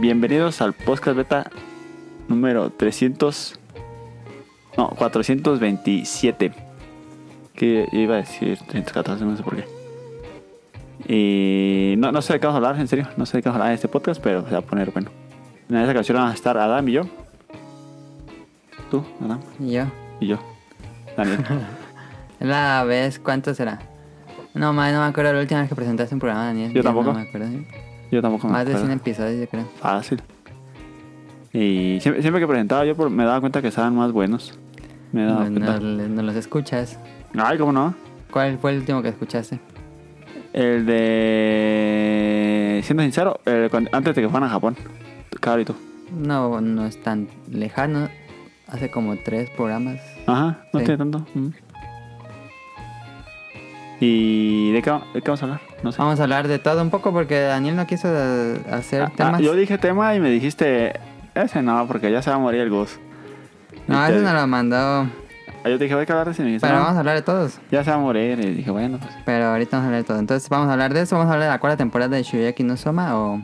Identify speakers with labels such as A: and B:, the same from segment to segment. A: Bienvenidos al podcast beta número 300. No, 427. Que iba a decir 314, no sé por qué. Y no, no sé de qué vamos a hablar, en serio. No sé de qué vamos a hablar en este podcast, pero se va a poner bueno. En esta canción vamos a estar Adam y yo. Tú, Adam,
B: Y yo.
A: y yo. Daniel.
B: La vez, ¿cuánto será? No, más no me acuerdo la última vez que presentaste un programa, Daniel.
A: Yo
B: Ya
A: tampoco.
B: No me acuerdo. ¿sí?
A: Yo tampoco me
B: Más de
A: acuerdo.
B: 100 episodios, yo creo.
A: Fácil. Y siempre, siempre que presentaba yo por- me daba cuenta que estaban más buenos. Me daba
B: No, no,
A: cuenta.
B: le- no los escuchas.
A: Ay, ¿cómo no?
B: ¿Cuál fue el último que escuchaste?
A: El de... Siendo sincero, el cuan- antes de que fueran a Japón. Claro, y tú.
B: No, no es tan lejano. Hace como tres programas.
A: Ajá, no
B: Sí.
A: tiene tanto. Mm. ¿Y de qué, va- de qué vamos a hablar? No sé.
B: Vamos a hablar de todo un poco porque Daniel no quiso eh, hacer
A: Ah, ah,
B: temas.
A: yo dije tema y me dijiste... Ese no, porque ya se va a morir el Gus.
B: no,
A: Y te-
B: eso nos lo mandó.
A: Ah, Yo te dije, voy a hablar de eso", y me dijiste,
B: Pero
A: "No,
B: vamos a hablar de todos.
A: ya se va a morir. Y dije, bueno, pues...
B: Pero ahorita vamos a hablar de todo. Entonces vamos a hablar de eso. Vamos a hablar de la cuarta temporada de Shuyaki no Soma o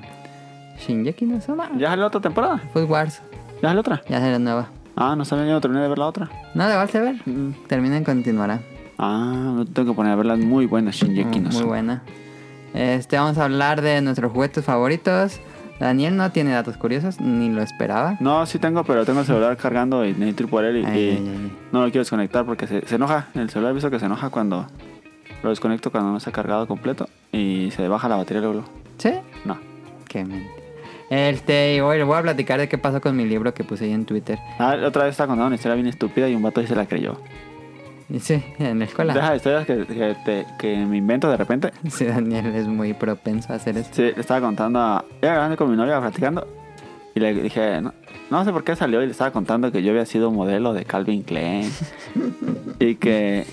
B: Shinjeki no Soma.
A: ¿Ya sale otra temporada?
B: Food Wars.
A: ¿Ya sale otra?
B: Ya será nueva.
A: Ah, no sabía, yo no terminé de ver la otra.
B: No, la vas a ver.
A: Mm.
B: Termina y continuará.
A: Ah, me tengo que poner a verlas muy buenas, Shinji no
B: Mm, Muy
A: Soma.
B: buena. Este, vamos a hablar de nuestros juguetes favoritos. Daniel no tiene datos curiosos, ni lo esperaba.
A: No, sí tengo, pero tengo el celular cargando y necesito ir por él y,
B: Ay,
A: y
B: ay, ay.
A: no lo quiero desconectar porque se, se enoja. El celular he visto que se enoja cuando lo desconecto cuando no está cargado completo y se baja la batería luego. luego.
B: ¿Sí?
A: No.
B: Qué mente. Este, y hoy le voy a platicar de qué pasó con mi libro que puse ahí en Twitter.
A: Ah, la otra vez estaba contando una historia bien estúpida y un vato ahí se la creyó.
B: Y Sí, en la escuela.
A: Deja de historias que, que te- que me invento de repente.
B: Sí, Daniel es muy propenso a hacer eso.
A: Sí, le estaba contando a... Era grande con mi novia platicando y le dije, no, no sé por qué salió y le estaba contando que yo había sido modelo de Calvin Klein y que...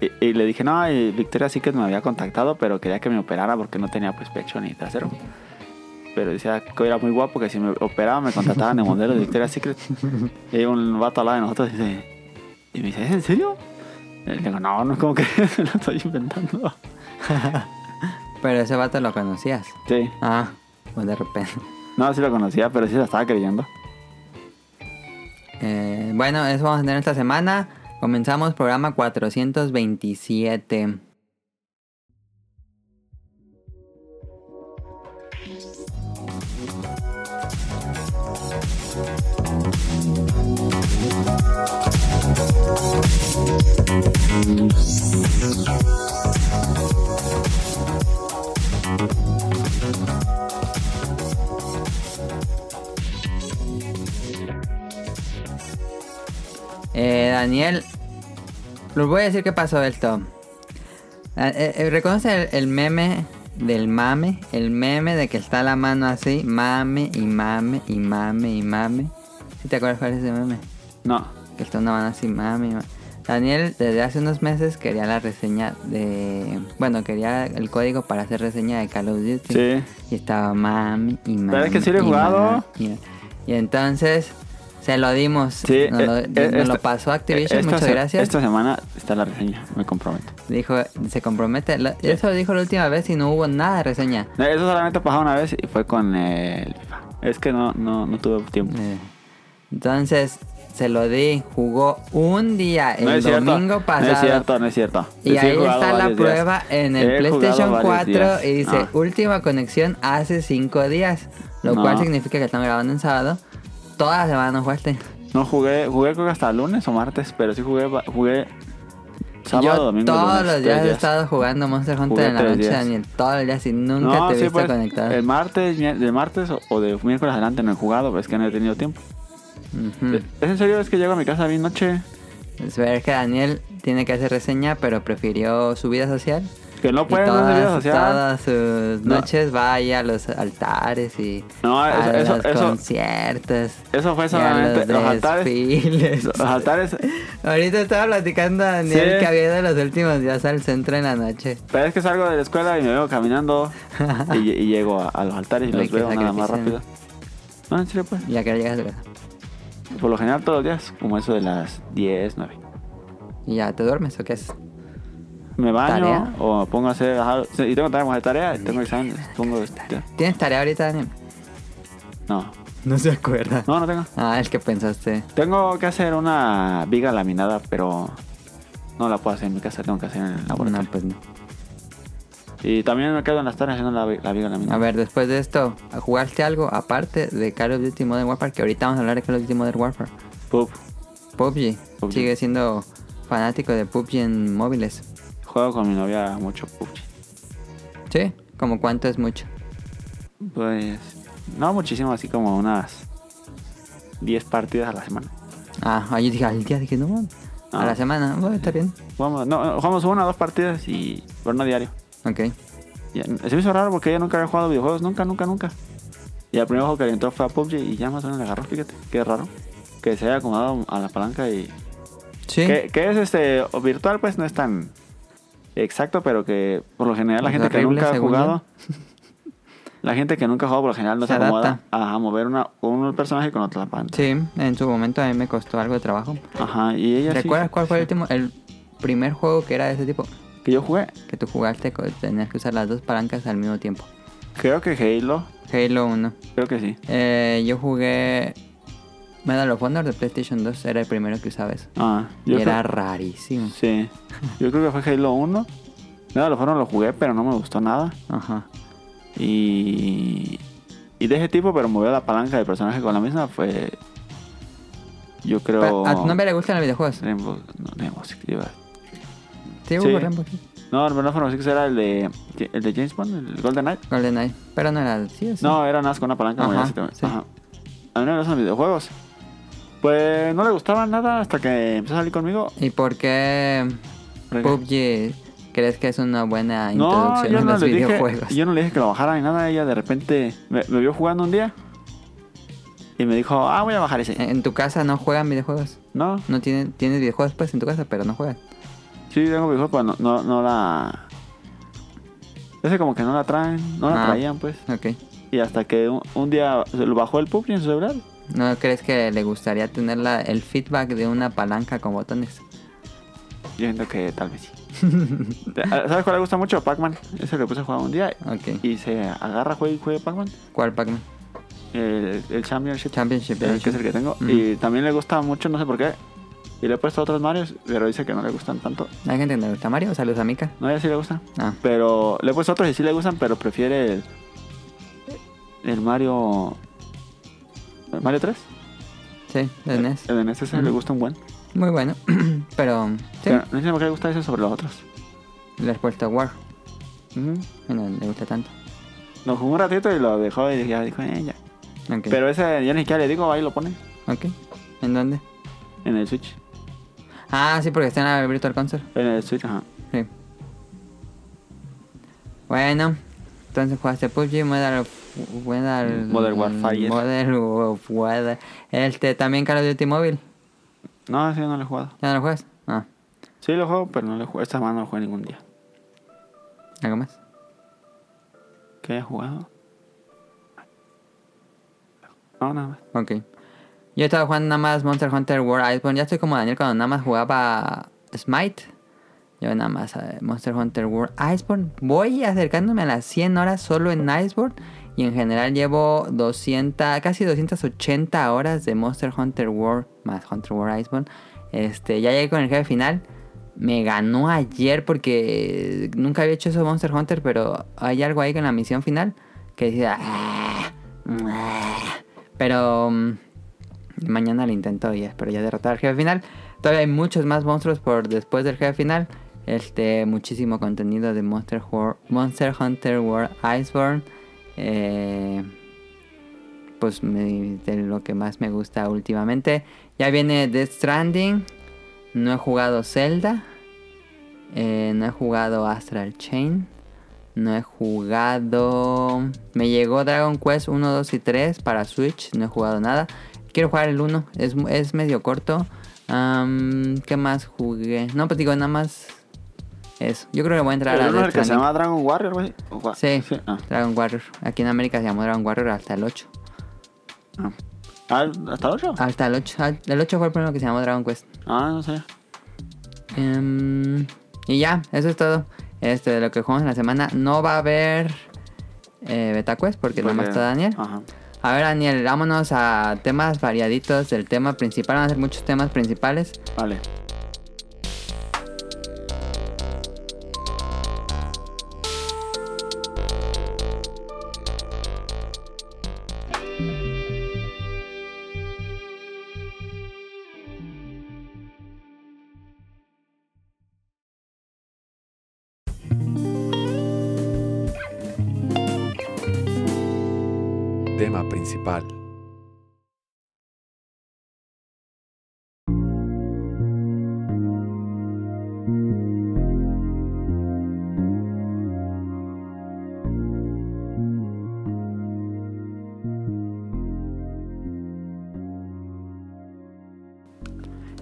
A: Y, y le dije, no, y Victoria sí que me había contactado, pero quería que me operara porque no tenía pues pecho ni trasero. Pero decía que era muy guapo, que si me operaba me contrataban de modelo de Victoria's Secret. Y hay un vato al lado de nosotros y dice, y me dice, ¿es en serio? Y le digo, no, no, como que lo estoy inventando.
B: Pero ese vato lo conocías.
A: Sí,
B: Ah, pues de repente.
A: no, sí lo conocía, pero sí la estaba creyendo.
B: Eh, bueno, eso vamos a tener esta semana. Comenzamos programa 427. Eh, Daniel, les voy a decir qué pasó esto. Ah, eh, eh, ¿Reconoce el, el meme del mame? El meme de que está la mano así, mame y mame y mame y mame. ¿Sí te acuerdas cuál es ese meme?
A: No,
B: Que está una mano así, mame y mame. Daniel desde hace unos meses quería la reseña de... Bueno, quería el código para hacer reseña de Call of Duty.
A: sí.
B: Y estaba mami y mami.
A: ¿Sabes que sí lo he
B: y
A: jugado?
B: mami, Y, y entonces se lo dimos.
A: Sí,
B: nos lo,
A: eh,
B: nos
A: eh,
B: lo
A: esta-
B: pasó Activision,
A: Esta
B: muchas
A: se-
B: gracias.
A: Esta semana está la reseña, me comprometo.
B: Dijo, se compromete. Lo-
A: Eh.
B: Eso lo dijo la última vez y no hubo nada de reseña.
A: No, Eso solamente pasó una vez y fue con el FIFA. Es que no, no, no tuve tiempo.
B: Eh, Entonces se lo di. Jugó un día el
A: no es cierto.
B: domingo pasado.
A: No es cierto, no es cierto.
B: Y
A: Sí, he
B: ahí
A: jugado
B: está la
A: varios días.
B: prueba en el
A: He jugado
B: PlayStation
A: varios
B: 4
A: días.
B: y dice
A: Ah,
B: última conexión hace 5 días. Lo
A: No.
B: cual significa que estamos grabando en sábado. Toda la semana no jugaste.
A: no jugué, jugué creo que hasta lunes o martes, pero sí jugué, va- jugué sábado,
B: Yo
A: domingo,
B: todos
A: lunes,
B: los
A: tres
B: días, he estado jugando Monster Hunter
A: Jugué
B: en la
A: tres
B: noche,
A: días.
B: Daniel. Todos los días y nunca
A: no,
B: te he
A: sí,
B: visto
A: pues,
B: conectado.
A: El martes, mi- del martes o- o de miércoles adelante no he jugado, pero es que no he tenido tiempo.
B: Ujú.
A: ¿Es en serio? Es que llego a mi casa bien noche.
B: Es ver que Daniel tiene que hacer reseña, pero prefirió su vida social.
A: Que no
B: Y
A: pueden no
B: todas,
A: hacer vida social.
B: todas sus
A: No.
B: noches va ahí a los altares y
A: No,
B: a
A: eso,
B: los
A: eso, eso,
B: conciertos.
A: eso fue
B: y a
A: solamente los altares.
B: desfiles.
A: Los altares.
B: Ahorita estaba platicando a Daniel
A: Sí.
B: que había ido los últimos días al centro en la noche.
A: Pero es que salgo de la escuela y me veo caminando y, y llego a, a los altares y
B: Ay,
A: los
B: qué
A: veo nada más
B: sacrificio.
A: rápido. No, en serio, pues.
B: Y acá llegas a tu casa.
A: Por lo general todos los días, como eso de las 10, 9.
B: Y ya te duermes o qué es.
A: Me baño
B: Tarea.
A: o me pongo a hacer... ajá, sí, Y tengo tarea, como de tarea, tengo exámenes, pongo... este,
B: ¿Tienes tarea ahorita, Daniel?
A: No,
B: No se acuerda.
A: no, no tengo.
B: Ah, el que pensaste.
A: Tengo que hacer una viga laminada, pero no la puedo hacer en mi casa, tengo que hacer en el
B: No,
A: laboratorio.
B: pues no.
A: Y también me quedo en las torres haciendo la, vi- la viga
B: A
A: laminada.
B: ver, después de esto, ¿jugaste algo aparte de Call of Duty Modern Warfare? Que ahorita vamos a hablar de Call of Duty Modern Warfare.
A: Pup,
B: PUBG.
A: PUBG.
B: Sigue siendo fanático de PUBG en móviles.
A: juego con mi novia mucho pup.
B: Sí, como cuánto es mucho.
A: Pues, no muchísimo, así como unas 10 partidas a la semana.
B: Ah, ahí dije, al día dije, no, man. a
A: Ah.
B: la semana, bueno, está bien.
A: Jugamos, no, no, jugamos una o dos partidas y pero no diario.
B: Ok.
A: Y se me hizo raro porque ella nunca había jugado videojuegos, nunca, nunca, nunca. Y el primer juego que le entró fue a PUBG y ya más o menos le agarró, fíjate, qué raro. Que se haya acomodado a la palanca y
B: Sí.
A: Que, que es este o virtual, pues no es tan exacto, pero que por lo general la
B: Es
A: gente que
B: horrible,
A: nunca ha
B: según
A: jugado, la gente que nunca ha jugado por lo general no
B: Se
A: se, acomoda
B: adapta.
A: a mover una, un personaje con otra pantalla.
B: Sí, en su momento a mí me costó algo de trabajo.
A: Ajá, y ella sí-
B: ¿Recuerdas cuál fue el último, el primer juego que era de ese tipo?
A: que yo jugué,
B: Que tú jugaste, co- tenías que usar las dos palancas al mismo tiempo.
A: creo que Halo,
B: Halo 1.
A: creo que sí.
B: Eh, yo jugué Medal of Honor de PlayStation 2, era el primero que usaba eso.
A: Ah,
B: Y
A: yo
B: era
A: creo,
B: rarísimo.
A: sí. Yo creo que fue Halo 1. Nada, lo fueron, lo jugué, pero no me gustó nada.
B: Ajá.
A: Y. Y de ese tipo, pero movió la palanca del personaje con la misma, fue. Yo creo.
B: Pero, ¿A tu novia le gustan los videojuegos?
A: Rainbow, no, Rainbow Six, iba- Sí.
B: Sí, hubo Rainbow Six.
A: No, el Rainbow Six era el de, el de James Bond, el Golden Knight.
B: GoldenEye. Pero no era así, ¿o sí?
A: No, era nada más con una palanca. como
B: Ajá,
A: ya se te-
B: sí.
A: ajá. A mí no me gustan los videojuegos. Pues no le gustaba nada hasta que empezó a salir conmigo.
B: ¿Y por qué
A: Porque-
B: PUBG crees que es una buena
A: No,
B: introducción
A: yo
B: a
A: no,
B: los
A: le dije,
B: videojuegos?
A: yo no le dije que lo bajara ni nada. Ella de repente me, me vio jugando un día y me dijo, ah, voy a bajar ese.
B: En tu casa no juegan videojuegos.
A: No,
B: No tienen, tienes videojuegos pues en tu casa, pero no juegan.
A: sí, tengo videojuegos, pero no, no, no la. Ese como que no la traen, no la
B: Ah.
A: traían, pues.
B: Ok.
A: Y hasta que un, un día se lo bajó el PUBG en su celular.
B: ¿No crees que le gustaría tener la- el feedback de una palanca con botones?
A: Yo siento que tal vez sí. Ah, ¿Sabes cuál le gusta mucho? Pac-Man. Eso le puse a jugar un día
B: Ok.
A: y se agarra, juega y juega Pac-Man.
B: ¿Cuál Pac-Man?
A: El, el Championship,
B: Championship
A: el que es
B: Edition.
A: el que tengo.
B: Ujú.
A: Y también le gusta mucho, no sé por qué. Y le he puesto otros Marios, pero dice que no le gustan tanto.
B: Hay gente que no le gusta Mario, saludos a Mika.
A: No, a ella sí le gustan.
B: Ah,
A: Pero le he puesto otros y sí le gustan, pero prefiere el, el Mario. ¿El Mario 3?
B: sí, de NES.
A: El de NES ese le
B: Ujú.
A: gusta un buen.
B: Muy bueno. pero, sí,
A: Pero no sé por qué le gusta ese sobre los otros.
B: le has puesto War.
A: Ujú.
B: Y no le gusta tanto.
A: Lo jugó un ratito y lo dejó y ya dijo, eh, ya.
B: Ok.
A: Pero ese yo ni siquiera le digo, ahí lo pone
B: Ok. ¿En dónde?
A: en el Switch.
B: Ah, sí, porque está en la Virtual Console.
A: En el Switch, ajá.
B: Sí. Bueno, entonces jugaste PUBG, Modern of- Modern,
A: Modern Warfare.
B: Modern of Warfare. Este, también Call of Duty Mobile.
A: No, ese no lo he jugado.
B: ¿Ya no lo juegas? Ah,
A: Sí lo juego, pero no lo he jugado. Esta semana no lo jugué ningún día.
B: ¿algo más?
A: ¿Qué haya jugado? No, nada más.
B: Ok. Yo estaba jugando nada más Monster Hunter World Iceborne. Ya estoy como Daniel cuando nada más jugaba Smite. Yo nada más eh, Monster Hunter World Iceborne. Voy acercándome a las 100 horas solo en Iceborne. Y en general llevo 200, casi 280 horas de Monster Hunter World más Hunter World Iceborne. Este, ya llegué con el jefe final. Me ganó ayer porque nunca había hecho eso de Monster Hunter, pero hay algo ahí con la misión final que decía... Pero mm, mañana lo intento y espero ya derrotar al jefe final. Todavía hay muchos más monstruos por después del jefe final. Este, muchísimo contenido de Monster, Hor- Monster Hunter World Iceborne. Eh, pues me- de lo que más me gusta últimamente. Ya viene Death Stranding. No he jugado Zelda. Eh, no he jugado Astral Chain. No he jugado. Me llegó Dragon Quest 1, 2 y 3 para Switch. No he jugado nada. Quiero jugar el 1. Es, es medio corto. Am, ¿Qué más jugué? No, pues digo, nada más. Eso. Yo creo que voy a entrar
A: Pero
B: a
A: uno es
B: Death
A: el que se
B: Stranding.
A: llama Dragon Warrior, güey. O gua-
B: Sí,
A: Ah,
B: Dragon Warrior. Aquí en América se llamó Dragon Warrior hasta el 8.
A: ah. Ah, ¿Hasta el 8? Ah,
B: Hasta el 8. al- El 8 fue el primero que se llamó Dragon Quest.
A: no sé.
B: Em, y ya, eso es todo. Este, de lo que jugamos en la semana. No va a haber eh, Beta Quest porque, nada más
A: Porque-
B: está Daniel.
A: Ajá.
B: A ver, Daniel, vámonos a temas variaditos del tema principal. Van a ser muchos temas principales.
A: Vale.
C: Tema principal.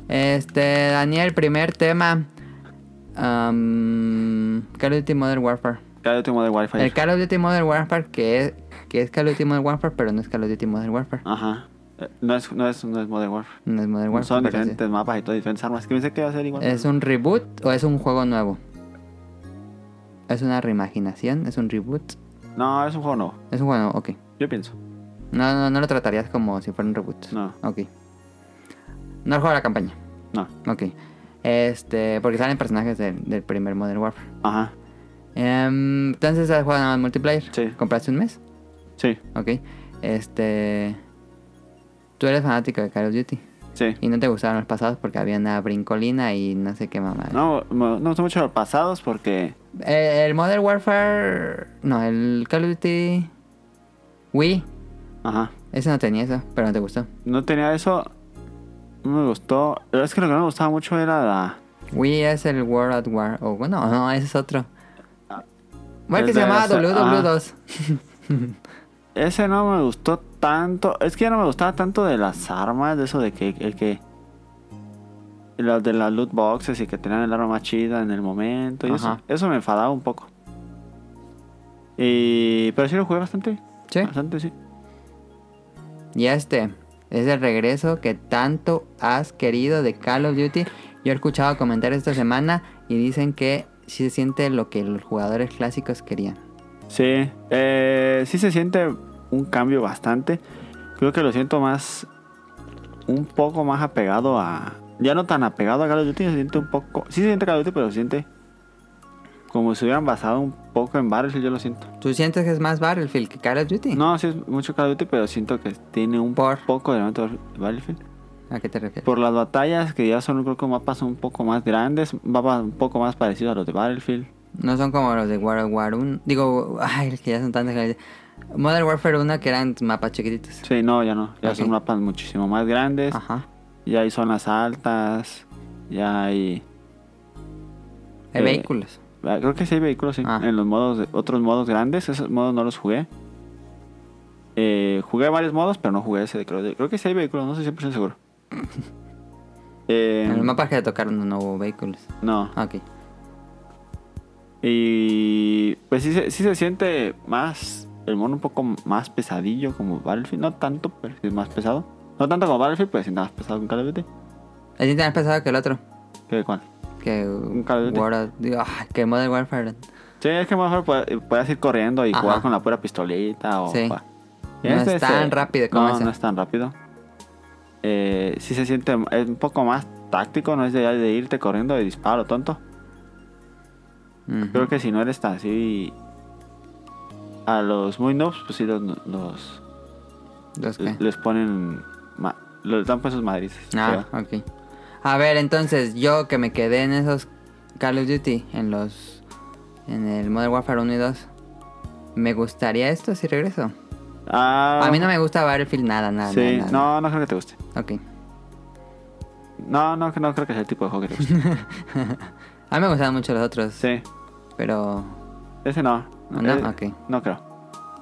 B: Este, Daniel, primer tema. Am, Call of Duty Modern Warfare.
A: Call of Duty Modern Warfare.
B: El Call of Duty Modern Warfare, que es, que es Call of Duty Modern Warfare, pero no es Call of Duty Modern Warfare.
A: Ajá. Eh, No es, no es, no es Modern Warfare.
B: No es Modern Warfare.
A: Son
B: pero sí.
A: diferentes mapas y todo, diferentes armas. Que pensé que iba a ser igual.
B: ¿Es un reboot o es un juego nuevo? ¿Es una reimaginación? ¿Es un reboot?
A: No, es un juego nuevo.
B: Es un juego nuevo, ok.
A: Yo pienso.
B: No, no, no lo tratarías como si fuera un reboot.
A: No,
B: Ok. No el juego de la campaña.
A: no.
B: Ok. Este, porque salen personajes del, del primer Modern Warfare.
A: Ajá.
B: Em, entonces has jugado nada más multiplayer.
A: Sí.
B: ¿Compraste un mes?
A: Sí,
B: Ok. Este. Tú eres fanático de Call of Duty.
A: sí.
B: Y no te gustaron los pasados porque había una brincolina y no sé qué mamá.
A: No, me no son mucho los pasados porque.
B: Eh, el Modern Warfare. No, el Call of Duty. Wii.
A: Ajá.
B: Ese no tenía eso, pero no te gustó.
A: No tenía eso. No me gustó. Pero es que lo que no me gustaba mucho era la.
B: Wii es el World at War. O bueno, no, ese es otro.
A: Ah.
B: Bueno, que
A: Desde
B: se llamaba
A: hace-
B: WW2.
A: Ese no me gustó tanto. Es que ya no me gustaba tanto de las armas, de eso de que el que. Las de las loot boxes y que tenían el arma más chida en el momento. Y eso,
B: Ajá.
A: eso me enfadaba un poco. Y, pero sí lo jugué bastante.
B: Sí.
A: Bastante, sí.
B: Y este es el regreso que tanto has querido de Call of Duty. Yo he escuchado comentarios esta semana y dicen que sí se siente lo que los jugadores clásicos querían.
A: Sí, eh, sí se siente un cambio bastante. Creo que lo siento más, un poco más apegado a, ya no tan apegado a Call of Duty, se siente un poco, sí se siente Call of Duty, pero se siente como si hubieran basado un poco en Battlefield, yo lo siento.
B: ¿Tú sientes que es más Battlefield que Call of Duty?
A: No, sí es mucho Call of Duty, pero siento que tiene un
B: Por.
A: poco de elemento de Battlefield.
B: ¿A qué te refieres?
A: Por las batallas que ya son creo que mapas un poco más grandes, mapas un poco más parecidos a los de Battlefield.
B: No son como los de World War 1. Digo, ay, es que ya son tantas. que- Modern Warfare 1 que eran mapas chiquititos.
A: Sí, no, ya no, ya
B: Ok. Ah.
A: son mapas muchísimo más grandes.
B: Ajá.
A: Ya hay zonas altas, ya hay...
B: Hay
A: Eh,
B: vehículos.
A: ah, Creo que sí hay vehículos, sí.
B: Ah.
A: En los modos, de- otros modos grandes, esos modos no los jugué. Eh, jugué varios modos, pero no jugué ese. de Creo, de- creo que sí hay vehículos, no estoy 100% seguro. Eh,
B: En los mapas que tocaron no hubo vehículos.
A: no.
B: Ah, Ok.
A: Y pues sí, se- sí se siente más, el mono un poco más pesadillo como Battlefield. No tanto, pero sí es más pesado. No tanto como Battlefield, pero sí más pesado que un Call of Duty.
B: El siente más pesado que el otro.
A: ¿Qué, cuál?
B: Que
A: Call of Duty.
B: World of- digo, ah, que Modern Warfare.
A: Sí, es que mejor puedes ir corriendo y
B: Ajá.
A: jugar con la pura pistolita o...
B: Sí.
A: jugar.
B: No es tan rápido como
A: no,
B: ese.
A: No es tan rápido. Eh, sí se siente es un poco más táctico, no es de, de irte corriendo de disparo tonto.
B: Ujú.
A: Creo que si no eres tan así... A los muy noobs, pues sí los... los-
B: Los que-
A: les ponen... ma- les dan pues sus madrices.
B: Ah,
A: creo.
B: ok. A ver, entonces, yo que me quedé en esos Call of Duty, en los. En el Modern Warfare 1 y 2. ¿Me gustaría esto si regreso?
A: Ah,
B: A mí no me gusta Battlefield nada, nada.
A: Sí,
B: nada,
A: no,
B: nada.
A: no creo que te guste.
B: Ok.
A: No, no, no creo que sea el tipo de juego que te guste.
B: A mí me gustaban mucho los otros.
A: sí,
B: Pero.
A: ese no.
B: No,
A: Eh,
B: ok.
A: No creo.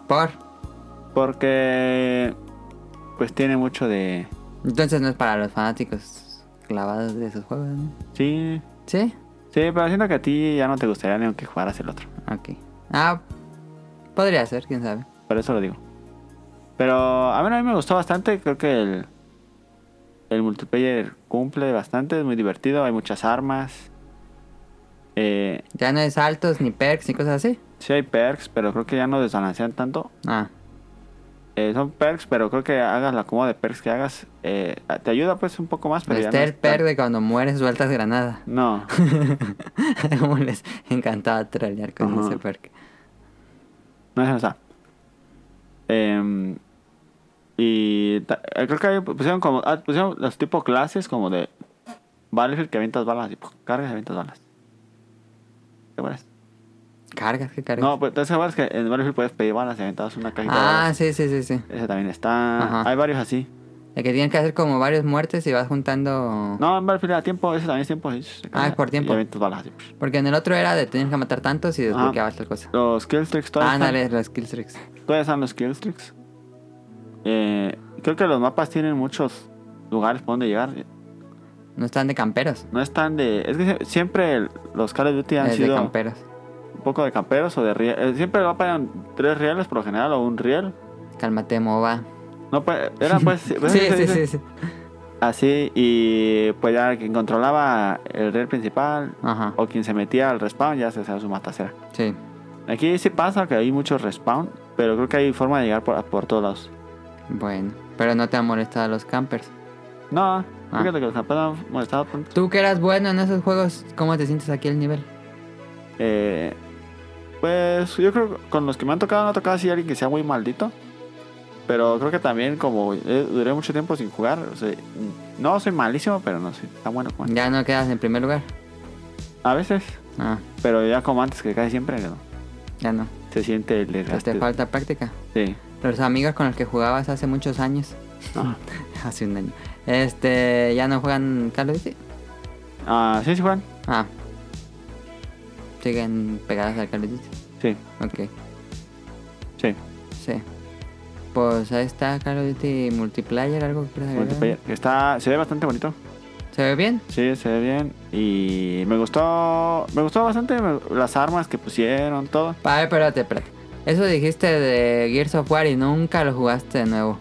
B: Por.
A: Porque pues tiene mucho de
B: Entonces no es para los fanáticos clavados de esos juegos, ¿no?
A: sí,
B: ¿Sí?
A: sí, pero siento que a ti ya no te gustaría ni aunque jugaras el otro.
B: Ok. Ah, podría ser, quién sabe.
A: Por eso lo digo. Pero a mí, a mí me gustó bastante, creo que el el multiplayer cumple bastante, es muy divertido, hay muchas armas. Eh,
B: Ya no hay saltos, ni perks, ni cosas así.
A: sí hay perks, pero creo que ya no desbalancean tanto.
B: Ah,
A: eh, son perks, pero creo que hagas la acomodo de perks que hagas, eh, te ayuda pues un poco más, pero
B: Este
A: ya no
B: es el
A: es tan-
B: perk de cuando mueres sueltas granada.
A: No,
B: Como les encantaba trolear con
A: Ajá.
B: ese perk.
A: no es esa. Em, y ta- eh, creo que ahí pusieron como, ah, pusieron los tipo clases como de Battlefield que avientas balas, y puf, cargas y avientas balas. ¿Qué buenas?
B: Cargas, que cargas.
A: No, pues entonces sabes que en Battlefield puedes pedir balas y aventas una cajita de
B: ah,
A: balas.
B: sí, sí, sí, sí.
A: Ese también está.
B: Ajá.
A: Hay varios así.
B: El que tienes que hacer como varios muertes y vas juntando.
A: No, en Battlefield a tiempo, ese también es tiempo. sí, se carga,
B: Ah, por tiempo.
A: Y pues, avientas balas así. puf.
B: Porque en el otro era de tenías que matar tantos y desbloqueabas tal cosa.
A: Los killstreaks todavía están-
B: Ándale, los killstreaks.
A: Todavía están los Killstreaks. Eh, creo que los mapas tienen muchos lugares por donde llegar.
B: No están de camperos.
A: No están de. Es que sie- siempre el- los Call of Duty han
B: Es de
A: sido
B: camperos.
A: un poco de camperos o de riel. eh, siempre el mapa eran tres rieles por lo general o un riel.
B: Cálmate, MOBA.
A: No, pues, eran pues. sí,
B: Sí,
A: se
B: sí,
A: dice?
B: sí, sí.
A: Así, y pues ya quien controlaba el riel principal
B: Ajá.
A: o quien se metía al respawn ya se hacía su matacera.
B: Sí.
A: Aquí sí pasa que hay muchos respawn, pero creo que hay forma de llegar por, por todos lados.
B: Bueno. Pero no te han molestado los campers.
A: No,
B: Ah.
A: fíjate que los campeones han molestado tanto.
B: Tú que eras bueno en esos juegos, ¿cómo te sientes aquí el nivel?
A: Eh, pues yo creo que con los que me han tocado, no ha tocado así alguien que sea muy maldito. Pero creo que también como eh, duré mucho tiempo sin jugar, o sea, no soy malísimo, pero no soy tan bueno como antes.
B: Ya no quedas en primer lugar.
A: A veces,
B: Ah,
A: pero ya como antes, que casi siempre no.
B: ya no.
A: se siente el
B: Pues te
A: desgaste.
B: falta práctica.
A: Sí.
B: Los amigos con los que jugabas hace muchos años.
A: Ah.
B: hace un año. Este, ¿ya no juegan Call of Duty?
A: Ah, ¿Sí, sí juegan?
B: Ah. Siguen pegadas al Call of Duty.
A: Sí,
B: Ok,
A: sí.
B: sí. Pues ahí está Call of Duty Multiplayer, algo que quieras agregar?
A: Multiplayer. Está, se ve bastante bonito.
B: ¿Se ve bien?
A: Sí, se ve bien. Y me gustó, me gustó bastante me- las armas que pusieron, todo.
B: A ver, espérate, espérate. Eso dijiste de Gears of War y nunca lo jugaste de nuevo.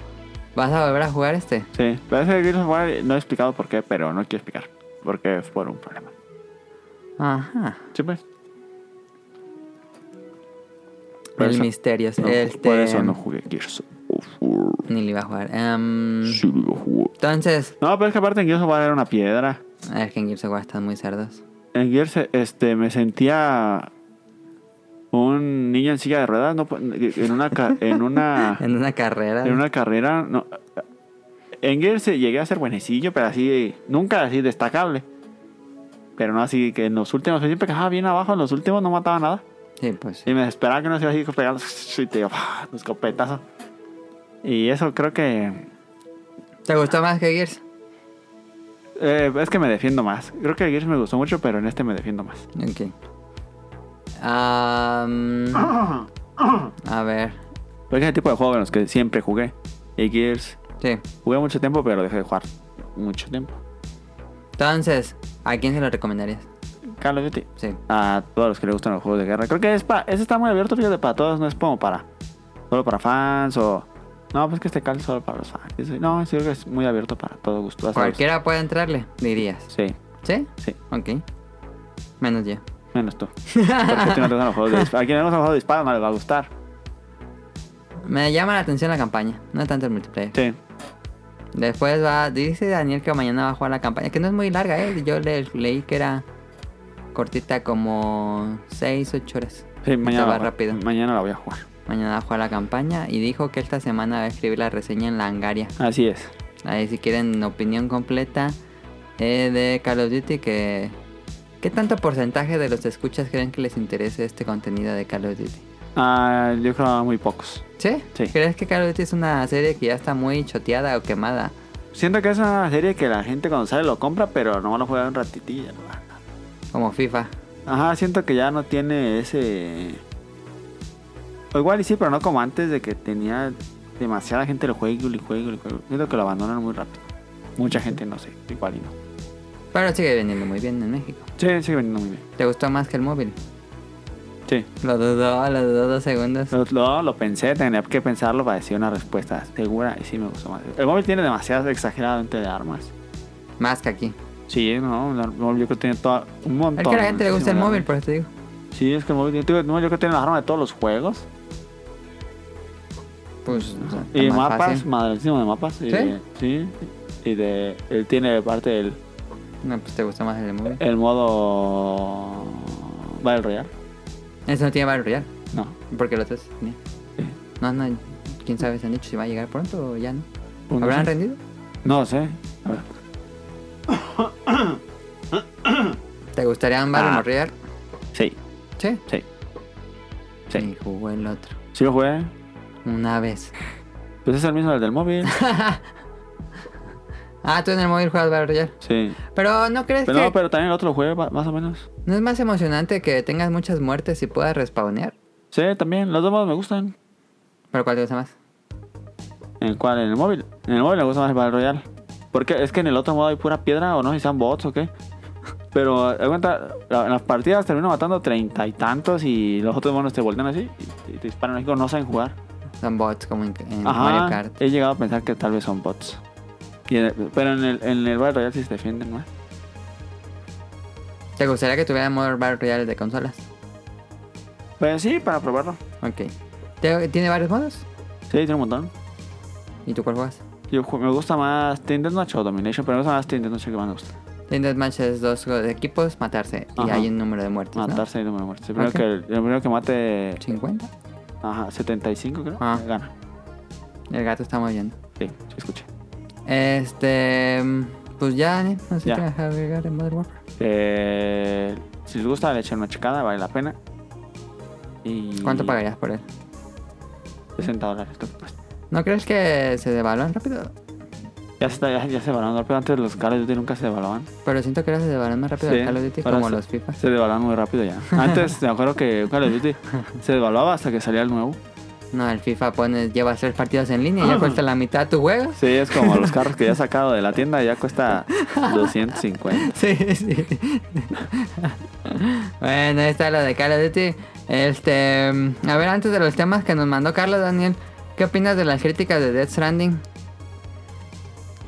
B: ¿Vas a volver a jugar este?
A: Sí, parece que Gears of War no he explicado por qué, pero no quiero explicar. Porque fue un problema.
B: Ajá.
A: Sí, pues. Por
B: El
A: eso-
B: misterio.
A: no,
B: este...
A: Por eso no jugué Gears of War.
B: Ni le iba a jugar. Em,
A: Sí, lo jugué.
B: entonces,
A: No, pero es que aparte en Gears of War era una piedra.
B: a ver que en Gears of War están muy cerdos.
A: En Gears este, me sentía un niño en silla de ruedas no, pu- en una ca- en una
B: En una carrera.
A: Ah. en una carrera no en Gears llegué a ser buenecillo pero así nunca así destacable pero no así que en los últimos siempre quedaba bien abajo en los últimos no mataba nada
B: Sí, pues.
A: y me esperaba que no se iba así pegando y te digo ¡pah! un escopetazo y eso creo que
B: ¿Te gustó más que Gears?
A: eh, es que me defiendo más creo que el Gears me gustó mucho pero en este me defiendo más
B: Ok. Am,
A: Ah.
B: a ver.
A: porque es el tipo de juego en los que siempre jugué y Gears
B: Sí.
A: jugué mucho tiempo pero dejé de jugar mucho tiempo
B: Entonces, ¿a quién se lo recomendarías?
A: Call of Duty
B: Sí.
A: a todos los que les gustan los juegos de guerra. Creo que es pa, ese está muy abierto, fíjate, para todos, no es como para solo para fans o no, pues que este cal es solo para los fans. Eso- No, sí creo que es muy abierto para todo gusto. hasta los-
B: Cualquiera puede entrarle, dirías.
A: Sí,
B: ¿Sí?
A: sí,
B: Ok. Menos yo.
A: menos tú. Porque a ti no te gustan los juegos de disparo. A quien le gustan los juegos de disparo no les va a gustar.
B: Me llama la atención la campaña, no tanto el multiplayer.
A: Sí,
B: Después va, dice Daniel que mañana va a jugar la campaña, que no es muy larga, ¿eh? Yo le, leí que era cortita como 6, 8 horas.
A: sí, mañana.
B: va
A: la voy a-
B: rápido.
A: Mañana la voy a jugar.
B: Mañana va a jugar la campaña y dijo que esta semana va a escribir la reseña en la Langaria.
A: Así es.
B: Ahí si quieren opinión completa eh, de Call of Duty, que... ¿Qué tanto porcentaje de los escuchas creen que les interese este contenido de Call of Duty?
A: Ah, yo creo muy pocos.
B: ¿Sí?
A: Sí.
B: ¿Crees que Call of Duty es una serie que ya está muy choteada o quemada?
A: Siento que es una serie que la gente cuando sale lo compra, pero no lo juega un ratitilla.
B: Como FIFA.
A: Ajá, siento que ya no tiene ese. O igual y sí, pero no como antes de que tenía demasiada gente el juego y el juego y el juego. Siento que lo abandonan muy rápido. Mucha gente, no sé, igual y no.
B: Pero sigue vendiendo muy bien en México.
A: Sí, sigue vendiendo muy bien.
B: ¿Te gustó más que el móvil?
A: Sí.
B: Lo dudó, lo dudó dos segundos.
A: Lo, lo- lo pensé, tenía que pensarlo para decir una respuesta segura y sí me gustó más. El móvil tiene demasiado exageradamente de armas.
B: Más que aquí.
A: Sí, no, el móvil yo creo que tiene toda- un montón.
B: Es que a la gente le gusta el
A: muchísimas
B: móvil, pues.
A: armas.
B: por eso te digo.
A: Sí, es que el móvil tiene, digo, el móvil yo creo que tiene las armas de todos los juegos.
B: Pues, o sea, está
A: Y
B: más
A: mapas,
B: fácil.
A: madrísimo de mapas. Y,
B: ¿Sí?
A: sí. Y de, él tiene parte el,
B: No, pues te gusta más el de móvil.
A: el modo. Battle Royale.
B: Eso no tiene Battle Royale,
A: No.
B: porque el otro sí tenía.
A: Sí.
B: No, no, quién sabe si han dicho si va a llegar pronto o ya no.
A: Pues no
B: ¿Habrán
A: sé.
B: rendido?
A: No sé. A ver.
B: ¿Te gustaría un Battle
A: Ah.
B: Royale?
A: Sí,
B: Sí.
A: sí. Sí.
B: Y jugó el otro.
A: Sí lo jugué.
B: Una vez.
A: Pues es el mismo del del móvil.
B: Ah, tú en el móvil juegas Battle Royale.
A: Sí.
B: Pero no crees
A: Pero,
B: que.
A: no, pero también el otro lo jugué ma- más o menos.
B: ¿No es más emocionante que tengas muchas muertes y puedas respawnear?
A: Sí, también. Los dos modos me gustan.
B: ¿Pero cuál te gusta más?
A: ¿En cuál? ¿En el móvil? En el móvil me gusta más el Battle Royale. Porque es que en el otro modo hay pura piedra o no sé si sean bots o qué. Pero, de cuenta, la- en las partidas termino matando treinta y tantos y los otros monos te voltean así y, y te disparan. México no saben jugar.
B: Son bots como en, en
A: Ajá.
B: Mario Kart.
A: He llegado a pensar que tal vez son bots. Y en- pero en el, en el Battle Royale sí se defienden más.
B: ¿Te gustaría que tuviera modo Battle Royale de consolas?
A: Pues sí, para probarlo.
B: Ok. ¿Te- ¿Tiene varios modos?
A: Sí, tiene un montón.
B: ¿Y tú cuál juegas?
A: Yo, ju- me gusta más Team Deathmatch o Domination, pero me gusta más Team Deathmatch el que más me gusta.
B: En Deathmatch es dos go- de equipos, matarse. Y
A: Ajá.
B: hay un número de muertes, ¿no?
A: Matarse y número de muertes. El primero,
B: Pues Ok.
A: que, el primero que mate
B: ¿50?
A: ajá, 75, creo,
B: Ah.
A: gana.
B: El gato está moviendo.
A: Sí, sí, escuché.
B: Este... Pues ya, ¿eh? no sé
A: Ya.
B: qué vas a agregar en Modern Warfare.
A: Eh, si les gusta, le echen una checada, vale la pena. Y
B: ¿Cuánto pagarías por él?
A: 60 dólares. pues. creo que cuesta.
B: ¿No crees que se devalúan rápido?
A: Ya se, está, ya, ya se devaluaron rápido. Antes los Call of Duty nunca se devaluaban.
B: Pero siento que ahora se devalúan más rápido
A: Sí,
B: el Call of Duty
A: ahora
B: como
A: se-
B: los FIFA.
A: Se devaluaban muy rápido ya. Antes me acuerdo que Call of Duty se devaluaba hasta que salía el nuevo.
B: No, el FIFA pone, llevas tres partidos en línea y
A: Ah.
B: ya cuesta la mitad tus juegos.
A: Sí, es como los carros que ya he sacado de la tienda ya cuesta 250.
B: Sí, sí. bueno, ahí está lo de Call of Duty. Este, mm, a ver, antes de los temas que nos mandó Carlos Daniel, ¿qué opinas de las críticas de Death Stranding?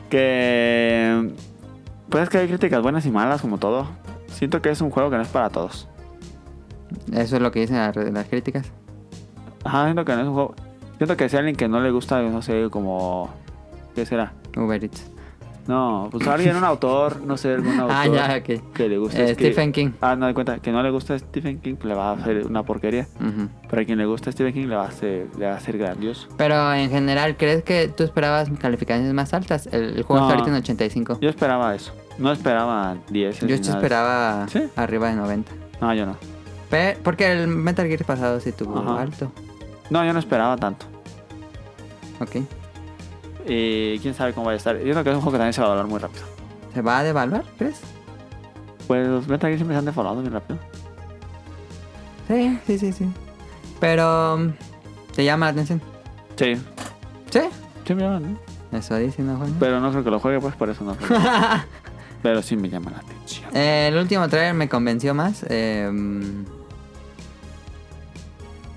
A: Que. Pues es que hay críticas buenas y malas, como todo. Siento que es un juego que no es para todos.
B: Eso es lo que dicen las, las críticas.
A: Ajá, siento que no es un juego. Siento que si a alguien que no le gusta, no sé, como. ¿Qué será?
B: Uber Eats.
A: No, pues alguien, un autor, no sé, algún autor.
B: Ah, ya, ok.
A: Pues Que le gusta.
B: Eh, Stephen King.
A: Ah, no, de cuenta, que no le gusta Stephen King, pues le va a hacer una porquería.
B: Ujú.
A: Pero a quien le gusta Stephen King, le va a hacer, le va a hacer grandioso.
B: Pero en general, ¿crees que tú esperabas calificaciones más altas? El, el juego
A: No.
B: está ahorita en 85.
A: Yo esperaba eso. No esperaba 10.
B: Yo,
A: ni
B: sí
A: nada de eso.
B: esperaba
A: ¿Sí?
B: arriba de 90.
A: No, yo no.
B: Pe- porque el Metal Gear pasado sí tuvo
A: Ajá.
B: alto.
A: No, yo no esperaba tanto.
B: Ok.
A: Y quién sabe cómo va a estar. Yo creo que es un juego que también se va a valorar muy rápido.
B: ¿Se va a devaluar, crees?
A: Pues los Metal Gear siempre se han devaluado muy rápido.
B: Sí, sí, sí, sí. Pero... mm, ¿Te llama la atención?
A: Sí.
B: Sí.
A: Sí me llaman, ¿no?
B: Eso dice, ¿no, Juan?
A: Pero no creo que lo juegue, pues por eso no. lo juego. Pero sí me llama la atención.
B: Eh, el último trailer me convenció más. eh, mm,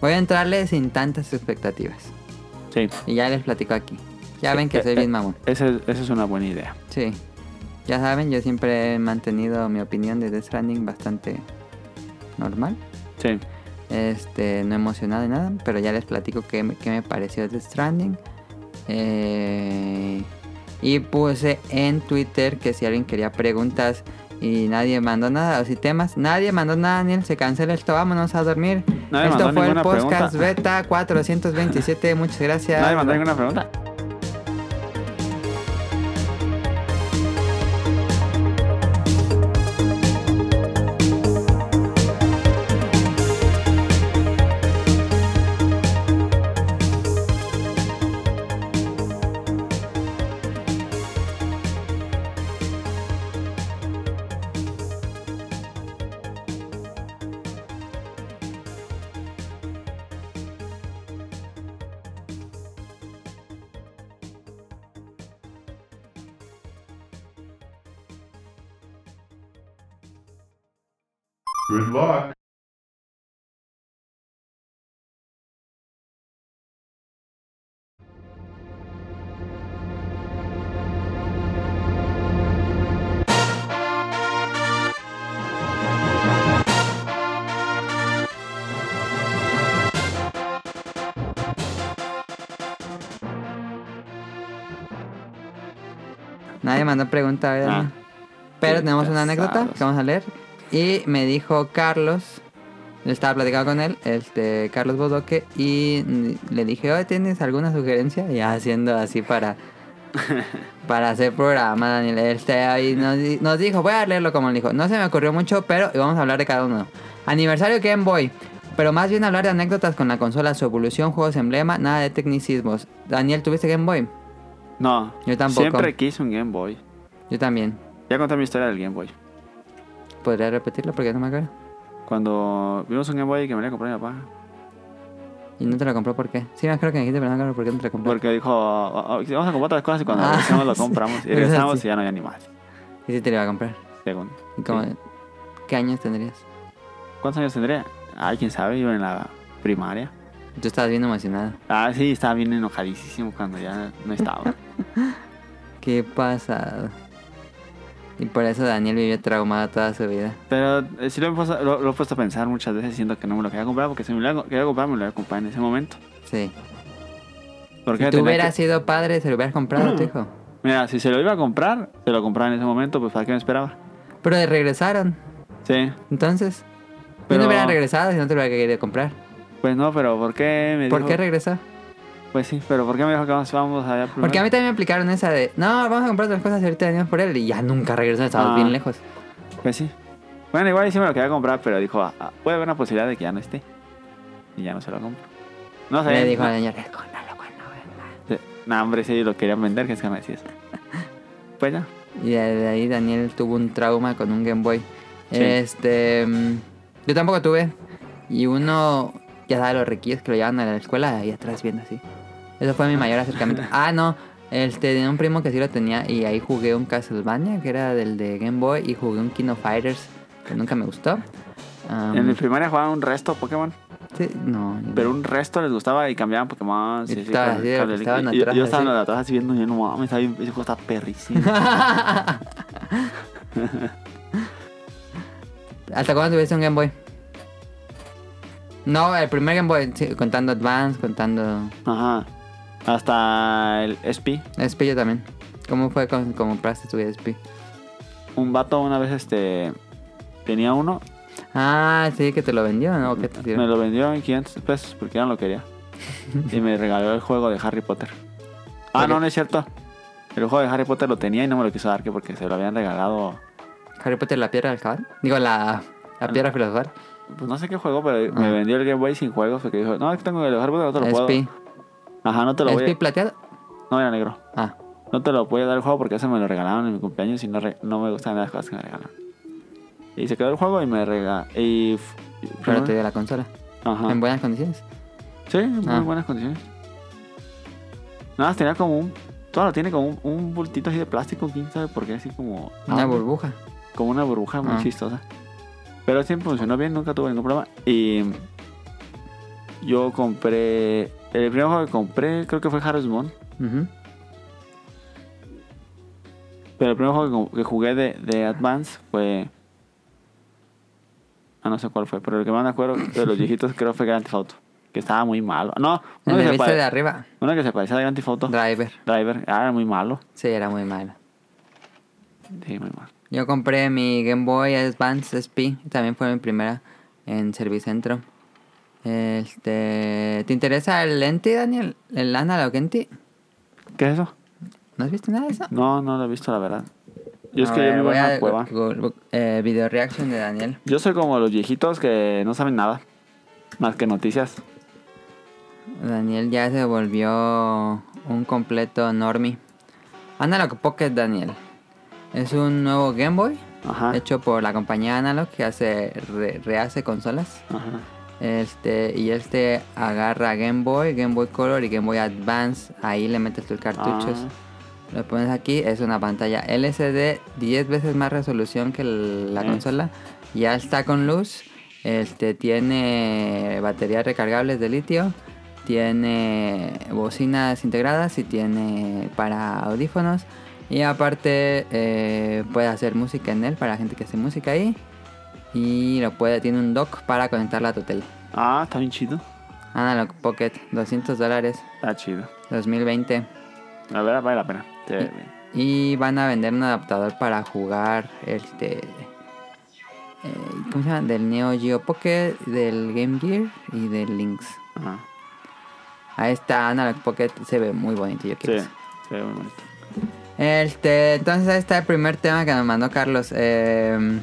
B: voy a entrarle sin tantas expectativas.
A: Sí.
B: Y ya les platico aquí. Ya
A: Sí,
B: ven que
A: eh,
B: soy bien
A: eh.
B: mamón.
A: Esa es, esa es una buena idea.
B: Sí. Ya saben, yo siempre he mantenido mi opinión de Death Stranding bastante normal.
A: Sí.
B: Este, no emocionado de nada, pero ya les platico qué, me- qué me pareció Death Stranding. Eh, y puse en Twitter que si alguien quería preguntas y nadie mandó nada, o si temas, nadie mandó nada, Daniel, se cancela esto, vámonos a dormir.
A: Nadie
B: esto
A: mandó
B: fue el
A: ninguna
B: podcast
A: pregunta.
B: beta 427, muchas gracias.
A: Nadie mandó ninguna pregunta.
C: Good luck.
B: Nadie mandó pregunta hoy, Daniel.
A: Ah,
B: Pero
A: qué
B: tenemos una anécdota
A: pesados.
B: que vamos a leer. Y me dijo Carlos, yo estaba platicando con él, este Carlos Bodoque, y mm, le dije, oye, ¿tienes alguna sugerencia? Y haciendo así para, para hacer programa, Daniel. Este, ahí nos, di- nos dijo, voy a leerlo como él dijo. No se me ocurrió mucho, pero vamos a hablar de cada uno. Aniversario Game Boy. Pero más bien hablar de anécdotas con la consola, su evolución, juegos emblema, nada de tecnicismos. Daniel, ¿tuviste Game Boy?
A: No.
B: Yo tampoco.
A: Siempre quise un Game Boy.
B: Yo también.
A: Ya conté mi historia del Game Boy.
B: ¿Podría repetirlo? Porque no me acuerdo.
A: Cuando vimos un Game Boy que me lo compró mi papá.
B: ¿Y no te lo compró por qué? Sí, me acuerdo que me dijiste, pero no me acuerdo por qué no te lo compró.
A: Porque dijo, "Oh, oh, vamos a comprar otras cosas y cuando
B: Ah,
A: regresamos lo
B: sí.
A: compramos. Y
B: Pero
A: regresamos
B: sí.
A: y ya no había ni más.
B: ¿Y si te lo iba a comprar?
A: Según.
B: ¿Y cómo- ¿Qué años tendrías?
A: ¿Cuántos años tendría? Ay, quién sabe, iba en la primaria.
B: Tú estabas bien emocionado.
A: Ah, sí, estaba bien enojadísimo cuando ya no estaba.
B: Qué pasado. Y por eso Daniel vivió traumado toda su vida.
A: Pero eh, sí lo he, puesto, lo, lo he puesto a pensar muchas veces siendo que no me lo quería comprar porque si me lo quería comprar me lo había comprado en ese momento.
B: Sí.
A: Porque
B: Si
A: ya
B: tú
A: tenía
B: hubieras
A: que-
B: sido padre, se lo hubieras comprado a tu hijo.
A: Mira, si se lo iba a comprar, se lo compraba en ese momento, pues ¿para qué me esperaba?
B: Pero le regresaron.
A: Sí.
B: Entonces, yo
A: Pero-
B: no hubiera regresado si no te lo hubiera querido comprar.
A: Pues no, pero ¿por qué me
B: ¿Por
A: dijo?
B: qué regresó?
A: Pues sí, pero ¿por qué me dijo que vamos, vamos allá primero?
B: Porque a mí también me aplicaron esa de, no, vamos a comprar otras cosas y ahorita venimos por él. Y ya nunca regresó, estábamos
A: Ah.
B: bien lejos.
A: Pues sí. Bueno, igual y sí me lo quería comprar, pero dijo, "Ah, ah, puede haber una posibilidad de que ya no esté. Y ya no se lo compro. No sé.
B: Le dijo
A: no-
B: al señor, "Cómpralo cuando venga".
A: Sí. No, hombre, sí, lo querían vender, que es que me decías. Pues ya.
B: Y de ahí Daniel tuvo un trauma con un Game Boy.
A: Sí.
B: Este. mm, Yo tampoco tuve. Y uno, ya sabes, los riquillos que lo llevan a la escuela ahí atrás viendo así. Eso fue mi mayor acercamiento. ah, no. Este, tenía un primo que sí lo tenía y ahí jugué un Castlevania, que era del de Game Boy, y jugué un King of Fighters, que nunca me gustó. Am,
A: En mi primaria jugaban un resto Pokémon,
B: sí, no.
A: pero un resto les gustaba y cambiaban Pokémon.
B: Y estaba así de los que estaban
A: y- y-
B: atrás,
A: Yo estaba en
B: así.
A: la de atrás así viendo, y yo no mames, está bien, ese juego está perrísimo.
B: ¿Hasta cuándo tuviste un Game Boy? No, el primer Game Boy, sí, contando Advance, contando
A: Ajá. Hasta el SP.
B: SP yo también. ¿Cómo fue con, como compraste tu SP?
A: Un vato una vez este tenía uno,
B: Ah, sí, que te lo vendió, ¿no? ¿Qué te dio?
A: me lo vendió en 500 pesos porque ya no lo quería. y me regaló el juego de Harry Potter. Ah,
B: Oye.
A: no, no es cierto. El juego de Harry Potter lo tenía y no me lo quiso dar que porque se lo habían regalado.
B: Harry Potter, la piedra del cabal. Digo, la,
A: Ah,
B: la piedra filosofal.
A: Pues no sé qué juego, pero
B: Ah.
A: me vendió el Game Boy sin juegos porque dijo, no, es que tengo el de Harry Potter, no te lo puedo.
B: SP.
A: Ajá, no te lo voy
B: ¿SP
A: a...
B: plateado?
A: No, era negro.
B: Ah,
A: No te lo voy a dar el juego porque ese me lo regalaron en mi cumpleaños y no, re- no me gustan las cosas que me regalan. Y se quedó el juego y me regaló. Y... f-
B: pero te dio la consola.
A: Ajá.
B: En buenas condiciones.
A: Sí, en muy
B: Ah.
A: buenas condiciones. Nada, más tenía como un. Todo lo tiene como un, un bultito así de plástico, quién sabe por qué, así como.
B: Una
A: ah,
B: burbuja.
A: Como una burbuja muy
B: Ah.
A: chistosa. Pero siempre funcionó bien, nunca tuve ningún problema. Y. Yo compré. El primer juego que compré, creo que fue Harvest Moon.
B: Ujú.
A: Pero el primer juego que, que jugué de, de Advance fue. Ah, no sé cuál fue, pero el que más me acuerdo de los viejitos creo fue Grand Theft Auto. Que estaba muy malo. No, uno que,
B: En la
A: se
B: vista de
A: pare-
B: arriba,
A: uno que se parecía a Grand Theft Auto.
B: Driver.
A: Driver, ah, era muy malo.
B: Sí, era muy malo.
A: Sí, muy malo.
B: Yo compré mi Game Boy Advance SP, también fue mi primera en Servicentro. Este, ¿Te interesa el lente, Daniel? ¿El analog lente?
A: ¿Qué es eso?
B: ¿No has visto nada de eso?
A: No, no lo he visto, la verdad. Yo es
B: A
A: que
B: ver,
A: yo vivo
B: voy
A: en una
B: a
A: cueva.
B: gu- gu- eh, video reaction de Daniel.
A: Yo soy como los viejitos que no saben nada. Más que noticias.
B: Daniel ya se volvió un completo normie. Analog Pocket Daniel. Es un nuevo Game Boy
A: Ajá.
B: hecho por la compañía Analog que hace re- rehace consolas.
A: Ajá.
B: Este, y este agarra Game Boy, Game Boy Color y Game Boy Advance. Ahí le metes tus cartuchos.
A: Ah.
B: Lo pones aquí, es una pantalla LCD, 10 veces más resolución que el- la
A: Eh.
B: consola. Ya está con luz. Este tiene baterías recargables de litio. Tiene bocinas integradas y tiene para audífonos. Y aparte eh, puede hacer música en él para la gente que hace música ahí. Y lo puede, tiene un dock para conectarla a tu tele.
A: Ah,
B: Ah,
A: está bien chido.
B: Analog Pocket, 200 dólares,
A: Está chido.
B: 2020.
A: La verdad vale la pena. Sí,
B: Y-
A: bien.
B: Y van a vender un adaptador para jugar este. eh, ¿Cómo se llama? Del Neo Geo Pocket, del Game Gear y del Lynx.
A: Ajá.
B: Ahí está, Analog Pocket se ve muy bonito, yo
A: Sí,
B: quiero. eso.
A: se ve muy bonito.
B: Este, entonces ahí está el primer tema que nos mandó Carlos. Eh,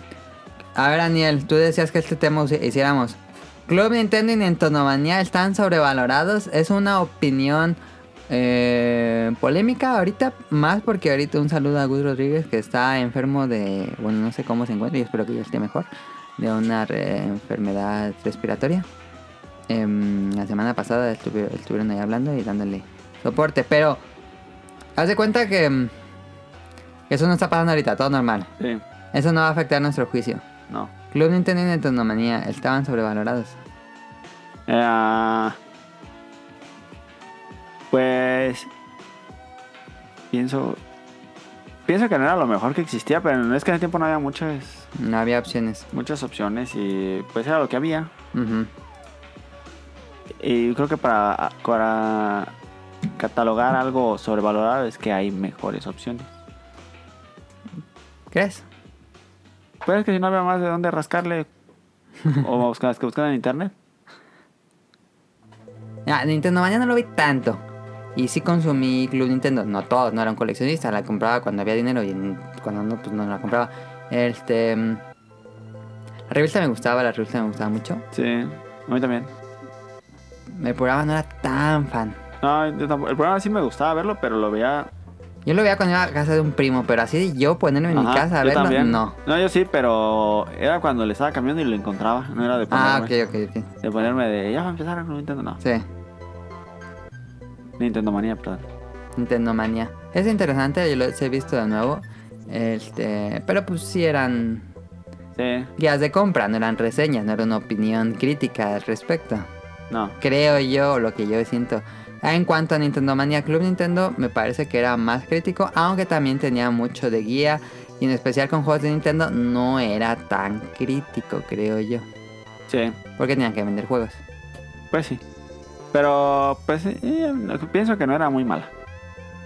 B: a ver, Daniel, tú decías que este tema usi- hiciéramos. Club Nintendo y Nintendomanía están sobrevalorados. Es una opinión eh, polémica ahorita, más porque ahorita un saludo a Gus Rodríguez que está enfermo de, bueno, no sé cómo se encuentra, yo espero que ya esté mejor, de una re- enfermedad respiratoria. Em, la semana pasada estuvi- estuvieron ahí hablando y dándole soporte, pero haz de cuenta que mm, eso no está pasando ahorita, todo normal.
A: Sí,
B: Eso no va a afectar nuestro juicio.
A: no.
B: Club Nintendo y Nintendomanía estaban sobrevalorados.
A: Eh, pues pienso pienso que no era lo mejor que existía, pero no es que en el tiempo no había muchas
B: No había opciones.
A: muchas opciones y pues era lo que había.
B: Ujú.
A: Y yo creo que para, para catalogar algo sobrevalorado es que hay mejores opciones.
B: ¿Crees?
A: Pero es que si no había más de dónde rascarle o buscar las que buscan en internet.
B: Ah, Nintendo Mania no lo vi tanto. Y sí consumí Club Nintendo. No todos, no era un coleccionista. La compraba cuando había dinero y en- cuando no, pues no la compraba. Este. mm, La revista me gustaba, la revista me gustaba mucho.
A: Sí, a mí también.
B: El programa no era tan fan.
A: No, yo tampoco- el programa sí me gustaba verlo, pero lo veía
B: Yo lo veía cuando iba a casa de un primo, pero así de yo ponerme en mi
A: Ajá,
B: casa a
A: yo
B: verlo,
A: también.
B: no.
A: No, yo sí, pero era cuando le estaba cambiando y lo encontraba. No era de
B: Ah,
A: ponerme,
B: ok, ok, ok.
A: de, ponerme de ya va a empezar con Nintendo, no.
B: Sí.
A: Nintendo Manía, perdón.
B: Nintendo Mania. Es interesante, yo los he visto de nuevo. Este, pero pues sí eran
A: Sí,
B: guías de compra, no eran reseñas, no era una opinión crítica al respecto.
A: no.
B: Creo yo, lo que yo siento. Ah, En cuanto a Nintendo Mania Club Nintendo, me parece que era más crítico, aunque también tenía mucho de guía. Y en especial con juegos de Nintendo, no era tan crítico, creo yo.
A: Sí,
B: Porque tenían que vender juegos.
A: pues sí. Pero, pues, eh, pienso que no era muy mala.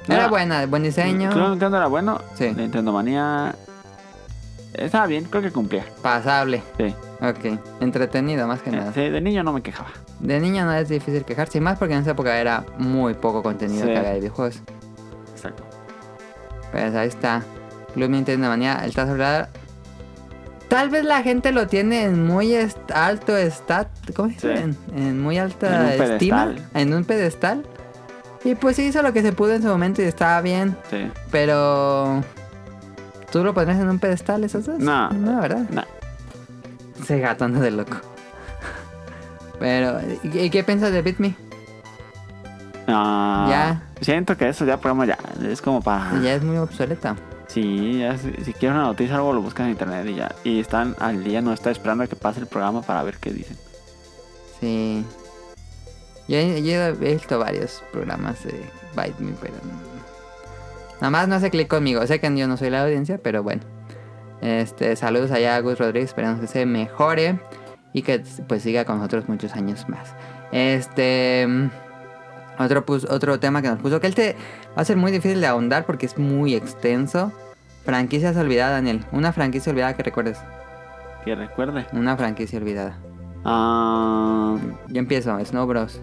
A: No
B: Era buena, buen diseño.
A: Club Nintendo era bueno.
B: Sí.
A: Nintendo Manía. Estaba bien, creo que cumplía.
B: Pasable.
A: Sí. Eh,
B: Ok. Entretenido, más que nada.
A: Sí, de niño no me quejaba.
B: De niño no es difícil quejarse, y más porque en esa época era muy poco contenido
A: Sí.
B: que había de videojuegos.
A: Exacto.
B: Pues ahí está. Club Nintendo Manía, el Tazo Bladder. Tal vez la gente lo tiene en muy est- alto stat. ¿Cómo se dice?
A: Sí.
B: En, en muy
A: En un
B: alta estima.
A: pedestal.
B: En un pedestal. Y pues hizo lo que se pudo en su momento y estaba bien.
A: Sí.
B: Pero. ¿Tú lo pondrías en un pedestal esos dos?
A: No.
B: No, ¿verdad?
A: No.
B: Ese gato anda de loco. Pero. ¿Y y qué piensas de Beat Me?
A: Ah,
B: Ya.
A: Siento que eso ya, programa ya. Es como para.
B: Ya es muy obsoleta.
A: Sí, ya si, si quieres una noticia algo lo buscan en internet y ya. Y están al día, no está esperando a que pase el programa para ver qué dicen.
B: Sí. Yo, he- yo he visto varios programas de Bite Me, pero. Nada más no hace clic conmigo. Sé que yo no soy la audiencia, pero bueno. Este, saludos allá a Gus Rodríguez. Esperamos que se mejore y que pues siga con nosotros muchos años más. Este. mm, Otro, pus- otro tema que nos puso, que este va a ser muy difícil de ahondar porque es muy extenso. Franquicias olvidadas, Daniel. Una franquicia olvidada que recuerdes.
A: Que recuerde.
B: Una franquicia olvidada.
A: Ah,
B: Yo empiezo, Snow Bros.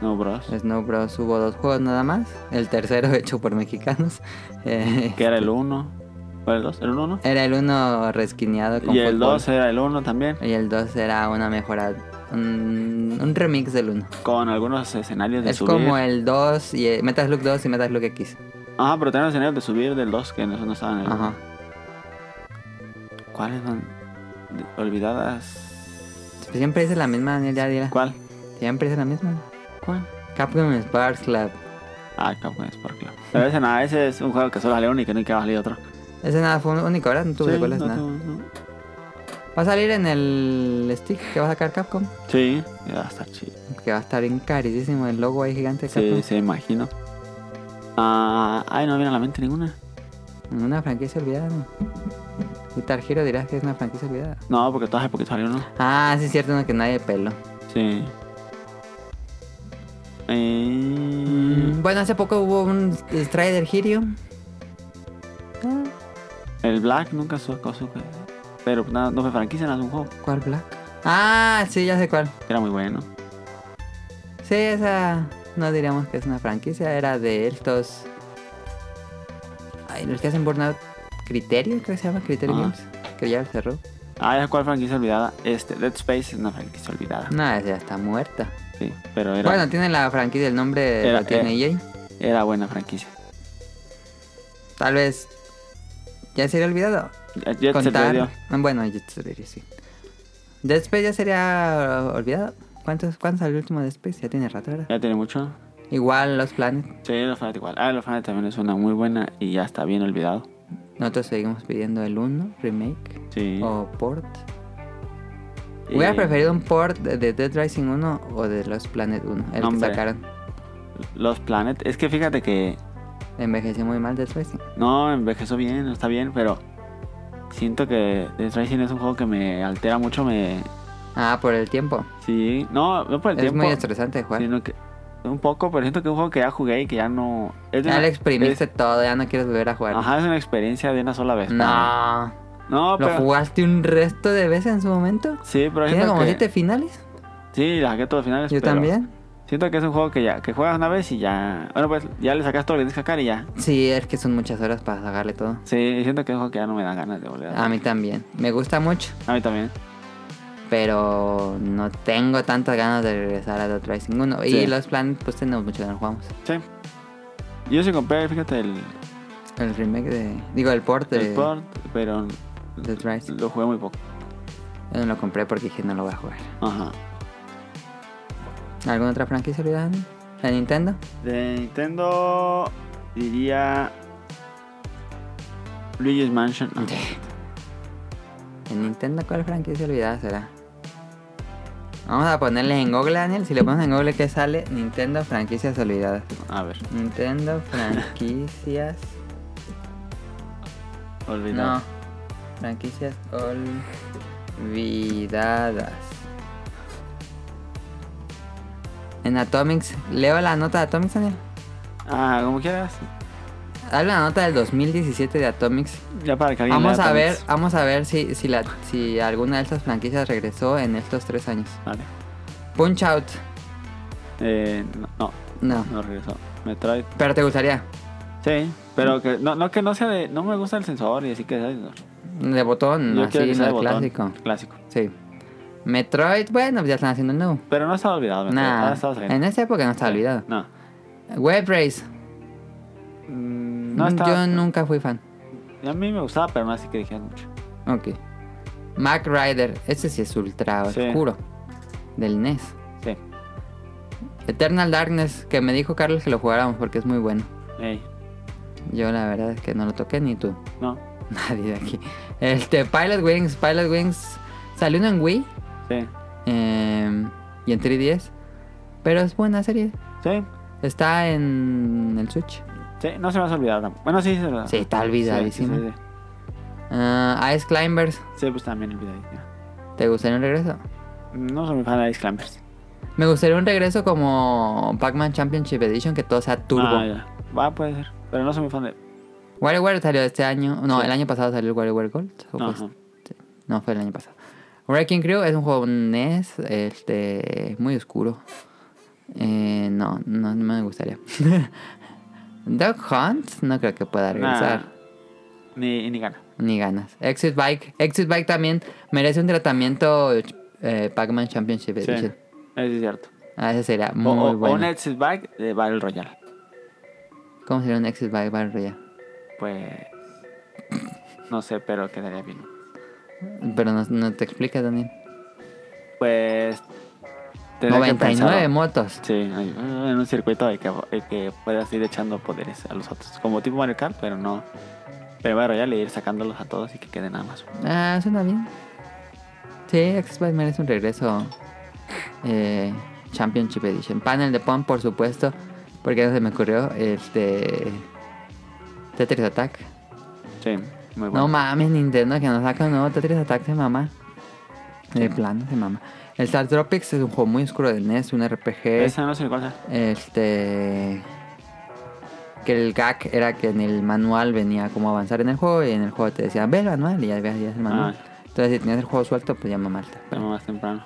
A: no, bros.
B: Snow Bros. hubo dos juegos nada más. El tercero hecho por mexicanos. Eh,
A: Que era el 1. ¿O el 2? ¿El 1?
B: era el uno resquineado con
A: Y el
B: fútbol.
A: 2 era el 1 también.
B: Y el 2 era una mejora. Un, un remix del 1.
A: Con algunos escenarios de
B: Es
A: subir.
B: como el 2 y eh, Metal Slug 2 y Metal Slug X.
A: Ajá, Ah, pero tenemos escenarios de subir del 2 que no, no estaban en el
B: Ajá.
A: 1. ¿Cuáles son? De- Olvidadas.
B: Siempre dice la misma, Daniel ya dirá.
A: ¿Cuál?
B: Siempre dice la misma.
A: ¿Cuál?
B: Capcom Sparks Club.
A: Ah, Capcom Spark Club. Pero ese nada, ese es un juego que solo salió uno y que nunca va a salir otro.
B: Ese nada fue un único, ¿verdad? No tuvo
A: Sí,
B: secuelas,
A: no
B: nada.
A: tuvo- no.
B: Va a salir en el stick que va a sacar Capcom.
A: Sí, ya está chido.
B: Que va a estar bien carísimo el logo ahí gigante de Capcom.
A: Sí, se imagino. Ah, ay, no me viene a la mente ninguna.
B: Una franquicia olvidada. ¿no? Guitar Hero dirás que es una franquicia olvidada.
A: No, porque todas hace poquito salió uno.
B: Ah, sí es cierto, no, que nadie peló.
A: Sí. Eh, Eh,
B: Mm, Bueno, hace poco hubo un Strider Hero.
A: El Black nunca supe. supe. Pero no, no me franquician hace un juego.
B: ¿Cuál Black? Ah, sí, ya sé cuál.
A: Era muy bueno.
B: Sí, esa no diríamos que es una franquicia, era de estos. Ay, los que hacen Burnout. Criterio, creo que se llama Criterio
A: Ajá.
B: Games. Que ya cerró.
A: Ah, ¿ya cuál franquicia olvidada? Este, Dead Space es una franquicia olvidada.
B: No, esa ya está muerta.
A: Sí, pero era,
B: Mm. Bueno, tiene la franquicia, el nombre
A: Era- eh.
B: lo tiene E EA.
A: era buena franquicia.
B: Tal vez. Ya sería olvidado.
A: Jet Set Radio.
B: Ah, Bueno, Jet Set Radio, sí. Dead Space ya sería olvidado. ¿Cuántos, ¿Cuándo salió el último Dead Space? Ya tiene rato, ¿verdad?
A: Ya tiene mucho.
B: Igual Los Planet.
A: Sí, el Orphanate igual. Ah, el Orphanate también es una muy buena y ya está bien olvidado.
B: Nosotros seguimos pidiendo el 1, remake
A: Sí.
B: o port.
A: Y-
B: Hubiera Oh, preferido un port de Dead Rising 1 o de Los Planet 1, el
A: Hombre.
B: que sacaron.
A: Los Planet. Es que fíjate que
B: Envejeció muy mal Dead Rising.
A: no envejeció bien, está bien, pero siento que Death Racing es un juego que me altera mucho. Me.
B: Ah, por el tiempo.
A: Sí, no, no por el
B: es
A: tiempo.
B: muy estresante de jugar.
A: sino que un poco, pero siento que es un juego que ya jugué y que ya no. Es de
B: ya
A: una-
B: lo exprimiste
A: es-
B: todo, ya no quieres volver a jugar.
A: Ajá, es una experiencia de una sola vez.
B: No.
A: No,
B: ¿Lo
A: pero.
B: jugaste un resto de veces en su momento?
A: Sí, pero
B: Tiene
A: siento
B: como
A: que...
B: 7 finales.
A: Sí, la saqué todos los finales.
B: Yo
A: pero
B: también.
A: Siento que es un juego que ya que juegas una vez y ya. Bueno, pues ya le sacas todo lo que tienes que sacar y ya.
B: Sí, es que son muchas horas para sacarle todo.
A: Sí, siento que es un juego que ya no me dan ganas de volver.
B: A
A: A,
B: mí también. Me gusta mucho,
A: a mí también.
B: pero no tengo tantas ganas de regresar a Dead Rising 1.
A: Sí.
B: Y Los Planet, pues tenemos mucho que no jugamos.
A: Sí. Yo sí compré, fíjate, el,
B: El remake de... Digo, el port de
A: el port, pero
B: Dead Rising.
A: lo jugué muy poco.
B: Yo no lo compré porque dije no lo voy a jugar.
A: Ajá.
B: ¿Alguna otra franquicia olvidada? ¿La Nintendo?
A: De Nintendo diría Luigi's Mansion. No.
B: ¿En Nintendo cuál franquicia olvidada será? Vamos a ponerle en Google, Daniel. Si le pones en Google, ¿qué sale? Nintendo franquicias olvidadas.
A: A ver,
B: Nintendo franquicias...
A: olvidado.
B: no. Franquicias olvidadas. En Atomics. ¿Leo la nota de Atomics, Daniel?
A: Ah, como quieras.
B: Dale la nota del 2017 de Atomics.
A: Ya para que alguien
B: Vamos
A: lea
B: a ver,
A: todos.
B: vamos a ver si, si, la, si alguna de estas franquicias regresó en estos tres años.
A: Vale.
B: Punch Out.
A: Eh, no, no,
B: No.
A: no regresó. Metroid.
B: Pero te gustaría.
A: Sí, pero que no, no que no sea de. No me gusta el sensor y así que sea de sensor.
B: De botón,
A: Yo quiero
B: Mm, así,
A: que sea
B: no
A: de
B: el
A: botón.
B: clásico.
A: Clásico.
B: Sí. Metroid, bueno, ya están haciendo el nuevo.
A: Pero no estaba olvidado. Metroid. Ahora
B: Nah.
A: estaba saliendo.
B: En esa época no estaba olvidado.
A: No.
B: Web Race.
A: Mm, No estaba.
B: Yo nunca fui fan.
A: A mí me gustaba, pero no así que dijeron mucho.
B: Ok. Mac Rider. Ese sí es ultra
A: Sí.
B: oscuro. Del NES.
A: Sí.
B: Eternal Darkness, que me dijo Carlos que lo jugáramos porque es muy bueno.
A: Ey,
B: Yo la verdad es que no lo toqué ni tú.
A: no.
B: Nadie de aquí. Este, Pilot Wings, Pilot Wings. Salió uno en Wii
A: Sí.
B: eh, y en 3DS. Pero es buena serie.
A: Sí.
B: Está en el Switch.
A: Sí, no se me ha olvidado tampoco. Bueno, sí, se me ha
B: Sí, está olvidadísimo.
A: Sí, sí, sí.
B: Ah, Ice Climbers,
A: Sí, pues también olvidadísimo.
B: ¿te gustaría un regreso?
A: No soy muy fan de Ice Climbers.
B: Me gustaría un regreso como Pac-Man Championship Edition, que todo sea turbo.
A: Ah, ya. Va, puede ser. Pero no soy muy fan de.
B: WarioWare salió este año. No, el año pasado salió el WarioWare Gold. ¿o fue
A: Ajá.
B: este? No, fue el año pasado. Wrecking Crew es un juego NES, este, muy oscuro. Eh, no, no, no me gustaría. Duck Hunt, no creo que pueda regresar.
A: Nah, ni, ni gana.
B: Ni ganas. Exit Bike, Exit Bike también merece un tratamiento eh, Pac-Man Championship
A: Sí. Eso
B: Edition.
A: es cierto.
B: Ah, ese sería
A: O,
B: muy
A: o- o un
B: bueno.
A: Exit Back eh, de Battle Royale.
B: ¿Cómo sería un Exit Bike Battle Royale?
A: Pues. No sé, pero quedaría bien.
B: Pero no, no te explicas, Daniel.
A: Pues. tendría que
B: 99
A: pensarlo.
B: motos.
A: Sí, ahí, ah, en un circuito de que, el que puedas ir echando poderes a los otros. Como tipo Mario Kart, pero no. Pero Battle Royale ir sacándolos a todos y que quede nada más. uno.
B: Ah, suena bien. Sí, Access by Mail es un regreso. eh, Championship Edition. Panel de POM, por supuesto. Porque no se me ocurrió. Este. Tetris Attack.
A: Sí, muy
B: No
A: bueno.
B: mames, Nintendo, que nos saca un nuevo Tetris Attack de mamá. De plano, de mamá. El Star Tropics es un juego E muy oscuro del NES, un RPG.
A: Esa no sé cuál sea.
B: Este. que el gag era que en el manual venía cómo avanzar en el juego y en el juego te decía, ve el manual y ya veías el manual.
A: Ah.
B: Entonces, si tenías el juego suelto, pues ya mamaste.
A: Estamos más temprano.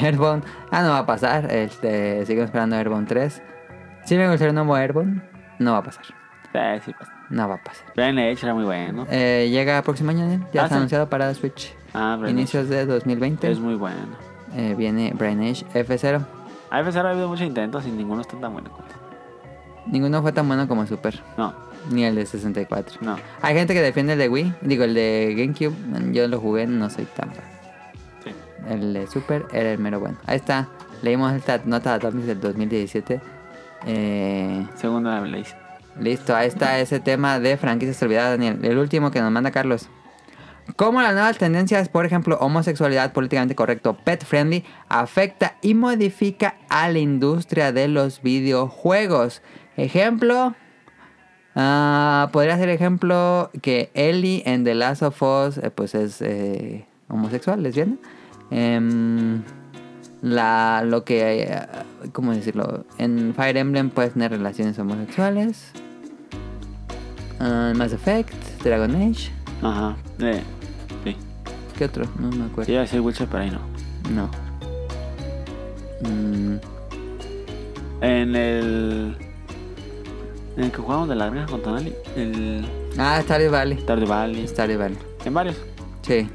B: Airborne, ah, no va a pasar. Este, sigo esperando Airborne 3. Si me gustaría un nuevo Airborne, no va a pasar.
A: Sí, sí, pues.
B: No va a pasar.
A: Brain Age era muy bueno.
B: Eh, llega el próximo año, Daniel. ya
A: Ah,
B: está
A: sí.
B: anunciado para Switch.
A: Ah, Brain Age
B: Inicios de 2020
A: es muy bueno.
B: eh, viene Brain Age F0.
A: A pesar ha habido muchos intentos y ninguno está tan bueno como este.
B: Ninguno fue tan bueno como Super,
A: No,
B: ni el de 64.
A: no.
B: Hay gente que defiende el de Wii, digo el de GameCube, yo lo jugué, no soy tan fan.
A: Sí.
B: El de Super era el mero bueno. Ahí está, leímos esta nota de Atomics del 2017. Eh,
A: Segundo la Blaze.
B: listo, ahí está ese tema de franquicias olvidadas, Daniel. El último que nos manda Carlos. ¿Cómo las nuevas tendencias, por ejemplo, homosexualidad políticamente correcto, pet friendly, afecta y modifica a la industria de los videojuegos? Ejemplo, ah, podría ser ejemplo que Ellie en The Last of Us eh, pues es eh, homosexual, lesbiana. Em, la, lo que, eh, ¿cómo decirlo? En Fire Emblem puedes tener relaciones homosexuales. Ah, Mass Effect, Dragon Age.
A: Ajá. Eh, sí.
B: ¿Qué otro? No me
A: Yo
B: acuerdo.
A: iba a decir Witcher, pero ahí no.
B: No. Mm,
A: En el. En el que jugamos de larga con Tonali. El.
B: Ah, Stardew Valley.
A: Stardew Valley.
B: Stardew Valley.
A: En varios.
B: Sí.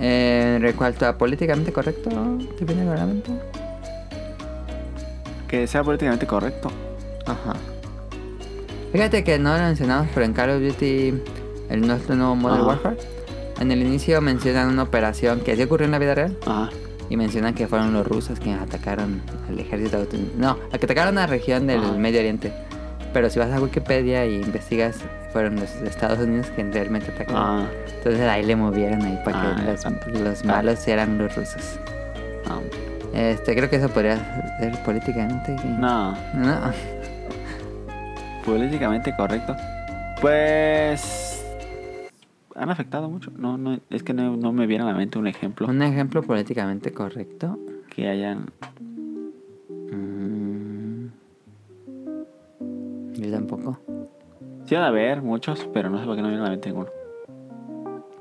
B: Eh, en cuanto a políticamente correcto, ¿te viene a la mente?
A: Que sea políticamente correcto.
B: Ajá. Fíjate que no lo mencionamos, pero en Call of Duty, el nuestro nuevo Modern
A: Ajá.
B: Warfare, en el inicio mencionan una operación que sí ocurrió en la vida real
A: Ajá.
B: y mencionan que fueron los rusos quienes atacaron al ejército. auton- No, a que atacaron a la región del
A: Ajá.
B: Medio Oriente. Pero si vas a Wikipedia y investigas, fueron los de Estados Unidos quienes realmente atacaron.
A: Ah,
B: Entonces ahí le movieron ahí para que
A: Ah,
B: los,
A: ah,
B: los
A: ah.
B: malos eran los rusos.
A: no.
B: Este, creo que eso podría ser políticamente.
A: No.
B: No.
A: Políticamente correcto. Pues. Han afectado mucho. No, no, es que no, no me viene a la mente un ejemplo
B: Un ejemplo políticamente correcto.
A: que hayan.
B: Mm. Yo tampoco.
A: Sí, ha de haber muchos, pero no sé por qué no me viene a la mente ninguno.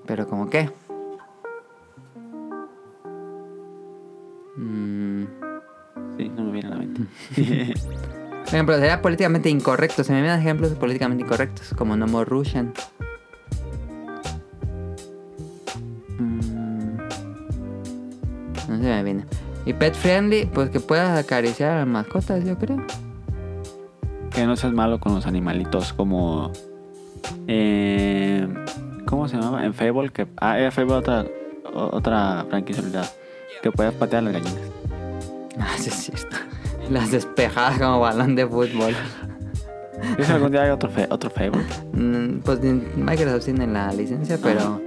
B: Pero como qué? Mm.
A: Sí, no me viene a la mente.
B: Por ejemplo, sería políticamente incorrecto. Se me vienen ejemplos políticamente incorrectos, como No More Russian. Mm. No se me viene. Y pet friendly, pues que puedas acariciar a las mascotas, yo creo.
A: que no seas malo con los animalitos, como. eh, ¿Cómo se llamaba? En Fable, que. Ah, era Fable otra, o- otra franquicia olvidada. Que podías patear las gallinas.
B: Ah, sí, es cierto. Las despejadas como balón de fútbol.
A: Yo si algún día hay otro, fe- otro Fable.
B: Mm, Pues ni- Microsoft tiene la licencia, pero.
A: Ajá.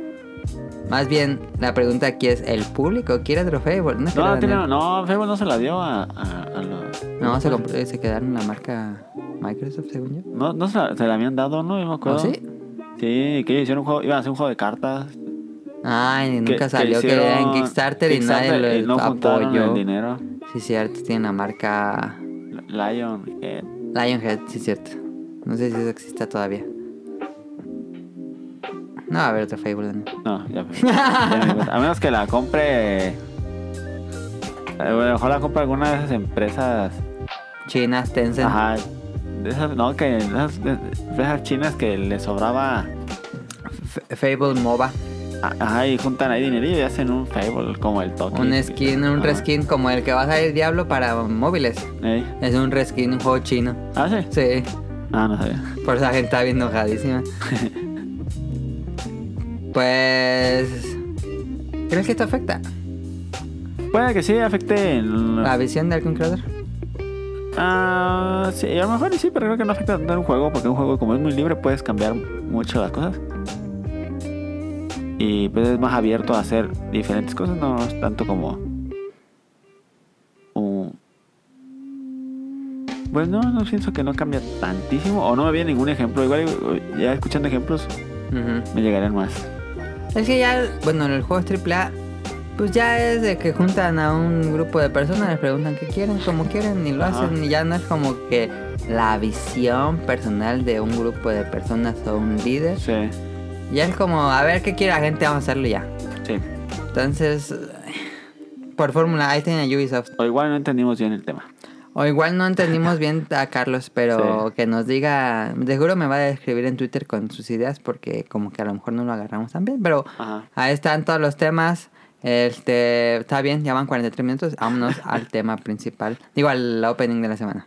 B: Más bien, la pregunta aquí es: ¿el público quiere otro Fable? No, es que
A: No,
B: la-
A: tiene- no, Fable no se la dio a, a, a los.
B: no, se, compró, se quedaron la marca Microsoft, según yo.
A: No, no se, la, se la habían dado, ¿no? Yo me acuerdo.
B: ¿Oh, sí?
A: Sí, que ellos hicieron un juego, iban a hacer un juego de cartas.
B: Ay,
A: que-
B: nunca salió que,
A: hicieron
B: era en Kickstarter, y nadie
A: y
B: lo
A: no juntaron el
B: apoyó.
A: dinero.
B: Sí, cierto, tiene la marca
A: Lion, eh,
B: Lionhead, sí, cierto. No sé si eso exista todavía. No, va a haber otro Fable, Daniel.
A: No, ya, me- ya me di cuenta. A menos que la compre. eh, A lo mejor la compre alguna de esas empresas.
B: China, Tencent.
A: Ajá. De esas, no, que de esas, de esas chinas que le sobraba.
B: F- Fable MOBA.
A: a- Ajá, y juntan ahí dinerillo y hacen un Fable como el toque.
B: Un skin, un
A: Ajá.
B: reskin como el que va a salir Diablo para móviles.
A: Ey.
B: Es un reskin, un juego chino.
A: Ah, sí.
B: Sí,
A: Ah, no sabía.
B: por esa gente está bien enojadísima. pues. ¿Crees que esto afecta
A: Puede que sí afecte. el-
B: la visión del algún creador?
A: Ah, sí, a lo mejor y sí, pero creo que no afecta tanto en un juego, porque un juego como es muy libre puedes cambiar mucho las cosas. Y pues es más abierto a hacer diferentes cosas, no es tanto como... un- Pues no, no pienso que no cambia tantísimo, o no me viene ningún ejemplo, igual eh, ya escuchando ejemplos
B: Ujú.
A: me llegarían más.
B: Es que ya, bueno, el juego es AAA Pues ya es de que juntan a un grupo de personas, les preguntan qué quieren, cómo quieren y lo
A: Ajá.
B: hacen. Y ya no es como que la visión personal de un grupo de personas o un líder.
A: Sí,
B: Ya es como, a ver qué quiere la gente, vamos a hacerlo ya.
A: sí.
B: Entonces, por fórmula, ahí tiene a Ubisoft.
A: O igual no entendimos bien el tema.
B: O igual no entendimos bien a Carlos, pero que nos diga, de seguro me va a escribir en Twitter con sus ideas porque como que a lo mejor no lo agarramos tan bien, pero
A: Ajá.
B: ahí están todos los temas. Este, está bien, ya van 43 minutos, vámonos al tema principal, digo al opening de la semana.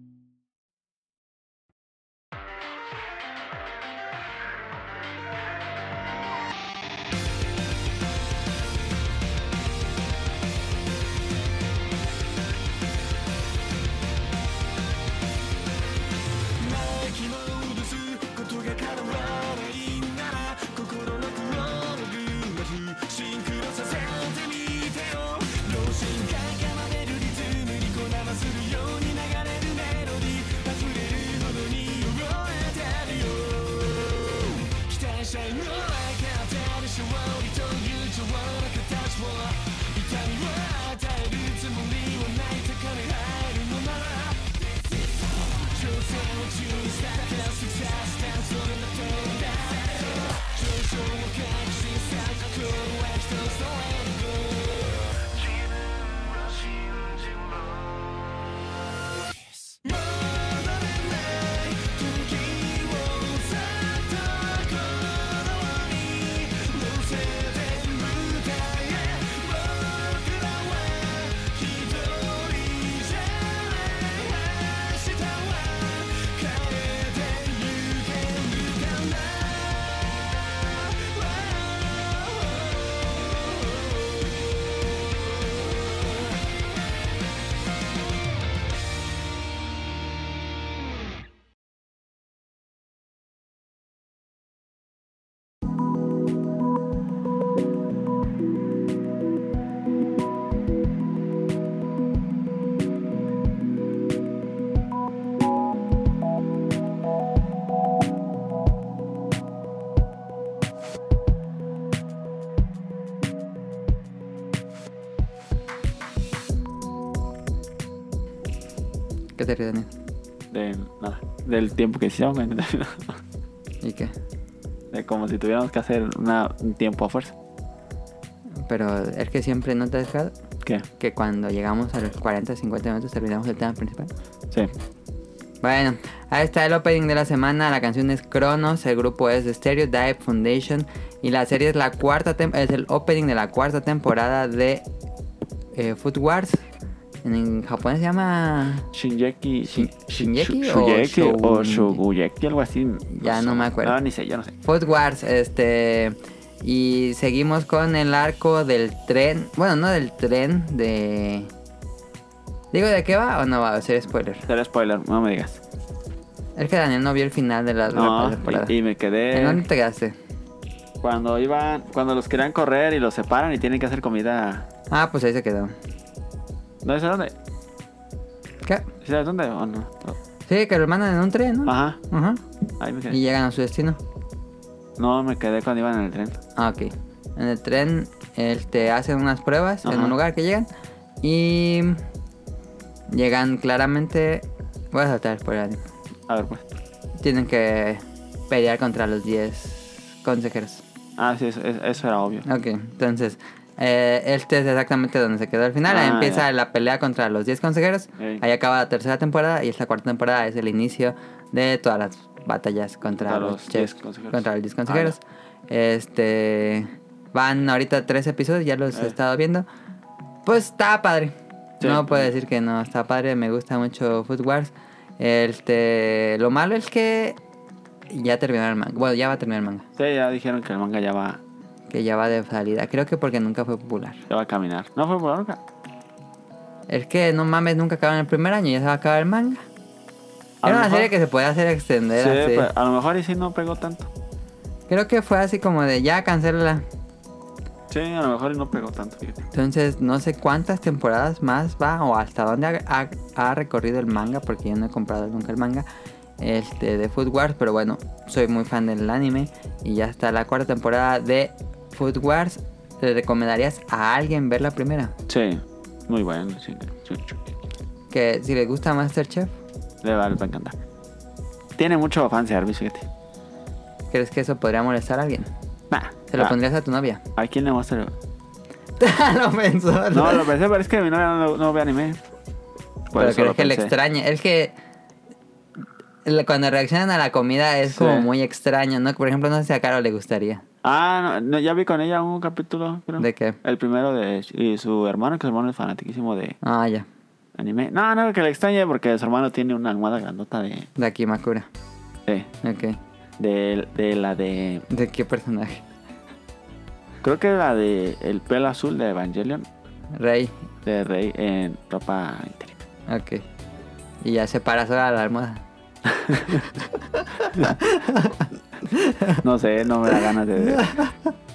B: ¿Qué te ríes, Daniel?
A: De nada. Del tiempo que hicieron.
B: ¿Y qué?
A: De como si tuviéramos que hacer una- un tiempo a fuerza.
B: Pero es que siempre no te has dejado
A: ¿Qué?
B: que cuando llegamos a los 40, 50 minutos terminamos el tema principal.
A: Sí.
B: Bueno, ahí está el opening de la semana. La canción es Cronos, el grupo es The Stereo Dive Foundation y la serie es la cuarta tem- es el opening de la cuarta temporada de eh, Food Wars. En, en japonés se llama
A: Shinjeki.
B: Shin-
A: Shin-
B: Shinjeki
A: Shu-
B: o
A: Shugeki o
B: Shogun-
A: Shuguyeki, algo así.
B: Ya no
A: sé.
B: me acuerdo.
A: Ah, ni sé, yo no sé.
B: Food Wars, este y seguimos con el arco del tren, bueno, no del tren de Digo, ¿de qué va o no va a ser spoiler?
A: Será spoiler, no me digas.
B: Es que Daniel no vio el final de la de la
A: No,
B: temporada.
A: y, y me
B: ¿En
A: quedé
B: dónde te quedaste?
A: cuando iban, cuando los querían correr y los separan y tienen que hacer comida.
B: Ah, pues ahí se quedó.
A: ¿No sé dónde?
B: ¿Qué?
A: ¿Sí ¿Sabes dónde o no?
B: Sí, que lo mandan en un tren, ¿no?
A: Ajá,
B: Ajá.
A: ahí me
B: Y
A: quedé.
B: llegan a su destino.
A: No, me quedé cuando iban en el tren.
B: Ah, ok. En el tren él te hacen unas pruebas en
A: Ajá.
B: un lugar que llegan. Y llegan claramente... Voy a saltar por ahí.
A: A ver, pues.
B: Tienen que pelear contra los 10 consejeros.
A: Ah, sí, eso, eso- eso era obvio.
B: Ok, entonces... eh, este es exactamente donde se quedó al final. Ahí
A: Ah,
B: empieza
A: ya.
B: la pelea contra los 10 consejeros.
A: Ey.
B: Ahí acaba la tercera temporada. Y esta cuarta temporada es el inicio de todas las batallas contra
A: Contra
B: los,
A: los
B: chefs,
A: 10 consejeros. Ah,
B: Contra los 10 consejeros. Este. Van ahorita tres episodios, ya los he
A: Eh.
B: estado viendo. Pues está padre.
A: Sí.
B: No puedo decir que no, está padre. Me gusta mucho Food Wars. Este. Lo malo es que. Ya terminó el manga. Bueno, ya va a terminar el manga.
A: Sí, ya dijeron que el manga ya va,
B: Que ya va de salida. Creo que porque nunca fue popular.
A: ya va a caminar. No fue por nunca.
B: Es que no mames, nunca acaban el primer año, ya se va a acabar el manga.
A: A lo
B: Era una
A: mejor-
B: serie que se puede hacer
A: Sí,
B: extender así.
A: pero a lo mejor y sí no pegó tanto.
B: Creo que fue así como de ya cancélala.
A: Sí, a lo mejor y no pegó tanto. fíjate.
B: Entonces no sé cuántas temporadas más va o hasta dónde ha, ha- ha recorrido el manga porque yo no he comprado nunca el manga. este, de Food Wars, pero bueno, soy muy fan del anime y ya está la cuarta temporada de Food Wars. ¿Le recomendarías a alguien ver la primera?
A: Sí, muy bueno. sí, sí, sí.
B: Que si le gusta Masterchef,
A: Le va, le va a encantar. Tiene mucho fanservice, fíjate.
B: ¿crees que eso podría molestar a alguien?
A: Nah.
B: ¿Se lo
A: nah.
B: pondrías a tu novia?
A: ¿A quién le muestro?
B: lo pensó.
A: No, lo pensé, pero es que mi novia no, no ve anime. Por
B: pero
A: eso
B: crees
A: lo
B: que le
A: pensé.
B: extraña. Es que la- cuando reaccionan a la comida es
A: Sí.
B: como muy extraño, ¿no? Por ejemplo, no sé si a Caro le gustaría.
A: Ah, no, no, ya vi con ella un capítulo, creo.
B: ¿De qué?
A: El primero de y su hermano, que su hermano es fanatiquísimo de
B: Ah, ya.
A: anime. No, no, que le extrañe porque su hermano tiene una almohada grandota de...
B: De aquí, Makura.
A: De,
B: Ok.
A: de, de la de...
B: ¿De qué personaje?
A: Creo que la de el pelo azul de Evangelion,
B: Rey.
A: de Rey en ropa interior.
B: Ok. Y ya se para sola la almohada.
A: No sé, no me da ganas de ver.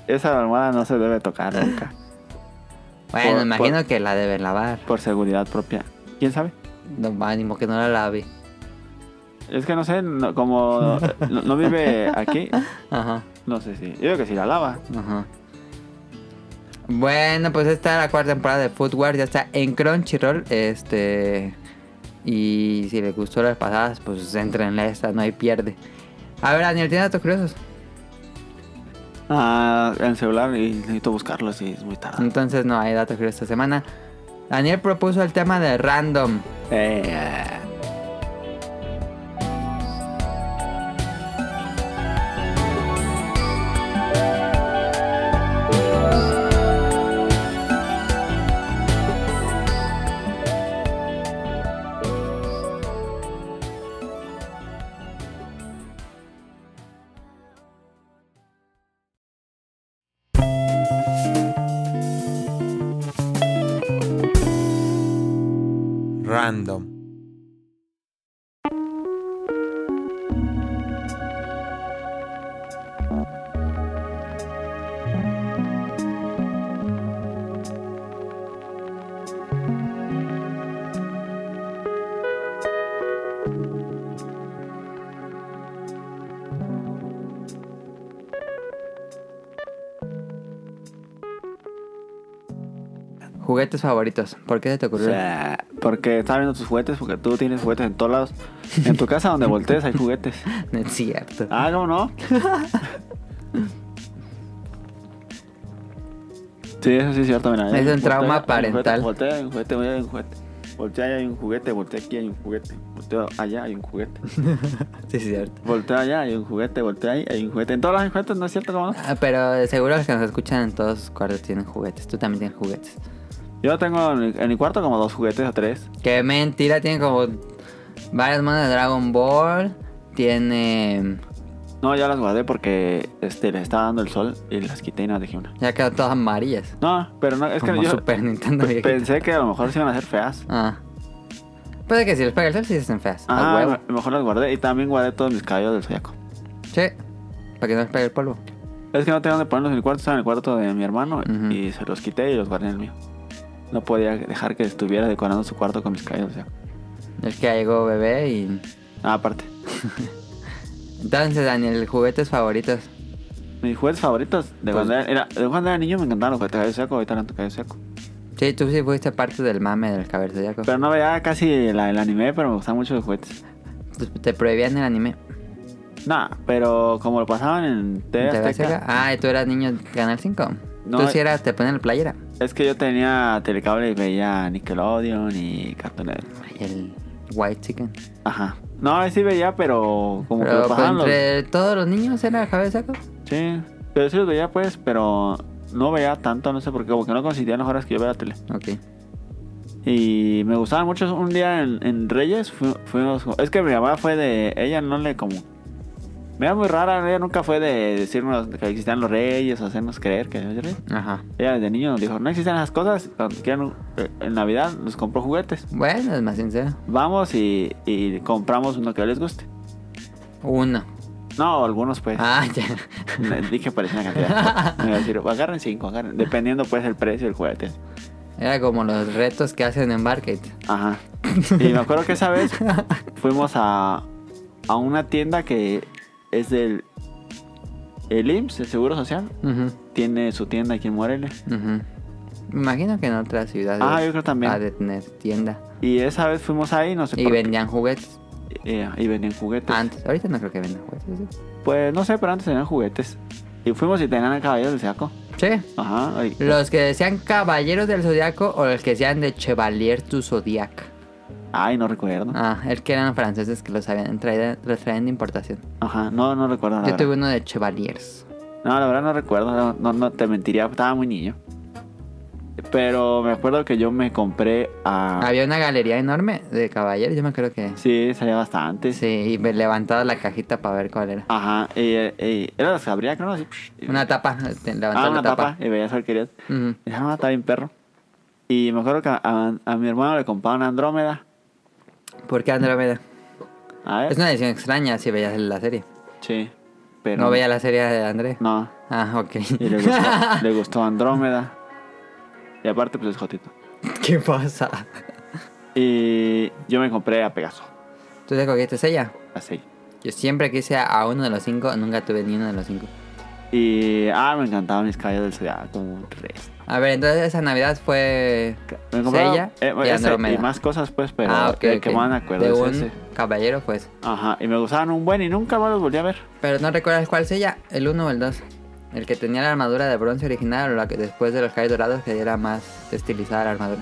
A: Esa almohada no se debe tocar nunca.
B: Bueno,
A: Por-
B: imagino que la deben lavar.
A: Por seguridad propia. ¿Quién sabe?
B: No, ánimo que no la lave.
A: Es que no sé, no- como no, no vive aquí,
B: Ajá,
A: no sé si. Yo creo que si la lava.
B: ajá. Bueno, pues esta es la cuarta temporada de Food Wars. Ya está en Crunchyroll. Este. Y si les gustó las pasadas, pues entrenle a esta, no hay pierde. A ver, Daniel, ¿tienes datos curiosos?
A: Ah, el celular y necesito buscarlo si es muy tarde.
B: Entonces no hay datos curiosos esta semana. Daniel propuso el tema de random.
A: Eh,
D: Random.
B: Juguetes favoritos. ¿Por qué se te
A: o
B: ocurrió?
A: sea, porque estaba viendo tus juguetes, porque tú tienes juguetes en todos lados. En tu casa donde voltees hay juguetes.
B: No es cierto.
A: Ah, no, no. Sí, eso sí es cierto, mira.
B: Es
A: hay
B: un trauma
A: voltea, hay un
B: parental.
A: Juguete, voltea, hay un juguete, voltea, hay un juguete. Voltea, hay un juguete, voltea aquí, hay un juguete. Voltea allá, hay un juguete.
B: Sí, es cierto.
A: Voltea allá, hay un juguete, voltea ahí, hay un juguete. En todos lados hay juguetes, ¿no es cierto? ¿Cómo no?
B: Ah, Pero seguro los que nos escuchan en todos sus cuartos tienen juguetes. Tú también tienes juguetes.
A: Yo tengo en mi, en mi cuarto como dos juguetes o tres.
B: Qué mentira, tiene como varias manos de Dragon Ball. Tiene.
A: No, ya las guardé porque este, les estaba dando el sol y las quité y no dejé una.
B: Ya quedaron todas amarillas.
A: No, pero no, es que
B: como
A: yo
B: Super Nintendo
A: pe-
B: viejito.
A: pensé que a lo mejor se iban a hacer feas.
B: Ah. Puede que si les pega el sol, sí se hacen feas.
A: Ah,
B: a huevo.
A: a lo mejor las guardé y también guardé todos mis cabellos del soyaco.
B: Sí. Para que no les pegue el polvo.
A: Es que no tenía dónde ponerlos en el cuarto, estaba en el cuarto de mi hermano
B: Ujú.
A: y se los quité y los guardé en el mío. No podía dejar que estuviera decorando su cuarto con mis cabellos. o sea.
B: Es que ya llegó bebé y.
A: Ah, aparte.
B: Entonces, Daniel, juguetes favoritos.
A: Mis juguetes favoritos de,
B: Pues-
A: cuando era, era- de cuando era niño me encantaban los juguetes de cabello seco, ahorita no cabello seco.
B: Sí, tú sí fuiste parte del mame del cabello de
A: Pero no veía casi la- el anime, pero me gustaban mucho los juguetes.
B: Te prohibían el anime.
A: Nah, pero como lo pasaban en TV
B: ¿Te
A: Azteca,
B: ves acá? Ah, y tú eras niño de Canal 5.
A: No,
B: tú
A: eh.
B: sí eras, te ponen la playera.
A: es que yo tenía telecable y veía Nickelodeon y Cartoon Network.
B: Ay, el White Chicken.
A: Ajá. No, sí veía, pero como que
B: Pero
A: lo
B: pues,
A: pasaban los...
B: entre todos los niños era cabeza de saco.
A: Sí, pero sí los veía pues, pero no veía tanto, no sé por qué, porque no coincidían las horas que yo veía la tele.
B: Ok.
A: Y me gustaban mucho. Un día en, en Reyes fu- fuimos... Es que mi mamá fue de... Ella no le como... Me era muy rara, ella nunca fue de decirnos que existían los reyes, o hacernos creer que había reyes.
B: Ajá.
A: Ella desde niño nos dijo, no existen esas cosas, cuando quieran un- eh, en Navidad nos compró juguetes.
B: Bueno, es más sincero.
A: Vamos y, y compramos uno que les guste.
B: Uno.
A: No, algunos pues.
B: Ah, ya.
A: Le Dije parecía una cantidad. Me iba a decir, pues, agarren cinco, agarren. Dependiendo pues el precio del juguete.
B: Era como los retos que hacen en Barcade.
A: Ajá. Y me acuerdo que esa vez fuimos a, a una tienda que es del el IMSS, el Seguro Social.
B: Ujú,
A: Tiene su tienda aquí en Morelia.
B: ujú. Me imagino que en otras ciudades
A: Ah, yo creo también.
B: ha de tener tienda.
A: Y esa vez fuimos ahí, no sé
B: Y Ah.
A: por qué.
B: vendían juguetes
A: Eh, y vendían juguetes.
B: antes. Ahorita no creo que vendan juguetes.
A: Pues no sé, pero antes tenían juguetes. Y fuimos y tenían el caballero del saco.
B: Sí.
A: Ajá. y-
B: Los que sean caballeros del zodiaco o los que sean de Chevalier du Zodiac.
A: Ay, no recuerdo.
B: Ah, el que eran franceses que los habían traído, los traían de importación.
A: Ajá, no, no recuerdo. La
B: Yo tuve
A: verdad.
B: uno de Chevaliers.
A: No, la verdad no recuerdo. No, no, no, te mentiría, estaba muy niño. Pero me acuerdo que yo me compré a.
B: Había una galería enorme de caballeros, yo me acuerdo que.
A: Sí, salía bastante.
B: Sí, y me levantaba la cajita para ver cuál era.
A: Ajá, y, y- era las que abría, creo, así. psh, y-
B: Una tapa, eh, te levantaba
A: ah,
B: la
A: una
B: tapa.
A: tapa. Y veías al querido.
B: Ujú.
A: Y dije, "Ah, está bien perro. Y me acuerdo que a, a- a mi hermano le compraba una Andrómeda.
B: ¿Por qué Andrómeda?
A: ¿Eh? A ver.
B: Es una edición extraña si veías la serie.
A: Sí, pero.
B: ¿No veía la serie de André?
A: No,
B: Ah, ok.
A: y le gustó, le gustó Andrómeda. Y aparte, pues es Jotito.
B: ¿Qué pasa?
A: Y yo me compré a Pegaso,
B: ¿Tú te cogiste ella?
A: así.
B: Yo siempre quise a uno de los cinco, nunca tuve ni uno de los cinco.
A: Y. Ah, me encantaban mis caballos del Zodiaco, como un tres.
B: A ver, entonces esa Navidad fue
A: Me compraba,
B: Sella
A: eh,
B: y
A: ese, y
B: Andrómeda.
A: más cosas, pues, pero
B: ah, ok,
A: de
B: ok.
A: que más me acuerdo
B: De
A: es
B: un
A: ese.
B: caballero, pues.
A: Ajá, y me gustaban un buen y nunca más los volví a ver.
B: Pero no recuerdas cuál sella, el uno o el dos. El que tenía la armadura de bronce original o la que después de los caballos dorados que era más estilizada la armadura.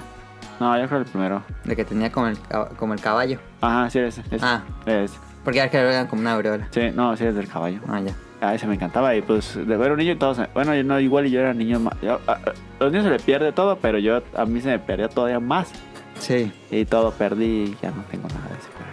A: No, yo creo el primero.
B: El que tenía como el, ca- como el caballo.
A: Ajá, sí, ese. ese.
B: Ah.
A: Ese.
B: Porque era que lo eran como una aureola.
A: Sí, no, sí, es del caballo.
B: Ah, ya.
A: A ese me encantaba. Y pues, de ver un niño y todos. Bueno, yo no, igual yo era niño más. yo- a- a- los niños se les pierde todo, pero yo a mí se me perdió todavía más.
B: Sí.
A: Y todo perdí y ya no tengo nada de ese. caballo.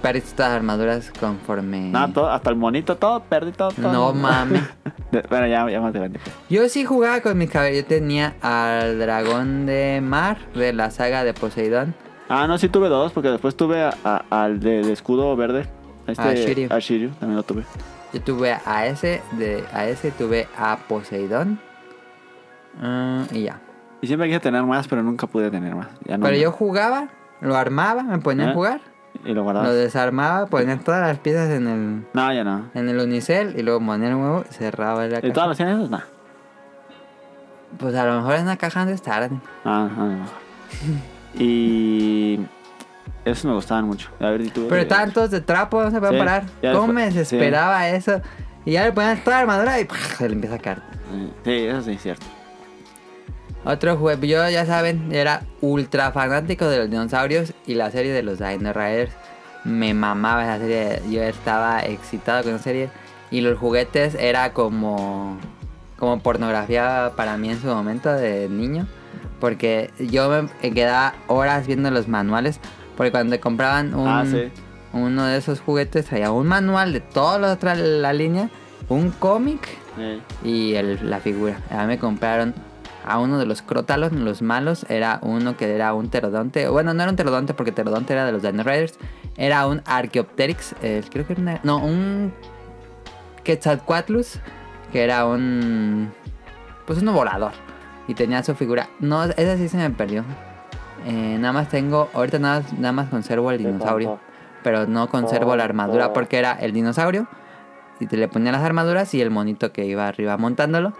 B: Perdiste estas armaduras conforme.
A: Nada, todo, hasta el monito, todo, perdí todo. todo.
B: No mames.
A: De- Bueno, ya, ya más grande. pues.
B: Yo sí jugaba con mis caballos. Yo tenía al dragón de mar de la saga de Poseidón.
A: Ah, no, sí tuve dos, porque después tuve a- a- al de, de escudo verde. Este,
B: A Shiryu.
A: A Shiryu, también lo tuve.
B: Yo tuve a ese, de, a ese tuve a Poseidón. Mm, y ya.
A: Y siempre quise tener más, pero nunca pude tener más. Ya Ah, no
B: Pero
A: me-
B: yo jugaba, lo armaba, me ponía
A: ¿Eh?
B: a jugar,
A: Y lo guardaba.
B: lo desarmaba, ponía todas las piezas en el,
A: No, ya no.
B: en el unicel y luego ponía el huevo y cerraba la
A: ¿Y todas
B: caja.
A: las tienes? No. Ah,
B: Pues a lo mejor en una caja han de estar.
A: Ah, ah, no. Y. Esos me gustaban mucho. A ver, ¿y tú? Eh,
B: Pero estaban todos de trapo, no se pueden
A: Sí,
B: parar.
A: ya
B: ¿Cómo
A: después-
B: me
A: sí.
B: desesperaba eso? Y ya le ponían toda la armadura y se le empieza a caer.
A: Sí, eso sí es cierto.
B: Otro juego, yo ya saben, era ultra fanático de los dinosaurios y la serie de los Dino Riders. Me mamaba esa serie, yo estaba excitado con esa serie. Y los juguetes era como, como pornografía para mí en su momento de niño. Porque yo me quedaba horas viendo los manuales. Porque cuando compraban un,
A: Ah, sí.
B: uno de esos juguetes traía un manual de toda la otra la línea, un cómic
A: Eh,
B: y el- la figura. A mí me compraron a uno de los crótalos, los malos. Era uno que era un pterodonte. Bueno, no era un pterodonte porque pterodonte era de los Dino Riders. Era un Archaeopteryx. eh, creo que era una- No, un Quetzalcoatlus. Que era un... Pues un volador. Y tenía su figura. No, esa sí se me perdió. Eh, nada más tengo... Ahorita nada, nada más conservo el dinosaurio. Pero no conservo
A: Oh,
B: la armadura porque era el dinosaurio. Y te le ponía las armaduras y el monito que iba arriba montándolo.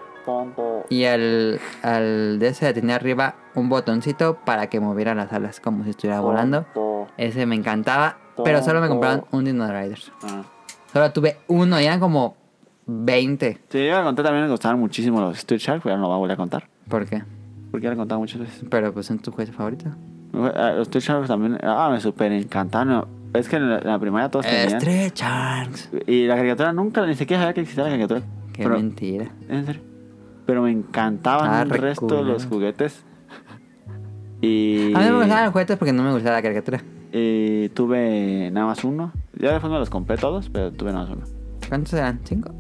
B: Y el, al de ese tenía arriba un botoncito para que moviera las alas como si estuviera
A: Oh.
B: volando. Ese me encantaba, pero solo me compraron un Dino Riders.
A: ah.
B: Solo tuve uno y eran como 20.
A: Sí, yo la conté también, me gustaban muchísimo los Street Shark, pero ya no la voy a contar.
B: ¿Por qué?
A: Porque ya la he contado muchas veces.
B: Pero pues son tus juguetes favoritos.
A: Ah, Los Street Sharks también, ah, me super encantaron. Es que en la, en la primaria todos tenían.
B: Stretch Sharks.
A: Y la caricatura nunca, ni siquiera sabía que existía la caricatura.
B: Qué
A: Pero-
B: mentira.
A: En serio. Pero me encantaban
B: Ah,
A: el
B: re
A: resto
B: cool.
A: los juguetes. Y,
B: A mí me gustaban los juguetes porque no me gustaba la caricatura.
A: y tuve nada más uno. Ya después me los compré todos, pero tuve nada más uno.
B: ¿Cuántos eran? ¿Cinco?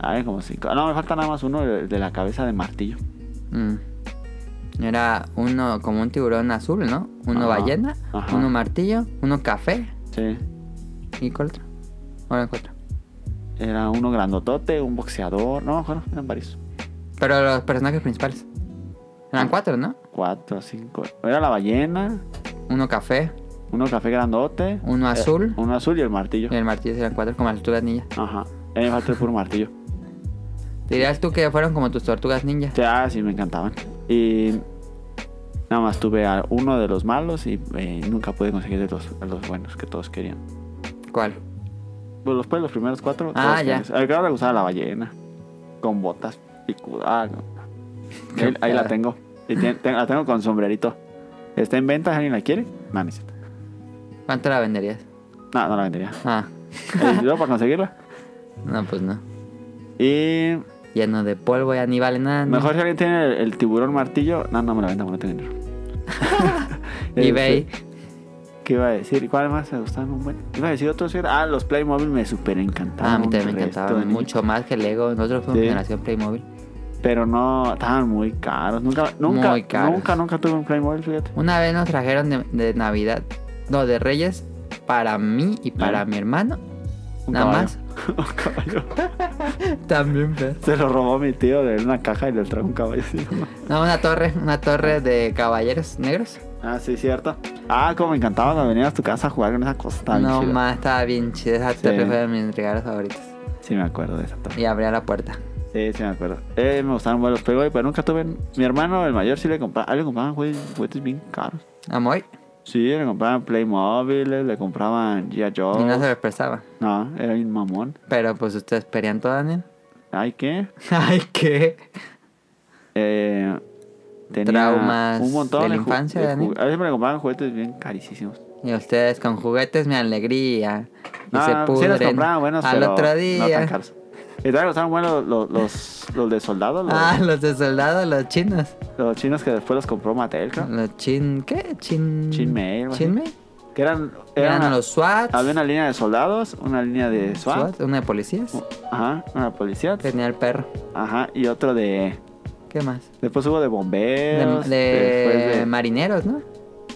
A: Hay como cinco. No, me falta nada más uno el de la cabeza de martillo.
B: Mm. Era uno como un tiburón azul, ¿no? Uno
A: Ajá,
B: ballena,
A: ajá.
B: uno martillo, uno café
A: Sí.
B: y cuál otro. Ahora cuatro.
A: Era uno grandotote, un boxeador. No me acuerdo, eran varios.
B: Pero los personajes principales. Eran cuatro, ¿no?
A: Cuatro, cinco. Era la ballena.
B: Uno café,
A: uno café grandote,
B: Uno azul.
A: uno azul y el Eh, martillo.
B: Y el martillo serían cuatro como las tortugas ninja.
A: Ajá. Y a mí me falta el puro martillo.
B: ¿Dirías tú que fueron como tus tortugas ninja?
A: O sea, ah, sí, me encantaban. Y nada más tuve a uno de los malos y eh, nunca pude conseguir de los, a los buenos que todos querían.
B: ¿Cuál?
A: Pues los, pues, los primeros cuatro.
B: Ah,
A: todos
B: ya.
A: felices. Al grado le gustaba la ballena. Con botas picudas. Ah, no.
B: Qué
A: ahí, ahí la
B: padre.
A: tengo. Y tiene- te- la tengo con sombrerito. Está en venta, ¿alguien la quiere? No, no, es cierto.
B: ¿Cuánto la venderías?
A: no, no la vendería.
B: Ah,
A: Eh, yo para conseguirla.
B: no, pues no.
A: Y
B: Lleno de polvo, ya ni vale nada. ¿no?
A: mejor si alguien tiene el, el tiburón martillo. No, no me la venda, porque no tengo dinero.
B: eBay.
A: Este, ¿Qué iba a decir? ¿Cuál más me gustaban un buen? Iba a decir otro. sí, Ah, los Playmobil me super encantaban.
B: Ah, a mí
A: un
B: también me
A: resto de
B: encantaban
A: niño.
B: mucho más que Lego. Nosotros fuimos
A: Sí.
B: generación Playmobil.
A: Pero no, estaban muy caros. Nunca, nunca,
B: Muy caros.
A: nunca, nunca tuve un Playmobil, fíjate.
B: Una vez nos trajeron de, de Navidad, no, de Reyes, para mí y para
A: Ah.
B: mi hermano.
A: Un
B: Nada
A: caballo.
B: más.
A: un caballo.
B: También, pero.
A: Se lo robó mi tío de una caja y le trajo un caballo. así, ¿no?
B: No, una torre, una torre de caballeros negros.
A: Ah, sí, cierto. Ah, como me encantaba venir a tu casa a jugar con esa cosa. estaba bien
B: no
A: chida.
B: más, estaba bien chida. Esa
A: Sí.
B: torre fue de mis regalos favoritos.
A: Sí, me acuerdo de esa torre.
B: Y abría la puerta.
A: Sí, sí, me acuerdo. Eh, me gustaban buenos Playboy, pero nunca tuve. Mi hermano, el mayor, sí le compraba. Ah, le compraban jue- juguetes bien caros.
B: Amoy.
A: Sí, le compraban Playmobil, le compraban G.I. Joe.
B: Y no
A: No,
B: se lo expresaba.
A: era un mamón.
B: Pero pues ustedes pelean todo, Daniel.
A: Ay, ¿qué?
B: Ay, qué.
A: Eh, tenía
B: Traumas
A: un montón
B: de la
A: ju-
B: infancia,
A: de
B: Dani.
A: ju- A veces me compraban juguetes bien carísimos.
B: Y ustedes con juguetes me alegría. Y
A: No,
B: se
A: no, Ah, sí
B: pudren.
A: los compraban buenos,
B: Al
A: pero
B: otro
A: no
B: día.
A: tan caros. Y también me gustaban buenos los, los, los de soldados, los,
B: ah, los de soldados, los chinos.
A: los chinos que después los compró Mattel, creo.
B: Los chin. ¿Qué? Chin.
A: Chin Mail, algo así.
B: Chin Mail.
A: Que eran,
B: Eran
A: eran
B: los SWAT.
A: Había una línea de soldados, una línea de SWAT, Oh.
B: SWAT, Una de policías.
A: ajá, una policía,
B: Tenía el perro.
A: ajá, y otro de...
B: ¿Qué más?
A: Después hubo de
B: De,
A: bomberos,
B: de
A: después de
B: marineros, ¿no?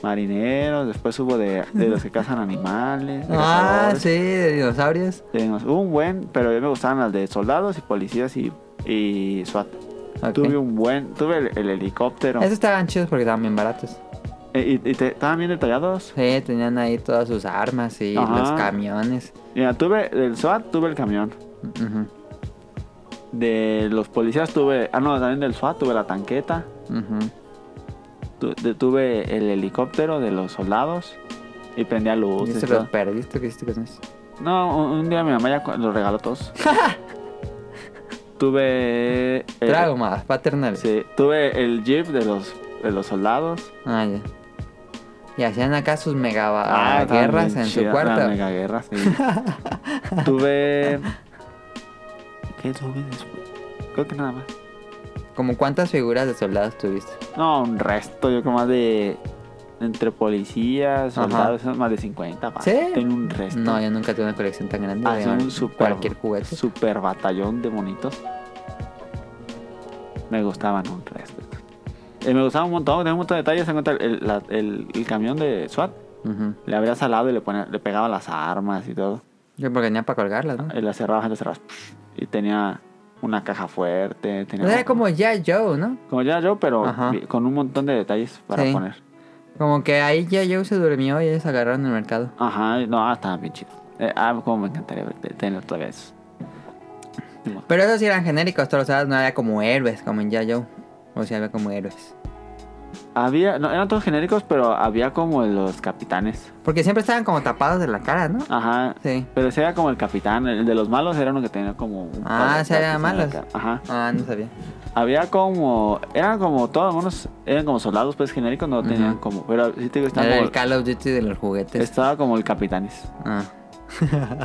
A: marineros, después hubo de, de los que cazan animales. de
B: Ah,
A: cazadores.
B: sí, de dinosaurios.
A: De unos- hubo un buen, pero a mí me gustaban las de soldados y policías y, y SWAT.
B: Ok.
A: Tuve un buen, tuve el, el helicóptero.
B: Esos estaban chidos porque estaban bien baratos.
A: Eh, Y, y te- estaban bien detallados.
B: Sí, tenían ahí todas sus armas y
A: Ajá.
B: los camiones.
A: Mira, tuve el SWAT, tuve el camión.
B: Ujú,
A: De los policías tuve, ah no, también del SWAT tuve la tanqueta.
B: ujú.
A: Tu- Detuve el helicóptero de los soldados y prendía
B: ¿Y
A: luz.
B: eso
A: y
B: los
A: todo.
B: perdiste? ¿Qué hiciste con eso?
A: No, un, un día mi mamá ya cu- los regaló todos. tuve. eh,
B: Traumas paternales.
A: sí, tuve el jeep de los, de los soldados.
B: Ah, ya. Y hacían acá sus mega
A: Ah,
B: ba-
A: estaban
B: guerras
A: bien
B: en su
A: chidas, Las
B: cuarto.
A: mega guerras, sí. tuve. ¿Qué tuve después? Creo que nada más.
B: ¿Como cuántas figuras de soldados tuviste?
A: No, un resto, yo creo más de. Entre policías,
B: Ajá.
A: soldados, más de 50. pa.
B: ¿Sí?
A: Tengo un resto.
B: No, yo nunca tuve una colección tan grande
A: Hace
B: de
A: Este. Ah, un super,
B: cualquier juguete.
A: super batallón de monitos. Me gustaban un resto. Eh, me gustaba un montón, tenía un montón de detalles. En cuenta el, la- el- el camión de SWAT,
B: Ujú.
A: le abría al lado y le, ponía, le pegaba las armas y todo.
B: Yo porque tenía para colgarlas, ¿no?
A: Y las cerraba, las cerraba. Y tenía una caja fuerte. Tenía
B: Pues Era como ya Joe, ¿no?
A: Como ya yo, pero
B: Ajá.
A: vi- con un montón de detalles para
B: Sí.
A: poner.
B: Como que ahí ya Joe se durmió y ellos agarraron el mercado.
A: Ajá, y- no, estaban bien chidos. Eh, ah, como me encantaría ver- tener todavía eso.
B: Pero esos sí eran genéricos, todos los sábados no había como héroes, como en Yayo. O sea, había como héroes.
A: Había, no, eran todos genéricos, pero había como los capitanes.
B: Porque siempre estaban como tapados de la cara, ¿no?
A: Ajá.
B: Sí.
A: Pero ese era como el capitán, el de los malos era uno que tenía como... un
B: Ah,
A: par de
B: ese
A: tatuajes en
B: era
A: la
B: malos.
A: cara. Ajá.
B: Ah, no sabía.
A: Había como... Eran como todos, algunos eran como soldados pues genéricos, no tenían
B: Ujú.
A: como... Pero sí te digo, estaba,
B: Era
A: como, Este.
B: el Call of Duty de los juguetes.
A: estaba como el capitanes.
B: Ah.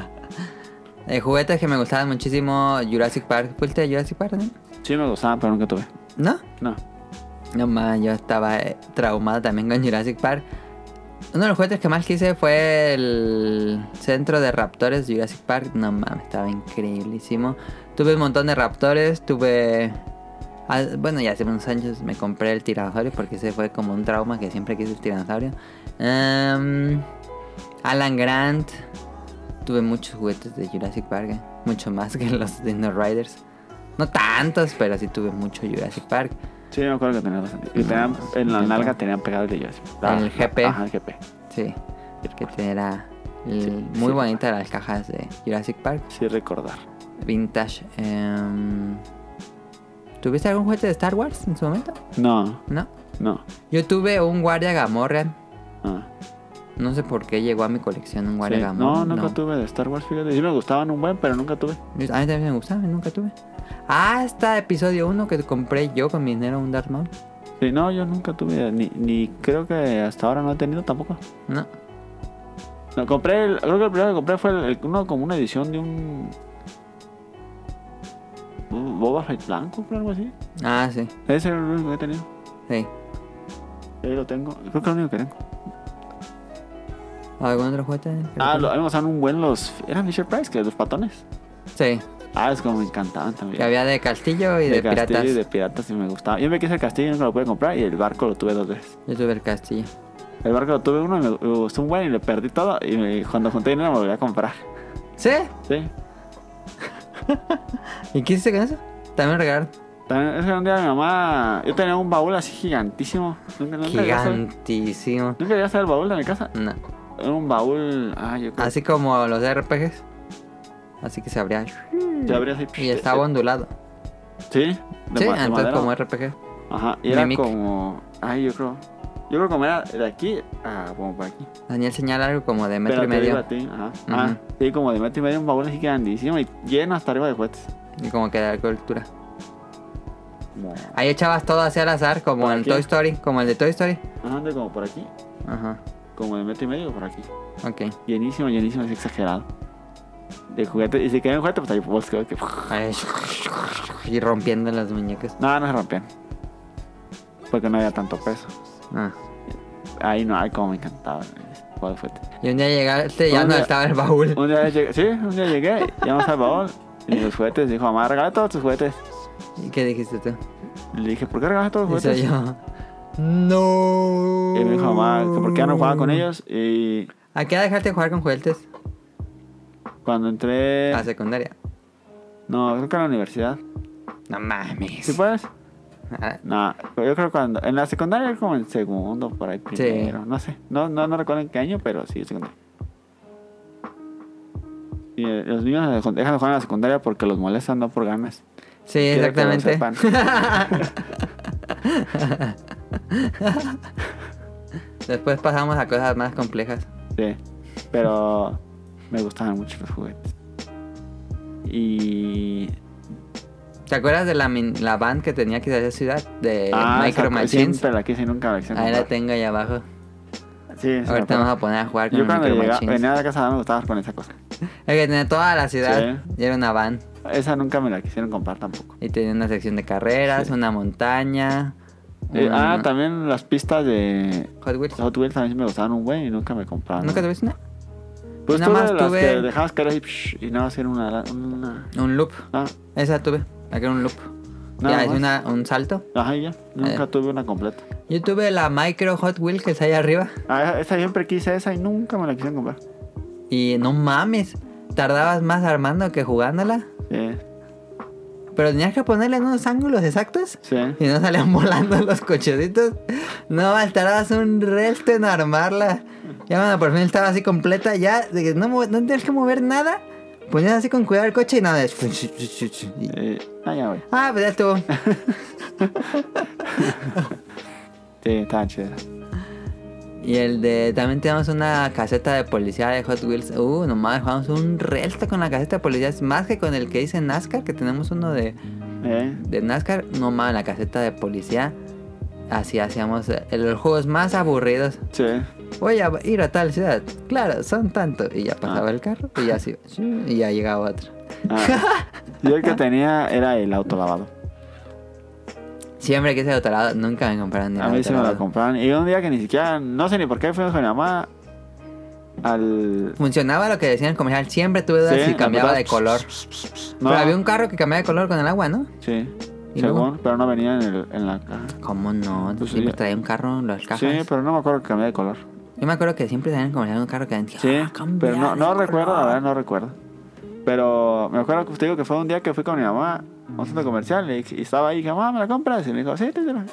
B: Eh, juguetes que me gustaban muchísimo, Jurassic Park. ¿Fuiste a Jurassic Park, no?
A: Sí me gustaban, pero nunca tuve.
B: ¿No?
A: No.
B: No más, yo estaba eh, traumado también con Jurassic Park. Uno de los juguetes que más quise fue el centro de raptores de Jurassic Park. No mames, estaba increíblísimo. Tuve un montón de raptores, tuve... ah, Bueno, ya hace unos años me compré el tiranosaurio porque ese fue como un trauma que siempre quise el tiranosaurio. Em, Alan Grant. Tuve muchos juguetes de Jurassic Park, eh, mucho más que los Dino Riders. No tantos, pero sí tuve mucho Jurassic Park.
A: Sí, me acuerdo que tenía bastante. Y tenían, en la
B: Ajá.
A: nalga tenían pegado Ah, el de ellos.
B: El GP.
A: Ajá, el GP.
B: Sí. que era
A: Sí,
B: muy
A: sí.
B: bonita las cajas de Jurassic Park.
A: Sí, recordar.
B: Vintage. em, ¿Tuviste algún juguete de Star Wars en su momento?
A: No,
B: No.
A: no.
B: Yo tuve un Guardia Gamorrean.
A: ah,
B: No sé por qué llegó a mi colección un Guardia
A: sí. No,
B: Gamorrean.
A: nunca tuve de Star Wars, fíjate. Sí me gustaban un buen, pero nunca tuve.
B: Yo- A mí también me gustaba, nunca tuve. Hasta episodio 1 que compré yo con mi dinero un Darth Maul.
A: Sí, no, yo nunca tuve, ni, ni creo que hasta ahora no he tenido tampoco.
B: No.
A: No, compré, el- creo que el primero que compré fue el, el- uno como una edición de un... un Boba Fett blanco, o algo así.
B: Ah, sí.
A: Ese es el único que he tenido.
B: Sí.
A: Ahí lo tengo. Creo que es lo único que tengo.
B: ¿Algún otro juguete?
A: Ah, lo, a mí me gustaban un buen los... ¿Eran Fisher Price? Que los patones.
B: Sí.
A: Ah, es como me encantaban
B: Que
A: también.
B: había de Castillo y de,
A: castillo
B: Piratas.
A: y de piratas y me gustaba. Yo me quise el castillo y nunca lo pude comprar y el barco lo tuve dos veces.
B: Yo tuve el Castillo.
A: El barco lo tuve uno y me, me gustó un buen y le perdí todo y me- cuando junté dinero me lo volví a comprar.
B: ¿Sí?
A: Sí.
B: ¿Y qué hiciste con eso? También regalaron.
A: También, es que un día mi mamá... Yo tenía un baúl así gigantísimo. Nunca, nunca llegué a saber-
B: Gigantísimo.
A: Nunca llegué a saber el baúl de mi casa.
B: No.
A: Era un baúl... Ah, yo creo
B: Así como los RPGs. Así que se abría.
A: que se abría así.
B: Y estaba ondulado.
A: Sí. de
B: sí,
A: ma- de
B: entonces
A: madera.
B: como RPG.
A: Ajá. Y era
B: Mimic.
A: como... Ay, yo creo... Yo creo como era de aquí a como para aquí.
B: Daniel señala algo como de metro
A: Pero
B: y
A: te digo
B: medio.
A: a ti, ajá. Ah,
B: Ujú.
A: sí, como de metro y medio un baúl así grandísimo y lleno hasta arriba de juguetes.
B: Y como que de algo de altura.
A: Como,
B: Ahí echabas todo así al azar, como
A: Por
B: en
A: aquí.
B: Toy Story, como el de Toy Story.
A: ajá, ande como por aquí,
B: Ajá,
A: como de metro y medio por aquí.
B: ok.
A: Llenísimo, llenísimo, es exagerado. De juguetes, y si caía un juguete, pues ahí pues, creo que.
B: Ahí, y rompiendo las muñecas.
A: No, no se rompían. Porque no había tanto peso.
B: Ah.
A: Ahí no, ay, como me encantaba jugar juguetes.
B: Y un día llegaste y ya
A: Un
B: no
A: día-
B: estaba el baúl.
A: Un día llegué, sí, un día llegué, llamamos al baúl y los juguetes, dijo, mamá, regala todos tus juguetes.
B: ¿Y qué dijiste tú?
A: Le dije, ¿por qué regalas todos los
B: Dice
A: juguetes?
B: yo. No.
A: Y me dijo, mamá, que ¿por qué ya no jugaba con ellos? Y
B: ¿A qué edad dejaste de jugar con juguetes?
A: cuando entré.
B: A secundaria.
A: No, creo que en la universidad.
B: No mames.
A: ¿Sí pues. puedes?
B: Ah,
A: No, yo creo cuando. En la secundaria era como en segundo, por ahí primero. No sé. No, no, no recuerdo en qué año, pero sí, secundaria. Y eh, los niños dejan de jugar en la secundaria porque los molestan, no por ganas.
B: Sí,
A: Quiero que lo
B: exactamente.
A: sepan.
B: Después pasamos a cosas más complejas.
A: Sí. Pero me gustaban mucho los juguetes. Y.
B: ¿Te acuerdas de la, min- la band que tenía que hacer ciudad? De Eh, Micro
A: esa-
B: Machines.
A: ah, Siempre la quise y nunca la quise.
B: Ahí la
A: comprar.
B: tengo ahí abajo.
A: Sí, sí, me
B: Ahorita
A: acuerdo.
B: vamos a poner a jugar con
A: Yo
B: los
A: cuando
B: Micro
A: llegaba,
B: Machines.
A: venía a la casa me gustaba con esa cosa.
B: El que tenía toda la ciudad
A: Sí.
B: y era una van.
A: Esa nunca me la quisieron comprar tampoco.
B: Y tenía una sección de carreras,
A: Sí.
B: una montaña.
A: Eh,
B: una-
A: ah, también las pistas de
B: Hot Wheels.
A: Hot Wheels también me gustaban un buen y nunca me compraron.
B: ¿Nunca tuviste una?
A: Pues
B: nada
A: tuve
B: más
A: las
B: tuve-
A: que dejabas caer así psh, y no hacer una... una
B: Un loop.
A: ah,
B: Esa tuve. Aquí era un loop.
A: Nada
B: ya, es
A: más.
B: una, un salto.
A: ajá, y ya. Nunca tuve una completa.
B: Yo tuve la micro Hot Wheel que está ahí arriba.
A: Ah, esa- esa siempre quise esa y nunca me la quisieron comprar.
B: Y no mames. Tardabas más armando que jugándola.
A: Sí,
B: Pero tenías que ponerle en unos ángulos exactos.
A: sí.
B: Y no salían volando los cochecitos. No, mal, tardabas un resto en armarla. Ya cuando por fin estaba así completa, ya de que no, move- no tenías que mover nada. Ponías así con cuidado el coche y nada. es- y-
A: Eh, ah, ya voy.
B: Ah, pues ya estuvo.
A: Sí, estaba chida.
B: Y el de. También tenemos una caseta de policía de Hot Wheels. Uh, nomás jugamos un resto con la caseta de policía. Es más que con el que dice NASCAR, que tenemos uno de,
A: Eh,
B: de NASCAR. No mames, la caseta de policía. Así hacíamos eh, los juegos más aburridos.
A: sí.
B: Voy a ir a tal ciudad. Claro, son tanto. Y ya pasaba
A: Ah.
B: el carro y ya se iba. Y ya llegaba otro.
A: Ah, yo el que tenía era el auto lavado.
B: Siempre que se lado nunca me compraron ni
A: A
B: el
A: mí se me
B: autolavado.
A: la compraron. Y un día que ni siquiera, no sé ni por qué, fuimos con mi mamá al...
B: Funcionaba lo que decían en el comercial. Siempre tuve dudas
A: Sí,
B: si cambiaba
A: apretaba-
B: de color.
A: No,
B: Pero había un carro que cambiaba de color con el agua, ¿no?
A: Sí,
B: ¿Y
A: según,
B: luego?
A: pero no venía en, el- en la caja.
B: ¿Cómo no?
A: Pues
B: siempre
A: sí.
B: traía un carro en las cajas.
A: Sí, pero no me acuerdo que cambié de color.
B: Yo me acuerdo que siempre traían en el comercial un carro que decía,
A: Sí,
B: "Ah, cambia
A: pero no,
B: de
A: no
B: color".
A: recuerdo, la verdad no recuerdo. Pero me acuerdo que usted dijo que fue un día que fui con mi mamá a un centro comercial y, y estaba ahí y dije, mamá, ¿me la compras? Y me dijo, sí, te la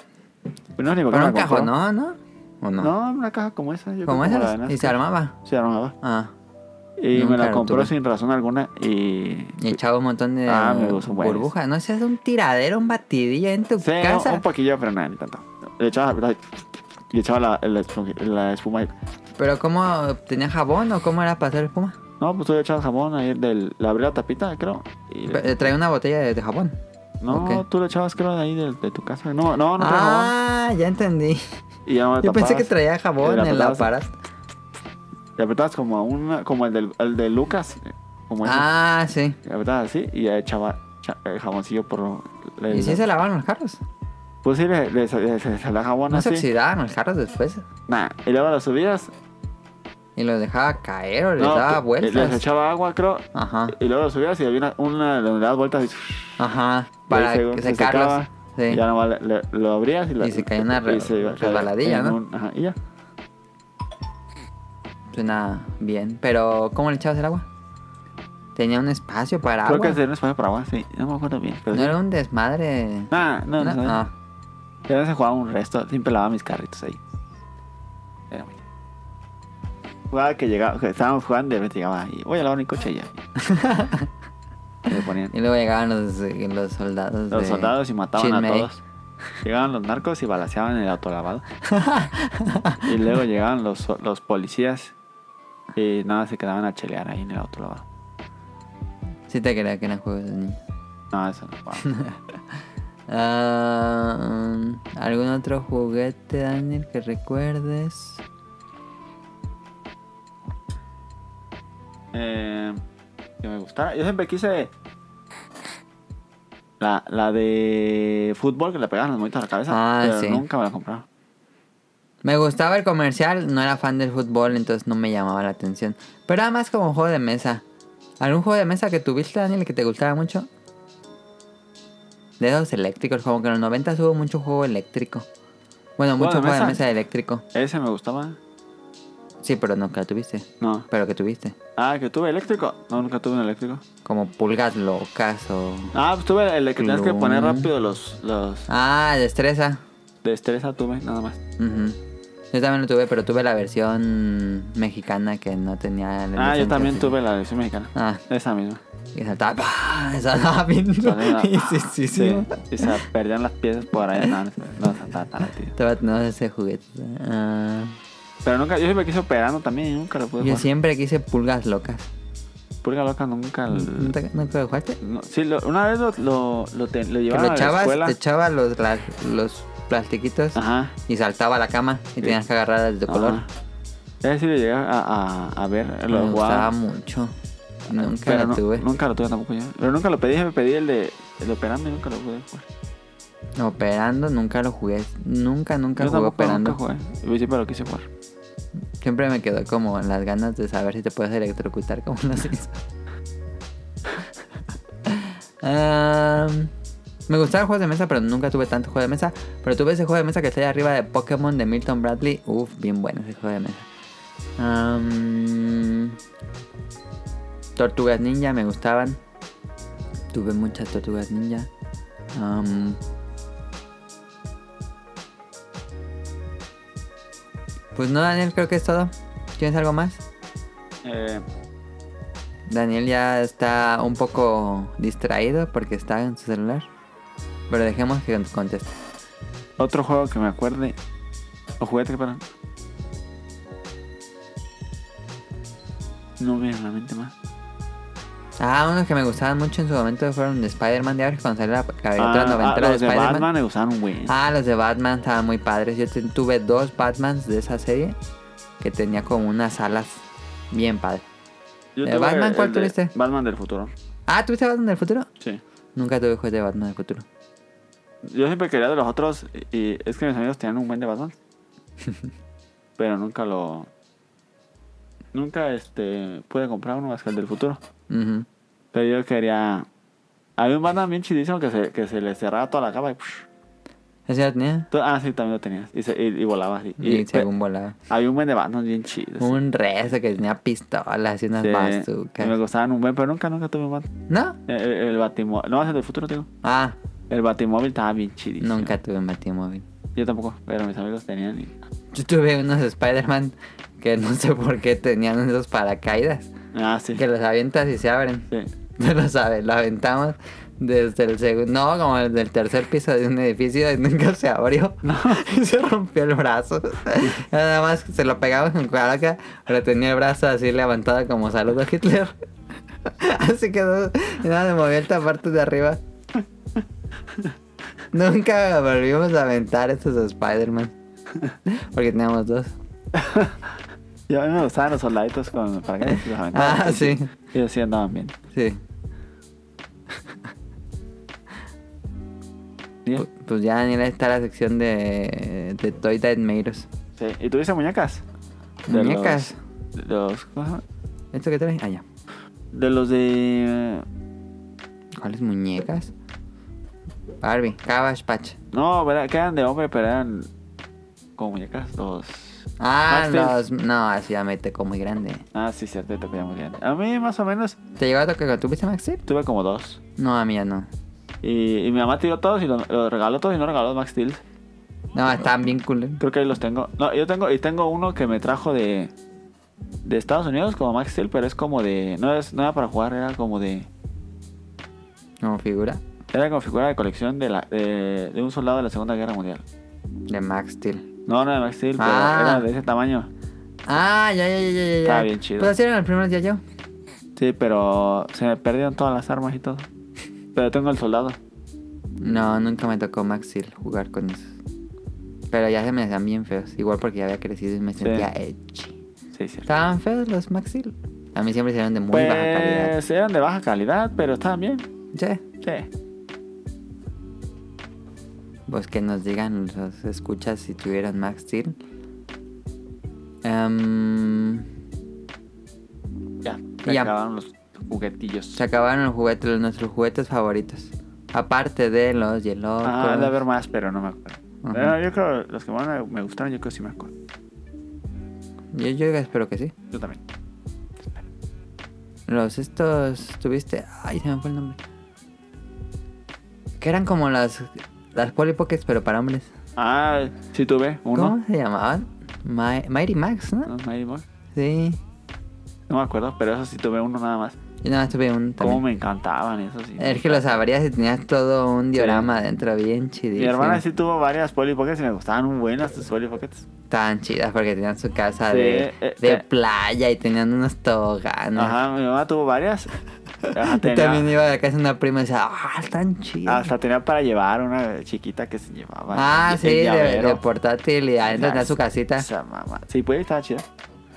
A: Pero no, ni por qué me
B: Pero un
A: la compró.
B: cajón, no, ¿no? ¿O no?
A: No, una caja como esa. Yo
B: ¿Cómo
A: creo como
B: es?
A: la de
B: ¿Y se
A: Nazca.
B: armaba?
A: Se armaba.
B: Ah.
A: Y
B: Nunca
A: me
B: lo
A: la compró
B: tuve.
A: sin razón alguna y...
B: Y echaba un montón de
A: Ah, me gustan buenas.
B: burbujas. No es un tiradero, un batidilla en tu
A: Sí, un-
B: casa.
A: un poquillo, pero nada, ni tanto. Le echaba, la- le echaba la, la espuma- la espuma ahí.
B: Pero ¿cómo tenía jabón o cómo era para hacer espuma?
A: No, pues tú le echabas jabón ahí del... Le abrí la tapita, creo. Y le-
B: Pero, eh, Traía una botella de, de jabón.
A: no,
B: ok.
A: tú le echabas, creo, de ahí de, de tu casa. No, no, no traía jabón.
B: ah, ya entendí.
A: Y ya no le
B: Yo pensé que
A: tapabas.
B: traía
A: Y
B: jabón
A: le
B: en la
A: apretabas-
B: parada.
A: Le apretabas como a una... Como el, del, el de Lucas. eh, Como ese.
B: Ah, sí.
A: Le apretabas así y ya echaba cha- el jaboncillo por... lo- le-
B: ¿Y si se lavaban los carros?
A: Pues sí, le, le, le- le- le- la jabón
B: No se
A: así.
B: oxidaban los carros después.
A: Nah, y luego las subías.
B: Y los dejaba caer o les
A: no,
B: daba
A: le- Les
B: vueltas. Ah.
A: echaba agua, creo.
B: Ajá,
A: Y luego lo subías y había una, una le dabas vueltas y,
B: ajá.
A: y
B: Para
A: según
B: que
A: se
B: secarlos.
A: secaba,
B: Sí.
A: y ya nomás le- le- lo abrías y, la-
B: Y se caía una re-
A: se iba a caer
B: resbaladilla,
A: en
B: ¿no?
A: un- ajá, y ya.
B: Suena pues bien. Pero, ¿cómo le echabas el agua? Tenía un espacio para
A: Creo
B: agua.
A: que se un espacio para agua, sí. No me acuerdo bien. Pero
B: No
A: sí.
B: era un desmadre.
A: Nah, no, no,
B: No,
A: no.
B: ah,
A: Ya se jugaba un resto. Siempre lavaba mis carritos ahí. Era muy- Jugaba que llegaba, que estábamos jugando y de repente llegaba y voy a lavar mi coche y ya. Y le ponían
B: Y luego llegaban los, eh, los soldados.
A: los
B: de
A: soldados y mataban
B: Shin
A: a
B: Mei.
A: todos. Llegaban los narcos y balaceaban el autolavado. y luego llegaban los, los policías y nada, se quedaban a chelear ahí en el autolavado.
B: Sí te creía que eran juegos de niños.
A: No, eso no. bueno.
B: Ah, mm, ¿Algún otro juguete, Daniel, que recuerdes?
A: Eh, que me gustara. Yo siempre quise la, la de fútbol que le pegaban los monitos a la cabeza.
B: Ah,
A: pero
B: sí.
A: nunca me la compraron.
B: Me gustaba el comercial, no era fan del fútbol, entonces no me llamaba la atención. Pero era más como juego de mesa. ¿Algún juego de mesa que tuviste, Daniel, que te gustaba mucho? Dedos eléctricos, como que en los 90 hubo mucho juego eléctrico. Bueno, mucho
A: de
B: juego de
A: mesa?
B: mesa eléctrico.
A: Ese me gustaba.
B: Sí, pero nunca lo tuviste.
A: No.
B: Pero que tuviste.
A: Ah, que tuve eléctrico. No, nunca tuve un eléctrico.
B: Como pulgas locas o...
A: Ah, pues tuve el que tenías que
B: Clun.
A: poner rápido los, los
B: Ah, destreza.
A: de estresa, tuve nada más.
B: Ujú. Yo también lo tuve, pero tuve la versión mexicana que no
A: Ah,
B: tenía... la
A: yo
B: licencia.
A: también tuve la versión mexicana.
B: Ah,
A: Esa misma.
B: Y saltaba, ¡pah! Y saltaba bien.
A: Salía-
B: Sí, sí, sí, sí.
A: Y se perdían las piezas por ahí. No, no, no, no, no, no, tío.
B: Estaba teniendo ese juguete. Ah,
A: Pero nunca, yo siempre quise operando también y nunca lo pude
B: yo
A: jugar.
B: siempre quise pulgas locas.
A: Pulga loca nunca.
B: ¿No te- ¿Nunca lo jugaste?
A: No, sí, lo- una vez lo, lo, lo, te- lo
B: Que
A: llevaron
B: lo
A: a la
B: echabas,
A: escuela.
B: te echabas los, las- los plastiquitos
A: Ajá. Ah,
B: y saltaba a la cama y tenías que agarrar el de color.
A: ajá. Ese sí lo llegué a, a, a ver, lo
B: Me gustaba
A: jugaba.
B: mucho. Nunca
A: Pero
B: la
A: no-
B: tuve.
A: Nunca lo tuve tampoco yo. Pero nunca lo pedí, me pedí el de, el de operando y nunca lo pude jugar.
B: Operando, nunca lo jugué. Nunca, nunca
A: yo
B: jugué
A: tampoco
B: operando.
A: nunca jugué. Yo siempre lo quise jugar.
B: Siempre me quedó como las ganas de saber si te puedes electrocutar como las hizo. Am, me gustaban juegos de mesa, pero nunca tuve tanto juego de mesa. Pero tuve ese juego de mesa que está ahí arriba de Pokémon de Milton Bradley. Uf, bien bueno ese juego de mesa. Am, tortugas ninja me gustaban. Tuve muchas tortugas ninja. Am, pues no, Daniel, creo que es todo. ¿Tienes algo más?
A: Eh,
B: Daniel ya está un poco distraído porque está en su celular. Pero dejemos que conteste.
A: otro juego que me acuerde. O juguete, perdón. No me viene a la mente más.
B: Ah, unos que me gustaban mucho en su momento fueron de Spider-Man de ahora cuando salió la caricatura noventera de
A: Ah, los de
B: Spider-Man.
A: Batman me gustaron, güey.
B: Ah, los de Batman estaban muy padres. Yo te- tuve dos Batmans de esa serie que tenía como unas alas bien padres.
A: Yo
B: ¿de
A: tuve
B: Batman
A: el
B: cuál
A: de
B: tuviste?
A: Batman del futuro.
B: Ah, ¿tuviste Batman del futuro?
A: Sí.
B: Nunca tuve juegos de Batman del futuro.
A: Yo siempre quería de los otros y- y es que mis amigos tenían un buen de Batman. pero nunca lo... Nunca este, pude comprar uno más que el del futuro.
B: Ujú.
A: Pero yo quería... Había un Batman bien chidísimo que se, que se le cerraba toda la capa y... ¡push!
B: ¿Ese ya tenía?
A: Tú- Ah, sí, también lo tenías. Y, se- y, y volaba así.
B: Y,
A: Y, pe-
B: según volaba.
A: Había un buen de Batman bien chido. sí.
B: Un rezo que tenía pistolas y unas
A: Sí.
B: bazucas.
A: Me gustaban un buen, pero nunca, nunca tuve un Batman.
B: ¿No?
A: El, el, el batimóvil... No, es el del futuro, digo.
B: Ah,
A: El batimóvil estaba bien chidísimo.
B: nunca tuve un batimóvil.
A: Yo tampoco, pero mis amigos tenían y...
B: Yo tuve unos Spider-Man que no sé por qué tenían esos paracaídas.
A: Ah, sí.
B: Que los avientas y se abren.
A: Sí.
B: No lo sabe, lo aventamos desde el segundo, no, como desde el tercer piso de un edificio y nunca se abrió. Y se rompió el brazo. Nada más se lo pegamos con caraca, pero tenía el brazo así levantado como saludo a Hitler. Así que no, nada, me movió esta parte de arriba. Nunca volvimos a aventar estos Spider-Man. Porque teníamos dos.
A: Yo a mí me gustaban los soldaditos con para que los aventaban.
B: Ah, sí.
A: Y así andaban bien.
B: Sí.
A: Bien.
B: Pu- Pues ya Daniela está la sección de, de Toy Dead Meiros.
A: Sí. ¿Y tuviste muñecas? De
B: Muñecas.
A: los- de los. ¿cómo se llama?
B: ¿Esto qué trae? Ah, ya.
A: De los de.
B: ¿Cuáles muñecas? Barbie, Cabbage Patch.
A: No, ¿verdad? Que eran de hombre, pero eran. Como muñecas, los.
B: Ah,
A: Maxfield.
B: los. No, así ya me tocó muy grande.
A: Ah, sí, cierto, te pillé muy bien. A mí, más o menos,
B: ¿Te llegó a tocar? ¿Tuviste Maxfield?
A: tuve como dos.
B: No, a mí ya no.
A: Y, y mi mamá tiró todos y los regaló todos y no regaló Max Steel.
B: No, estaban bien cool.
A: Creo que ahí los tengo. No, yo tengo, y tengo uno que me trajo de. De Estados Unidos, como Max Steel, pero es como de. No, es, no era para jugar, era como de.
B: Como figura
A: Era como figura de colección de, la, de, de un soldado de la Segunda Guerra Mundial.
B: de Max Steel.
A: No, no de Max Steel, pero
B: Ah.
A: era de ese tamaño.
B: Ah, ya, ya, ya, ya. ya.
A: Estaba bien chido.
B: Pues así eran los primeros ya yo.
A: Sí, pero se me perdieron todas las armas y todo. Pero tengo el soldado.
B: No, nunca me tocó Maxil jugar con esos. Pero ya se me hacían bien feos. Igual porque ya había crecido y me
A: Sí.
B: sentía edgy.
A: Sí, cierto.
B: Estaban feos los Maxil. A mí siempre se eran de muy
A: Pues
B: baja calidad.
A: eran de baja calidad, pero estaban bien.
B: Sí.
A: Sí.
B: Pues que nos digan los escuchas si tuvieran Maxil. Em,
A: Ya, se
B: Ya.
A: acabaron los juguetillos.
B: se acabaron los juguetes, los- nuestros juguetes favoritos. Aparte de los hielos.
A: Ah, debe haber más, pero no me acuerdo.
B: Ajá.
A: Pero yo creo los que más me- me gustaron, yo creo que sí me acuerdo.
B: yo, yo espero que sí.
A: Yo también.
B: Los estos tuviste. Ay, se me fue el nombre. Que eran como las. Las Polly Pockets, pero para hombres.
A: Ah, sí tuve uno. Ah.
B: ¿Cómo se llamaban? Mi- Mighty Max, ¿no?
A: No, Mighty Moore.
B: Sí.
A: No me acuerdo, pero eso sí tuve uno nada más.
B: Yo nada más tuve un
A: Cómo
B: también.
A: me encantaban esos. sí.
B: Es que los abrías y tenías todo un diorama adentro, bien chidísimo.
A: Mi hermana sí tuvo varias Polly Pockets y me gustaban muy buenas sus Polly Pockets.
B: Estaban chidas porque tenían su casa
A: Sí,
B: de,
A: eh,
B: de
A: eh.
B: playa y tenían unos toboganes.
A: Ajá, mi mamá tuvo varias. Ajá,
B: Y
A: tenía-
B: también iba a la casa de una prima y decía, ah, están chidas.
A: Hasta tenía para llevar una chiquita que se llevaba.
B: ah,
A: el
B: sí, de,
A: llavero.
B: de portátil y adentro tenía su casita.
A: Esa mamá. Sí, pues estaba chida.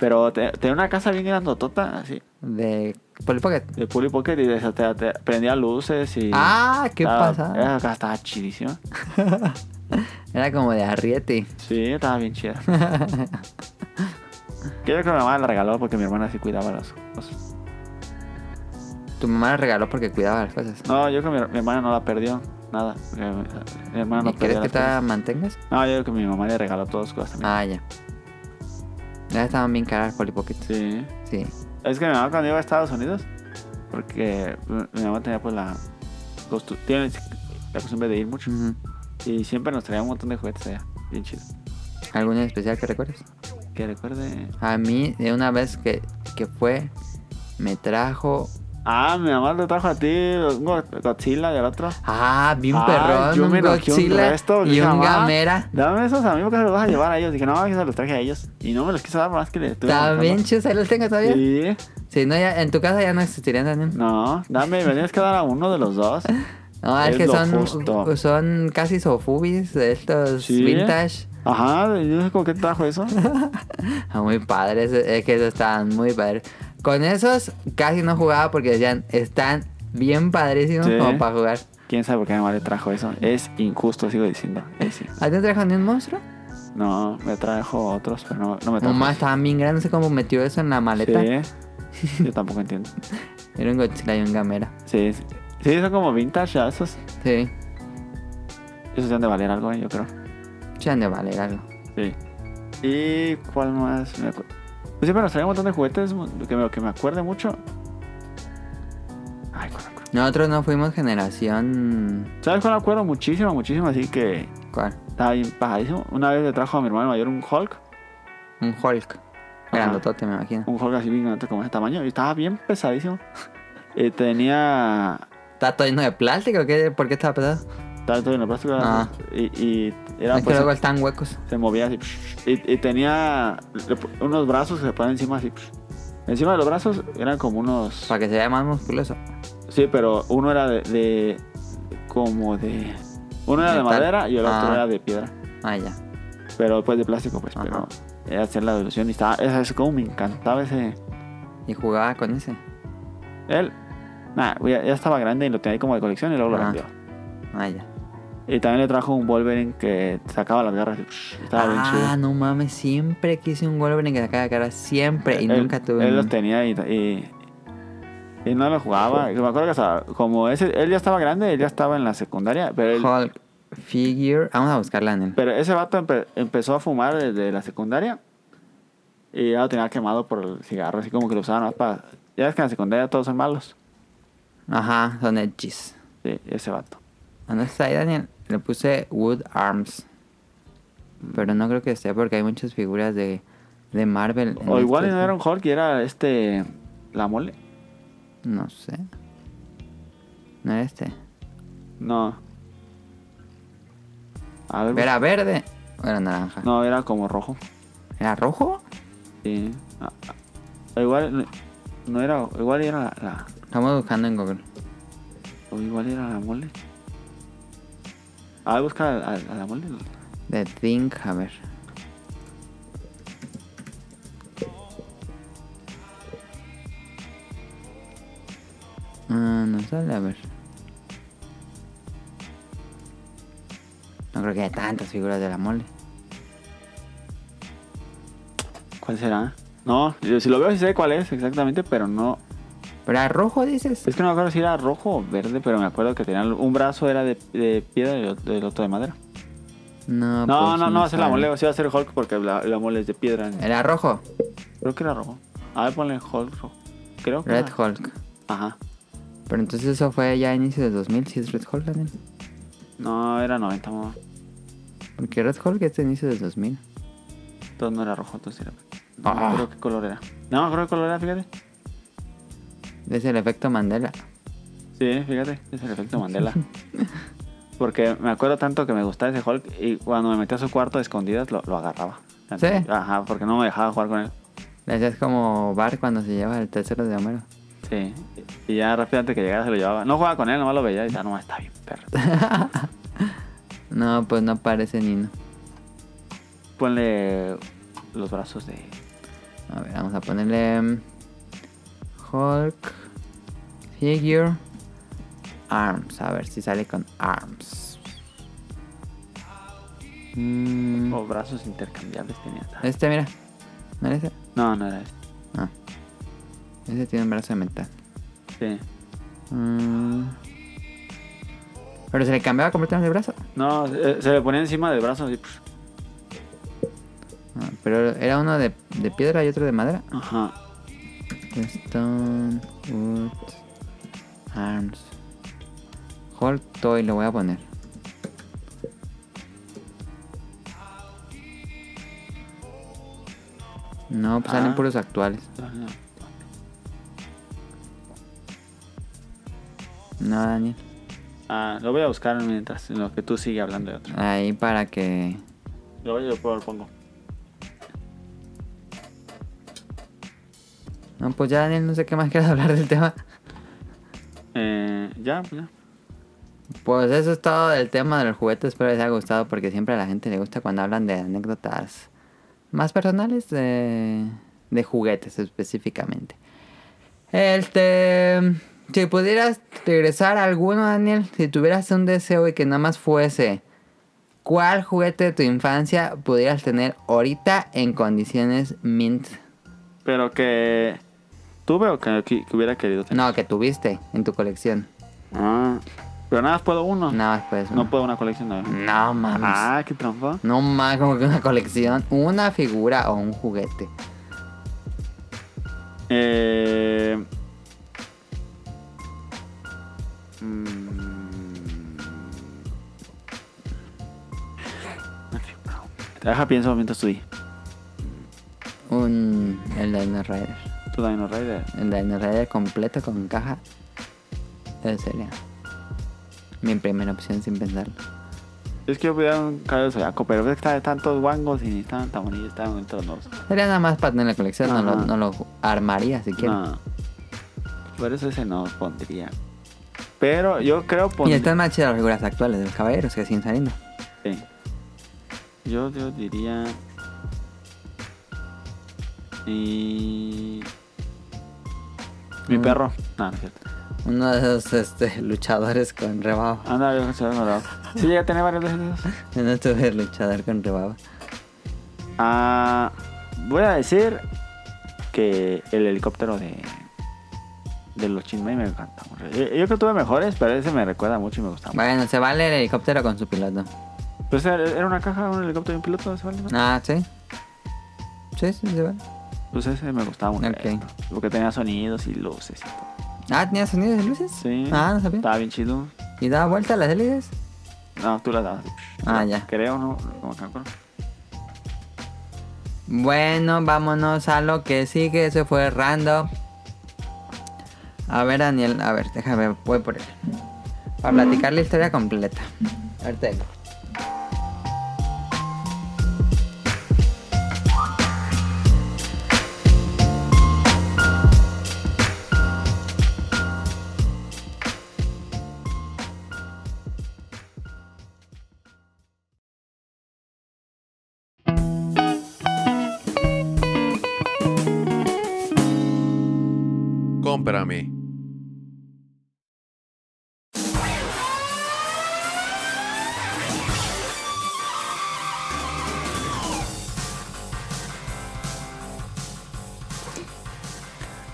A: Pero te- tenía una casa bien grandotota, así,
B: De Polly Pocket.
A: de Polly Pocket y de esa te, te- prendía luces y.
B: Ah, qué
A: estaba-
B: pasada.
A: Esa casa estaba chidísima.
B: Era como de arriete.
A: Sí, estaba bien chida. que yo creo que mi mamá la regaló porque mi hermana sí cuidaba las cosas.
B: Tu mamá la regaló porque cuidaba las cosas.
A: No, yo creo que mi, mi hermana no la perdió. Nada. porque Mi, mi hermana
B: ¿Y
A: no
B: quieres
A: perdió.
B: que
A: las
B: te
A: cosas.
B: la mantengas?
A: No, yo creo que mi mamá le regaló todas las cosas también.
B: Ah, ya. Ya estaban bien caras Polly Pocket. Sí.
A: Sí. Es que mi mamá cuando iba a Estados Unidos, porque mi mi mamá tenía pues la, costu- tiene la costumbre de ir mucho.
B: Ujú.
A: Y siempre nos traía un montón de juguetes allá. Bien chido.
B: ¿Alguno en especial que recuerdes?
A: Que recuerde.
B: A mí, de una vez que, que fue, me trajo.
A: Ah, mi mamá lo trajo a ti, un Go- Godzilla y al otro.
B: Ah, vi un
A: Ah,
B: perrón,
A: yo
B: un
A: me enoqué un
B: Godzilla
A: resto,
B: y
A: dije, "Ah,
B: un
A: "Mamá".
B: gamera.
A: Dame esos a mí porque se los vas a llevar a ellos. Dije, no, que se los traje a ellos. Y no me los quiso dar por más que le tuve.
B: Está bien chido, ¿eh? ahí los tengo todavía.
A: Sí.
B: Si no, ya, en tu casa ya no existirían también.
A: No, dame, me tienes que dar a uno de los dos.
B: No, es,
A: Es
B: que
A: lo
B: son,
A: justo.
B: son casi sofubis de estos
A: Sí.
B: vintage.
A: Ajá, yo no sé con qué trajo eso.
B: Ah, Muy padres, es que esos estaban muy padres. Con esos casi no jugaba porque decían, están bien padrísimos
A: Sí.
B: como para jugar.
A: Quién sabe por qué mi mamá le trajo eso. Es injusto, sigo diciendo. Es injusto.
B: ¿A ti te trajo ni un monstruo?
A: No, me trajo otros, pero no, no me trajo.
B: Mamá estaban bien grandes, no sé cómo metió eso en la maleta.
A: Sí, yo tampoco entiendo.
B: Era un Godzilla y un Gamera.
A: Sí, sí, sí, son como vintage, ya, esos,
B: Sí,
A: esos deben de valer algo, eh, yo creo.
B: se han de valer algo.
A: Sí. ¿Y cuál más? Me acu- pues siempre nos traía un montón de juguetes mu- que me, que me acuerde mucho. Ay, ¿cuál me acuerdo?
B: Nosotros no fuimos generación...
A: ¿Sabes cuál me acuerdo muchísimo, muchísimo? Así que
B: ¿Cuál?
A: estaba bien pagadísimo. Una vez le trajo a mi hermano mayor un Hulk
B: Un Hulk. Grandotote, me imagino.
A: Un Hulk así bien grande como de este tamaño. Y estaba bien pesadísimo. Y tenía...
B: ¿Está todo lleno de plástico? ¿Qué? ¿Por qué estaba pesado?
A: Estaba todo en la plástica.
B: Ah.
A: Y, y era
B: es que
A: pues...
B: luego están huecos.
A: Se movía así. Y, y tenía le- unos brazos que se ponían encima así. Encima de los brazos eran como unos...
B: Para que se vea más musculoso.
A: Sí, pero uno era de, de- como de... Uno era de
B: Metal.
A: madera y el otro
B: Ah.
A: era de piedra.
B: Ah, ya.
A: Pero pues de plástico, pues.
B: Ajá.
A: Pero era hacer la evolución y estaba... Es, es como me encantaba ese...
B: Y jugaba con ese.
A: Él... Nah, ya, ya estaba grande y lo tenía ahí como de colección y luego lo
B: Ah.
A: vendió.
B: Ah, ya.
A: Y también le trajo un Wolverine que sacaba las garras. y Estaba bien chido.
B: ah, no mames. Siempre quise un Wolverine que sacara cara. Siempre. Y
A: él,
B: nunca tuve
A: Él
B: uno.
A: los tenía y, y, y no lo jugaba. Me acuerdo que hasta- como ese, él ya estaba grande, él ya estaba en la secundaria, pero él-
B: Hulk Figure. Vamos a buscarla en el.
A: pero ese vato empe- empezó a fumar desde la secundaria y ya lo tenía quemado por el cigarro, así como que lo usaban más para... Ya ves que en la secundaria todos son malos.
B: Ajá, son edges.
A: Sí, ese vato.
B: ¿Dónde Ah, está ahí, Daniel? Le puse Wood Arms. Pero no creo que esté porque hay muchas figuras de, de Marvel. en
A: O igual y
B: estos-
A: no era un Hulk y era este... La mole.
B: No sé. No era este.
A: No. A ver,
B: ¿Era verde o era naranja?
A: No, era como rojo.
B: ¿Era rojo?
A: Sí. Ah, ah. Igual no- no era... Igual era la- la
B: Estamos buscando en Google.
A: O igual era la mole. Ah, busca a, a- a la mole.
B: The Think, a ver. Ah, no sale, a ver. No creo que haya tantas figuras de la mole.
A: ¿Cuál será? No, yo si lo veo sí sé cuál es exactamente, pero no.
B: ¿Pero era rojo dices?
A: Es que no me acuerdo si era rojo o verde, pero me acuerdo que tenían un brazo era de, de piedra y el otro- el otro de madera.
B: No,
A: No,
B: pues,
A: no, no va a ser la
B: sale.
A: mole, o sí va a ser Hulk porque la, la mole es de piedra.
B: Era rojo.
A: Creo que era rojo. A ver, ponle Hulk rojo. Creo que
B: Red
A: era-
B: Hulk.
A: Ajá.
B: Pero entonces eso fue ya a inicios del 2000, si es Red Hulk también.
A: No, era 90, mamá.
B: Porque Red Hulk es de inicio del 2000.
A: Entonces no era rojo, entonces era. No,
B: Ah.
A: creo qué color era. No, creo que color era, fíjate.
B: Es el efecto Mandela.
A: Sí, fíjate, es el efecto Mandela. Porque me acuerdo tanto que me gustaba ese Hulk y cuando me metía a su cuarto de escondidas lo, lo agarraba.
B: ¿Sí?
A: Ajá, porque no me dejaba jugar con él.
B: Ese es como Bar cuando se lleva el tercero de Homero.
A: Sí. Y ya rápido antes que llegara se lo llevaba. No jugaba con él, nomás lo veía y ya nomás está bien, perro.
B: No, pues no parece Nino.
A: Ponle los brazos de.
B: A ver, vamos a ponerle mm, Hulk Figure Arms. A ver si sale con Arms. Mm,
A: O brazos intercambiables tenía.
B: este, mira. ¿No era ese?
A: No, no era ese.
B: Ah. Ese tiene un brazo de metal.
A: este. Sí.
B: Mm. Pero se le cambiaba completamente el brazo.
A: No, eh, se le ponía encima del brazo pues, así. psh.
B: Ah, pero era uno de, de piedra y otro de madera.
A: Ajá.
B: Stone Wood Arms Hulk Toy lo voy a poner. No, pues salen
A: Ah.
B: puros actuales. No, Daniel.
A: Ah, lo voy a buscar mientras, en lo que tú sigue hablando de otro.
B: Ahí para que.
A: Lo voy a lo pongo.
B: No, pues ya, Daniel, no sé qué más quieras hablar del tema.
A: Eh, ya, ya.
B: Pues eso es todo del tema de los juguetes. Espero les haya gustado porque siempre a la gente le gusta cuando hablan de anécdotas más personales de, de juguetes específicamente. Este, si pudieras regresar a alguno, Daniel, si tuvieras un deseo y que nada más fuese, ¿cuál juguete de tu infancia pudieras tener ahorita en condiciones mint?
A: Pero que tuve o que, que- que hubiera querido tener.
B: No, que tuviste en tu colección.
A: Ah, pero nada más puedo uno.
B: Nada más pues.
A: No puedo una colección de
B: No mames.
A: Ah, qué trampa.
B: No más como que una colección, una figura o un juguete.
A: Eh. mm. Deja pienso mientras estudié.
B: Un, el Dino Rider.
A: Tu Dino Rider.
B: El Dino Rider completo con caja. Esa sería mi primera opción sin pensarlo.
A: Es que yo pedía un cabello de zodiaco, pero ves que está- están todos guangos y están tan bonitos, están bonitos los dos.
B: Sería nada más para tener la colección, no lo,
A: Ajá.
B: no lo armaría si quieres.
A: No. Por eso ese no pondría. Pero yo creo
B: Y
A: pondría.
B: están más chidas las figuras actuales de los caballeros que siguen saliendo.
A: Sí. Yo, yo diría. Y. Mi
B: Mm.
A: perro. No, no es cierto.
B: Uno de esos este, luchadores con rebaba.
A: Anda, yo se lo Sí, llegué a tener varios de esos.
B: No tuve luchador con rebaba.
A: Ah, voy a decir que el helicóptero de. De los chismes me encanta. güey. Yo yo creo que tuve mejores, pero ese me recuerda mucho y me gusta mucho.
B: Bueno, se vale el helicóptero con su piloto.
A: Pues era era una caja, un helicóptero y un piloto, ¿se vale? no?
B: Ah, sí. Sí, sí, se vale.
A: Pues ese me gustaba mucho.
B: Ok.
A: Porque tenía sonidos y luces y todo.
B: Ah, tenía sonido de luces.
A: Sí.
B: Ah, no sabía.
A: Estaba bien chido.
B: ¿Y daba vuelta a las hélices?
A: No, tú las dabas.
B: Ah, ya.
A: Creo, ¿no? Como que me acuerdo.
B: Bueno, vámonos a lo que sigue. Eso fue random. A ver, Daniel, a ver, déjame, voy por él. Para platicar la historia completa. Ahorita vengo.
C: Cómprame.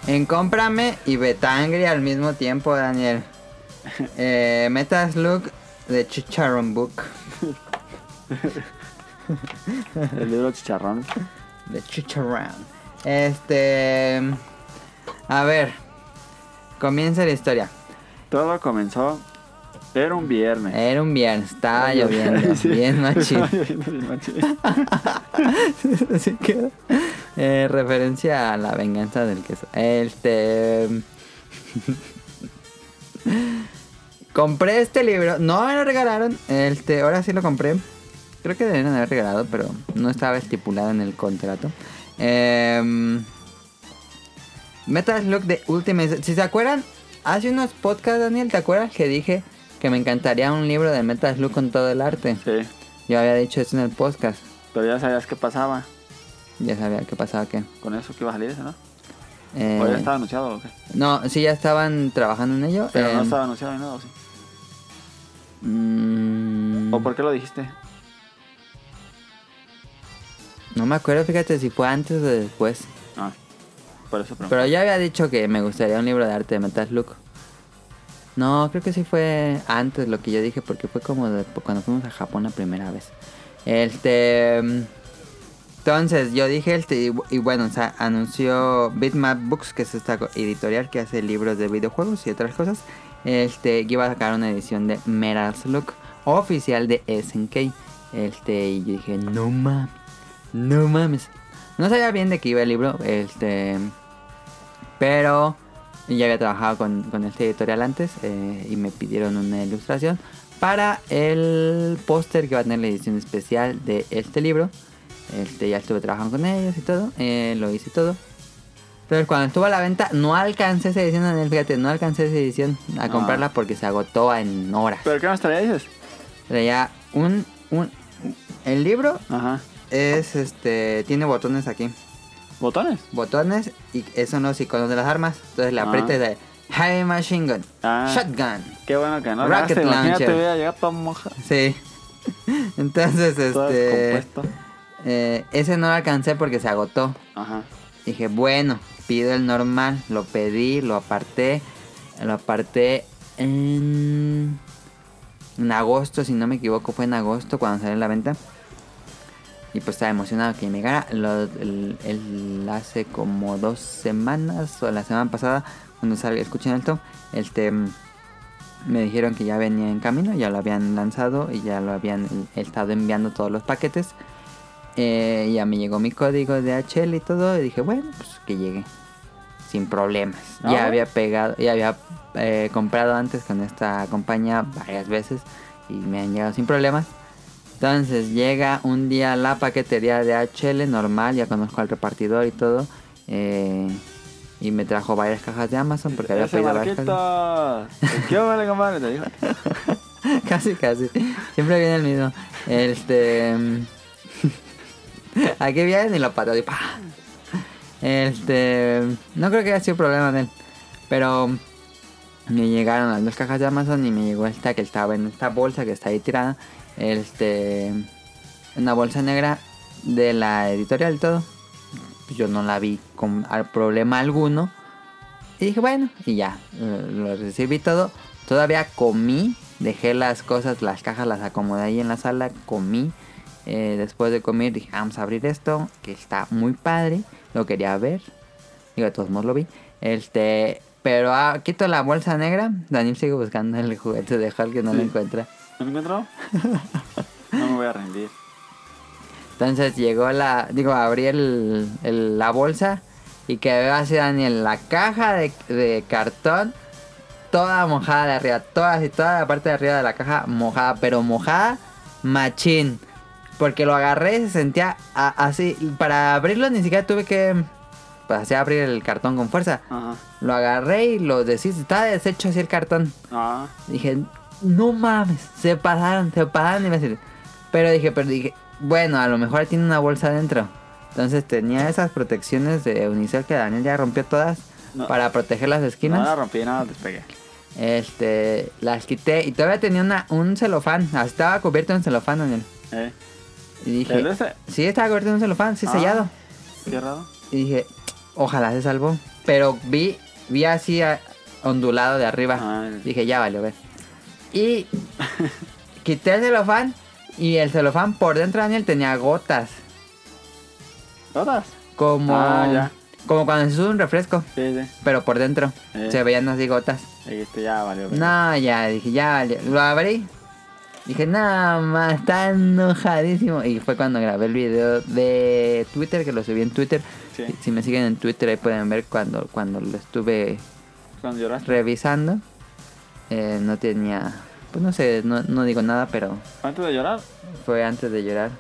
B: En cómprame y Betangri al mismo tiempo, Daniel. Eh, Metas Look de Chicharron Book.
A: El libro chicharrón.
B: De Chicharron. Este. A ver. Comienza la historia.
A: Todo comenzó. Era un viernes.
B: Era un viernes, estaba lloviendo.
A: Sí.
B: Bien machín.
A: Estaba lloviendo bien machín.
B: Así que, eh, referencia a la venganza del queso. Este. compré este libro. No me lo regalaron. Este, ahora sí lo compré. Creo que deberían haber regalado, pero no estaba estipulado en el contrato. Eh, Metal Slug de Ultimate. Si se acuerdan, hace unos podcasts, Daniel, ¿te acuerdas que dije que me encantaría un libro de Metal Slug con todo el arte?
A: Sí.
B: Yo había dicho eso en el podcast.
A: Pero ya sabías qué pasaba
B: Ya sabía qué pasaba que.
A: con eso que iba a salir ese, ¿no?
B: eh,
A: O Pues ya estaba anunciado o qué.
B: No, sí ya estaban trabajando en ello.
A: Pero no
B: eh,
A: estaba anunciado ni nada, ¿o sí?
B: mm,
A: ¿O por qué lo dijiste? pues
B: No me acuerdo, fíjate si fue antes o después.
A: Ah, por eso pregunté.
B: Pero yo había dicho que me gustaría un libro de arte de Metal Slug. No, creo que sí fue antes lo que yo dije, porque fue como de- cuando fuimos a Japón la primera vez. Este. mm, Entonces, yo dije, este, y, bu- y bueno, o sea, anunció Bitmap Books, que es esta co- editorial que hace libros de videojuegos y otras cosas, este, que iba a sacar una edición de Metal Slug oficial de SNK. Este, y yo dije, no mames, no mames. No sabía bien de qué iba el libro, este. Pero ya había trabajado con, con este editorial antes eh, y me pidieron una ilustración para el póster que va a tener la edición especial de este libro. Este, ya estuve trabajando con ellos y todo, eh, lo hice y todo. Entonces cuando estuvo a la venta no alcancé esa edición, Daniel, fíjate, no alcancé esa edición a
A: Ah.
B: comprarla porque se agotó en horas.
A: ¿Pero qué más traía dices?
B: Traía un, un... El libro
A: Ajá.
B: es este... Tiene botones aquí
A: ¿Botones?
B: botones y son los iconos de las armas. Entonces le
A: Ah.
B: aprietas de Heavy Machine Gun,
A: Ah.
B: Shotgun.
A: Qué bueno que no. lo
B: Rocket
A: hagas, Imagínate,
B: launcher.
A: hubiera llegado toda moja.
B: Sí. Entonces,
A: Todo
B: este.
A: descompuesto.
B: eh, ese no lo alcancé porque se agotó.
A: Ajá.
B: Dije, bueno, pido el normal. Lo pedí, lo aparté. Lo aparté en. En agosto, si no me equivoco, fue en agosto cuando salió a la venta. Y pues estaba emocionado que llegara. Lo, el, el- hace como dos semanas o la semana pasada, cuando salga, escuchen esto, este, mm, me dijeron que ya venía en camino, ya lo habían lanzado y ya lo habían estado enviando todos los paquetes. Eh, y a mí llegó mi código de HL y todo. Y dije, bueno, pues que llegue. Sin problemas.
A: Ah,
B: Ya
A: bueno.
B: había pegado, ya había eh, comprado antes con esta compañía varias veces. Y me han llegado sin problemas. Entonces llega un día a la paquetería de HL normal. Ya conozco al repartidor y todo. eh, y me trajo varias cajas de Amazon porque había
A: Ese
B: pedido varias cajas.
A: barquito. ¿Qué vale, compadre? Te digo.
B: Casi, casi. Siempre viene el mismo. Este. mm, Aquí viene y lo pateó y pa. Este. No creo que haya sido problema de él. Pero. Me llegaron las dos cajas de Amazon y me llegó esta que estaba en esta bolsa que está ahí tirada. Este. Una bolsa negra de la editorial y todo. Yo no la vi con al- problema alguno. Y dije, bueno, y ya, eh, lo recibí todo. Todavía comí, dejé las cosas, las cajas las acomodé ahí en la sala, comí. Eh, después de comer dije, "Ah, vamos a abrir esto, que está muy padre, lo quería ver. Digo, de todos modos lo vi. Este, pero ah, quito la bolsa negra. Daniel sigue buscando el juguete de Hulk que no lo
A: Sí.
B: encuentra.
A: ¿No me encuentro? No me voy a rendir.
B: Entonces llegó la, digo, abrí el, el- la bolsa y que veo así Daniel la caja de, de cartón toda mojada de arriba, toda y toda la parte de arriba de la caja mojada, pero mojada machín. Porque lo agarré y se sentía a- así. Para abrirlo ni siquiera tuve que pues, así abrir el cartón con fuerza.
A: Ajá.
B: Lo agarré y lo deshice. Estaba deshecho así el cartón.
A: Ah,
B: Dije, no mames, se pasaron, se pasaron. Y me decir, pero dije, pero dije, bueno, a lo mejor tiene una bolsa adentro. Entonces tenía esas protecciones de Unicel que Daniel ya rompió todas
A: No.
B: para proteger las
A: no la
B: esquinas.
A: rompí, nada, despegué.
B: Este, las quité y todavía tenía una, un celofán. Estaba cubierto en celofán, Daniel.
A: ¿Eh?
B: Y
A: ¿El
B: dije,
A: ese?
B: sí, estaba cubierto en un celofán, sí,
A: Ah.
B: sellado.
A: ¿Cerrado?
B: Y dije, ojalá se salvó. Pero vi, vi así a- ondulado de arriba.
A: Ah,
B: Dije, ya vale, ver. Y quité el celofán y el celofán por dentro, Daniel, tenía gotas.
A: ¿Todas?
B: Como,
A: Ah, ya.
B: como cuando se sube un refresco,
A: Sí, sí.
B: pero por dentro.
A: Eh.
B: Se veían así gotas.
A: Dijiste, ya valió.
B: No, ya, dije, ya valió. Lo abrí. Dije, nada más, está enojadísimo. Y fue cuando grabé el video de Twitter, que lo subí en Twitter.
A: Sí.
B: Si me siguen en Twitter, ahí pueden ver cuando, cuando lo estuve
A: Cuando lloraste.
B: revisando. eh, no tenía. Pues no sé, no, no digo nada, pero
A: ¿Antes de llorar?
B: fue antes de llorar.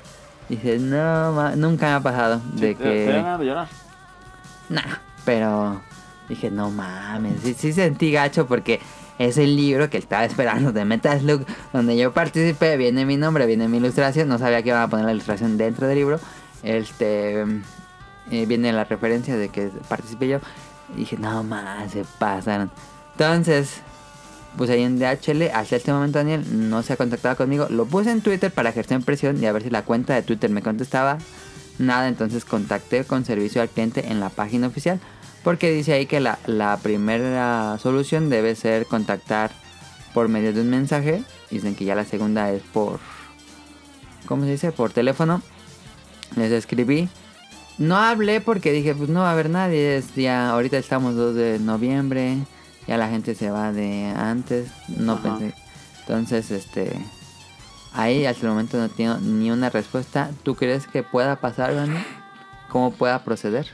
B: Dice, no, ma- nunca me ha pasado. De
A: Sí, te- te dan
B: que.
A: ganas de llorar.
B: Nah, pero. Dije, no mames. Sí, sí sentí gacho porque es el libro que estaba esperando de Metaslug, donde yo participé. Viene mi nombre, viene mi ilustración. No sabía que iban a poner la ilustración dentro del libro. Este. eh, viene la referencia de que participé yo. Dije, no mames, se pasaron. Entonces, pues ahí en DHL, hasta este momento Daniel no se ha contactado conmigo. Lo puse en Twitter para ejercer presión y a ver si la cuenta de Twitter me contestaba. Nada, entonces contacté con servicio al cliente en la página oficial. Porque dice ahí que la, la primera solución debe ser contactar por medio de un mensaje. Dicen que ya la segunda es por... ¿Cómo se dice? Por teléfono. Les escribí. No hablé porque dije, pues no va a haber nadie. Es día, ahorita estamos 2 de noviembre. Ya la gente se va de antes. No
A: Ajá.
B: pensé. Entonces, este. Ahí hasta el momento no tengo ni una respuesta. ¿Tú crees que pueda pasar, Dani? ¿Cómo pueda proceder?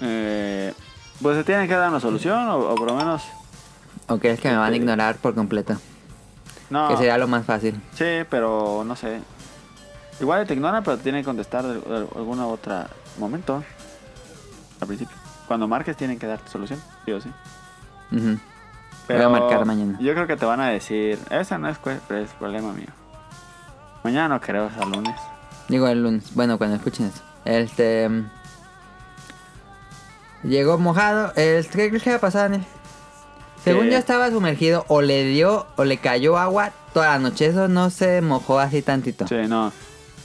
A: Eh, pues se tiene que dar una solución o, o por lo menos...
B: ¿O crees que me van a ignorar por completo?
A: No,
B: Que sería lo más fácil.
A: sí, pero no sé. Igual te ignoran, pero te tienen que contestar de, de algún otro momento. Al principio. Cuando marques tienen que darte solución, sí o sí.
B: Ujú. Voy a
A: Pero
B: marcar mañana.
A: Yo creo que te van a decir, esa no es, cue- es problema mío. Mañana no creo, es al lunes.
B: Digo el lunes. Bueno, cuando escuchen eso. Este. mm, Llegó mojado. El, ¿Qué crees que va a pasar, Daniel? Según
A: Que-
B: yo estaba sumergido, o le dio, o le cayó agua toda la noche. Eso no se mojó así tantito.
A: Sí, no.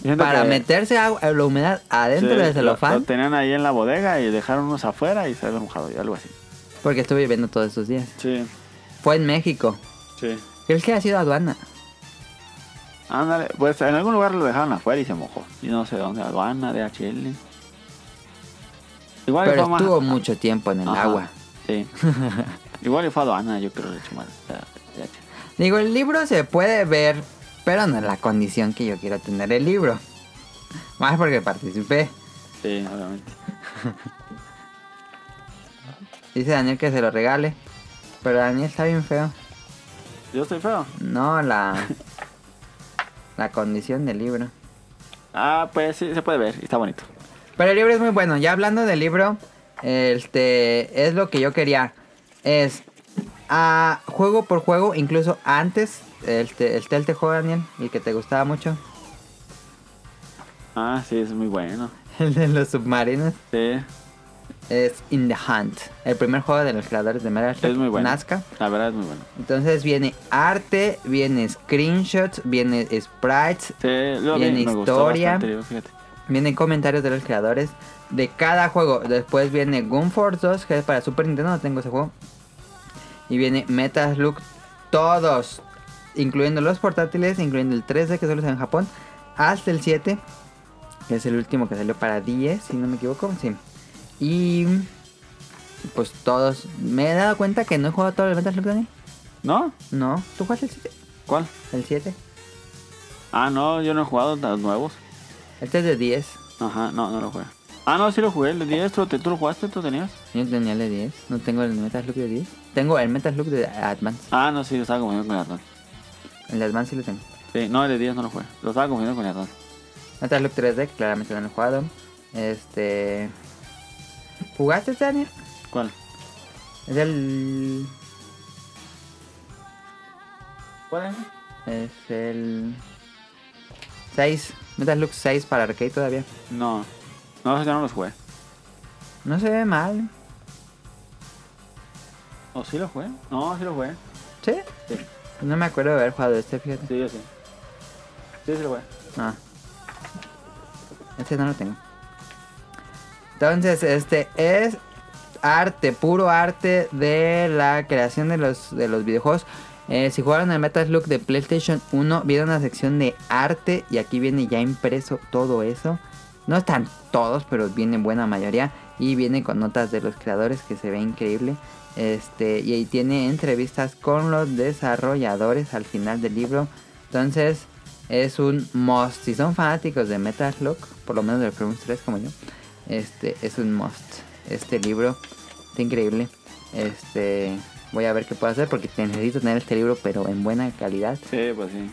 A: Siento
B: Para
A: que-
B: meterse agua, eh, la humedad adentro
A: sí, lo-
B: del
A: Lo,
B: celofán,
A: tenían ahí en la bodega y dejaron unos afuera y se había mojado y algo así.
B: porque estuve lloviendo todos esos días.
A: Sí,
B: Fue en México.
A: sí.
B: ¿Crees que ha sido aduana?
A: Ándale, pues en algún lugar lo dejaron afuera y se mojó. Y no sé dónde, aduana, DHL. Igual y
B: Pero
A: fue más-
B: estuvo mucho tiempo en el
A: Ajá,
B: agua.
A: Sí. Igual y fue aduana, yo creo, de hecho, mal.
B: Digo, el libro se puede ver, pero no es la condición que yo quiero tener el libro. Más porque participé.
A: Sí, obviamente.
B: Dice Daniel que se lo regale. Pero Daniel está bien feo.
A: Yo estoy feo.
B: No, la. la condición del libro.
A: Ah, pues sí, se puede ver. Está bonito.
B: Pero el libro es muy bueno. Ya hablando del libro, este es lo que yo quería. Es ah, juego por juego, incluso antes, este, el Telte juego, Daniel, el que te gustaba mucho.
A: Ah, sí, es muy bueno.
B: El de los submarinos.
A: Sí.
B: Es In the Hunt. El primer juego de los creadores de Metal Slug,
A: Es muy bueno.
B: Nazca.
A: La verdad es muy bueno.
B: Entonces viene arte, viene screenshots, viene sprites,
A: Sí, lo
B: Y
A: vi,
B: en
A: me gustó
B: historia.
A: bastante, digo, fíjate.
B: Vienen comentarios de los creadores de cada juego. Después viene Gunforce 2, que es para Super Nintendo, no tengo ese juego. Y viene Metal Slug todos, incluyendo los portátiles, incluyendo el 3D que solo está en Japón, hasta el 7, que es el último que salió para 10, si no me equivoco, sí. Y pues todos, me he dado cuenta que no he jugado todo el Metal Slug, Dani.
A: ¿No?
B: No, ¿tú jugaste el 7?
A: ¿Cuál?
B: El 7.
A: Ah, no, yo no he jugado los nuevos.
B: Este es de 10.
A: Ajá, no, no lo jugué. Ah, no, sí lo jugué, el 10, ¿tú, tú lo jugaste? ¿Tú tenías?
B: Yo tenía el de 10. No tengo el Metal Slug de 10. Tengo el Metal Slug de Advance.
A: Ah, no, sí, lo estaba confundiendo con el Atlas.
B: El de Advance sí lo tengo.
A: Sí, no, el de 10 no lo jugué. Lo estaba confundiendo con el Atlas.
B: Metal Slug 3D, que claramente no lo he jugado. Este. ¿Jugaste este año?
A: ¿Cuál?
B: Es el.
A: ¿Cuál es?
B: Es el. 6. Metal Slug 6 para arcade todavía.
A: No, no, esos ya no los jugué.
B: No se ve mal.
A: ¿O sí lo jugué? No, sí lo jugué.
B: ¿Sí?
A: Sí.
B: No me acuerdo de haber jugado este, fíjate.
A: Sí, yo sí. Sí, sí lo jugué.
B: Ah. Este no lo tengo. Entonces, este es arte, puro arte de la creación de los, de los videojuegos. Eh, si jugaron el Metal Slug de PlayStation 1, vieron la sección de arte y aquí viene ya impreso todo eso. No están todos, pero viene buena mayoría y viene con notas de los creadores que se ve increíble. Este, y ahí tiene entrevistas con los desarrolladores al final del libro. Entonces, es un must. Si son fanáticos de Metal Slug, por lo menos de los primeros tres como yo, este es un must. Este libro está increíble. Este voy a ver qué puedo hacer porque te- necesito tener este libro, pero en buena calidad.
A: Sí, pues sí.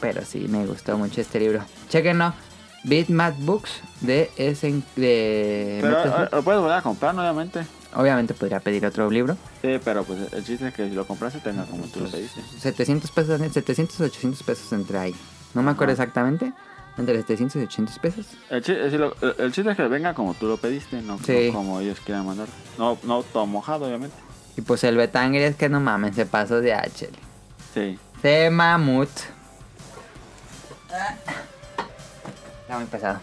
B: Pero sí, me gustó mucho este libro. Chequenlo. Bitmap Books de ese de
A: Pero
B: Metal
A: ah,
B: Slug.
A: lo puedes volver a comprar, obviamente.
B: Obviamente podría pedir otro libro.
A: Sí, pero pues el chiste es que si lo compraste tenga como tú lo pediste.
B: 700 pesos, Daniel, 700 o 800 pesos entre ahí. No me acuerdo exactamente. Entre 700 y 800 pesos.
A: El chiste, si lo- eh, el- el chiste es que venga como tú lo pediste, no,
B: Sí.
A: no como ellos quieran mandar. No, no todo mojado, obviamente.
B: Y pues el Betangre es que no mamen, se pasó de HL.
A: Sí.
B: Se mamut. Está muy pesado.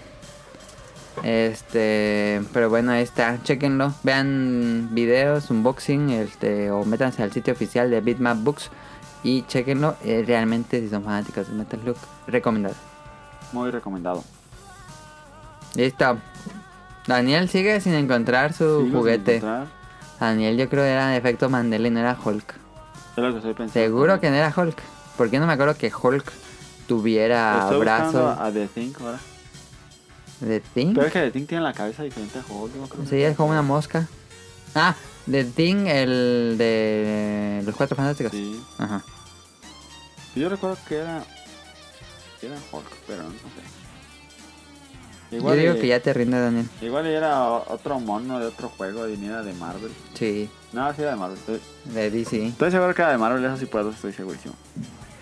B: Este, pero bueno, ahí está, chequenlo, vean videos, unboxing, este, o métanse al sitio oficial de Bitmap Books y chequenlo, eh, realmente si son fanáticos de Metal Slug, recomendado.
A: Muy recomendado.
B: Listo. Daniel sigue sin encontrar su
A: Sigo sin
B: juguete.
A: encontrar.
B: Daniel yo creo era de efecto Mandela y no era Hulk.
A: Es lo que estoy pensando.
B: Seguro que no era Hulk. Porque no me acuerdo que Hulk tuviera
A: Estoy buscando
B: brazos
A: a The Thing ahora.
B: de Thing.
A: Pero es que The Thing tiene la cabeza diferente a Hulk, yo creo.
B: Sí, es como una mosca. Ah, de Thing, el de los cuatro fantásticos.
A: Sí.
B: Ajá.
A: Yo recuerdo que era. que era Hulk, pero no sé.
B: Yo digo
A: y-
B: que ya te rinde, Daniel.
A: Igual y era o- otro mono de otro juego y ni era de Marvel.
B: Sí,
A: No, sí era de Marvel. Estoy,
B: de DC.
A: estoy seguro que era de Marvel, eso sí puedo, estoy segurísimo.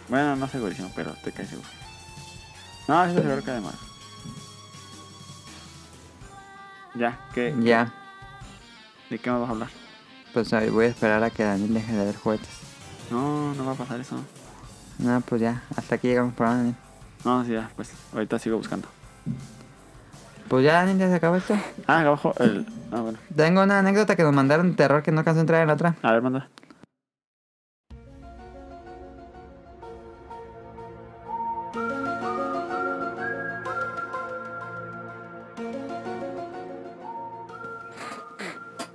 A: Bueno, no segurísimo, pero estoy casi seguro. No, sí estoy seguro que era de Marvel. Ya, ¿qué,
B: Ya,
A: ¿de qué más vas a hablar?
B: pues ay, voy a esperar a que Daniel deje de ver juguetes.
A: No, no va a pasar eso.
B: No, pues ya, hasta aquí llegamos por ahora, Daniel.
A: No, sí, ya, pues ahorita sigo buscando.
B: Pues ya, Daniel, ya se acabó esto.
A: Ah, acá abajo el. Ah, bueno.
B: Tengo una anécdota que nos mandaron de terror que no alcanzó a entrar en la otra.
A: A ver, manda.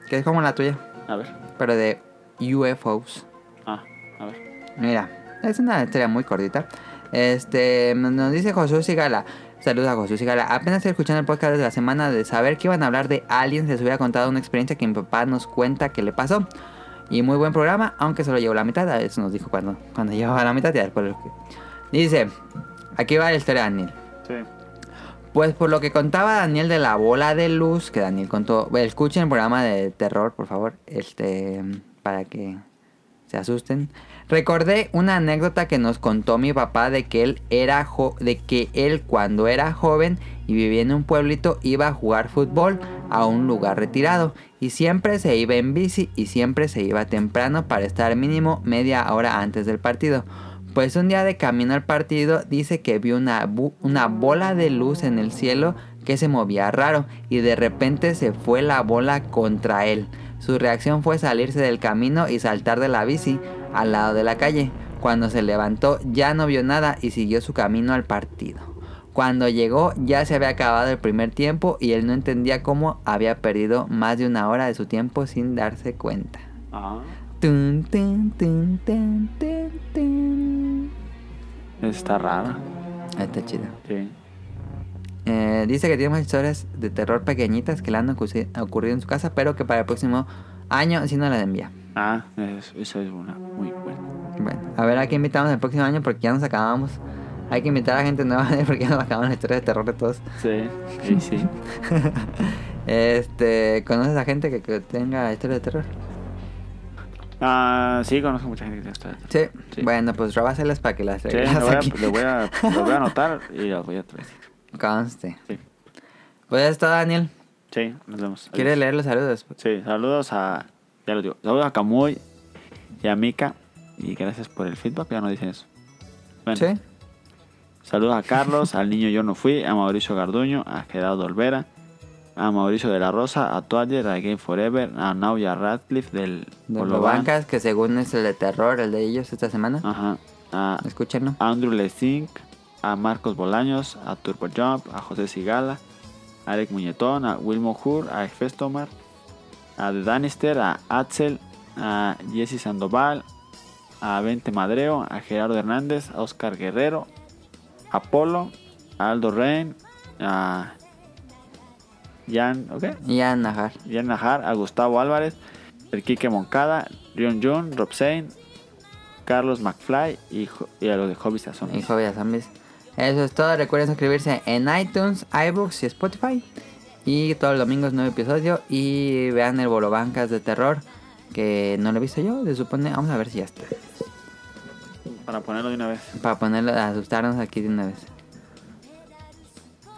B: Que es como la tuya,
A: A ver.
B: pero de UFOs.
A: Ah, a ver.
B: Mira, es una historia muy cortita. Este, nos dice Josué Sigala. Saludos a Josué Sigala. Apenas estoy escuchando el podcast de la semana de saber que iban a hablar de aliens, les hubiera contado una experiencia que mi papá nos cuenta que le pasó. Y muy buen programa, aunque solo llevo la mitad. Eso nos dijo cuando, cuando llevaba la mitad. ya después lo que- Dice, aquí va la historia de Daniel.
A: Sí.
B: Pues por lo que contaba Daniel de la bola de luz, que Daniel contó, bueno, escuchen el programa de terror, por favor, este, para que se asusten. Recordé una anécdota que nos contó mi papá de que él era jo- de que él cuando era joven y vivía en un pueblito iba a jugar fútbol a un lugar retirado y siempre se iba en bici y siempre se iba temprano para estar mínimo media hora antes del partido. Pues un día de camino al partido dice que vio una, bu- una bola de luz en el cielo que se movía raro y de repente se fue la bola contra él. Su reacción fue salirse del camino y saltar de la bici al lado de la calle. Cuando se levantó ya no vio nada y siguió su camino al partido. Cuando llegó ya se había acabado el primer tiempo y él no entendía cómo había perdido más de una hora de su tiempo sin darse cuenta.
A: Ah.
B: Tun, tun, tun, tun, tun, tun.
A: Está raro.
B: Está chido.
A: Sí.
B: Eh, dice que tiene más historias de terror pequeñitas que le han ocu- ocurrido en su casa, pero que para el próximo año sí nos las envía.
A: Ah, es- eso es una muy buena.
B: Bueno, a ver a qué invitamos el próximo año porque ya nos acabamos. Hay que invitar a gente nueva ¿eh? porque ya nos acabamos las historias de terror de todos.
A: Sí, sí, sí.
B: Este, ¿conoces a gente que, que tenga historias de terror?
A: Ah, sí, conozco mucha gente que tiene historias.
B: Sí.
A: Sí.
B: Bueno, pues robáselas para que las
A: Sí,
B: traigas
A: lo voy, a,
B: aquí.
A: lo voy a- lo voy a anotar y lo voy a traer.
B: Conste.
A: Sí.
B: Pues ya está, Daniel.
A: Sí, nos vemos.
B: ¿Quieres
A: Adiós.
B: leer los saludos?
A: Sí, saludos a. Ya lo digo. Saludos a Camuy y a Mika. Y gracias por el feedback, ya no dicen eso. Bueno,
B: Sí.
A: Saludos a Carlos, al niño Yo No Fui, a Mauricio Garduño, a Gerardo Olvera, a Mauricio de la Rosa, a Toaller, a Game Forever, a Nauya Radcliffe del
B: De
A: Bolovan.
B: Bancas, que según es el de terror, el de ellos esta semana.
A: Ajá. A
B: Escúchenlo.
A: Andrew Lezink, a Marcos Bolaños, a Turbo Jump, a José Sigala, a Alec Muñetón, a Wilmo Hur, a Festomar, a The Danister, a Axel, a Jesse Sandoval, a Vente Madreo, a Gerardo Hernández, a Oscar Guerrero, a Polo, a Aldo Rein, a Jan, ¿ok?
B: Y a Najar.
A: Jan Najar, a Gustavo Álvarez, el Quique Moncada, Rion Jun, Rob Sain, Carlos McFly y, jo- y a los de Hobby Sazón.
B: y Hobby de Zombies. Eso es todo. Recuerden suscribirse en iTunes, iBooks y Spotify. Y todos los domingos nuevo episodio. Y vean el Bolo Bancas de terror. Que no lo he visto yo, se supone. Vamos a ver si ya está.
A: Para ponerlo de una vez.
B: Para ponerlo, asustarnos aquí de una vez.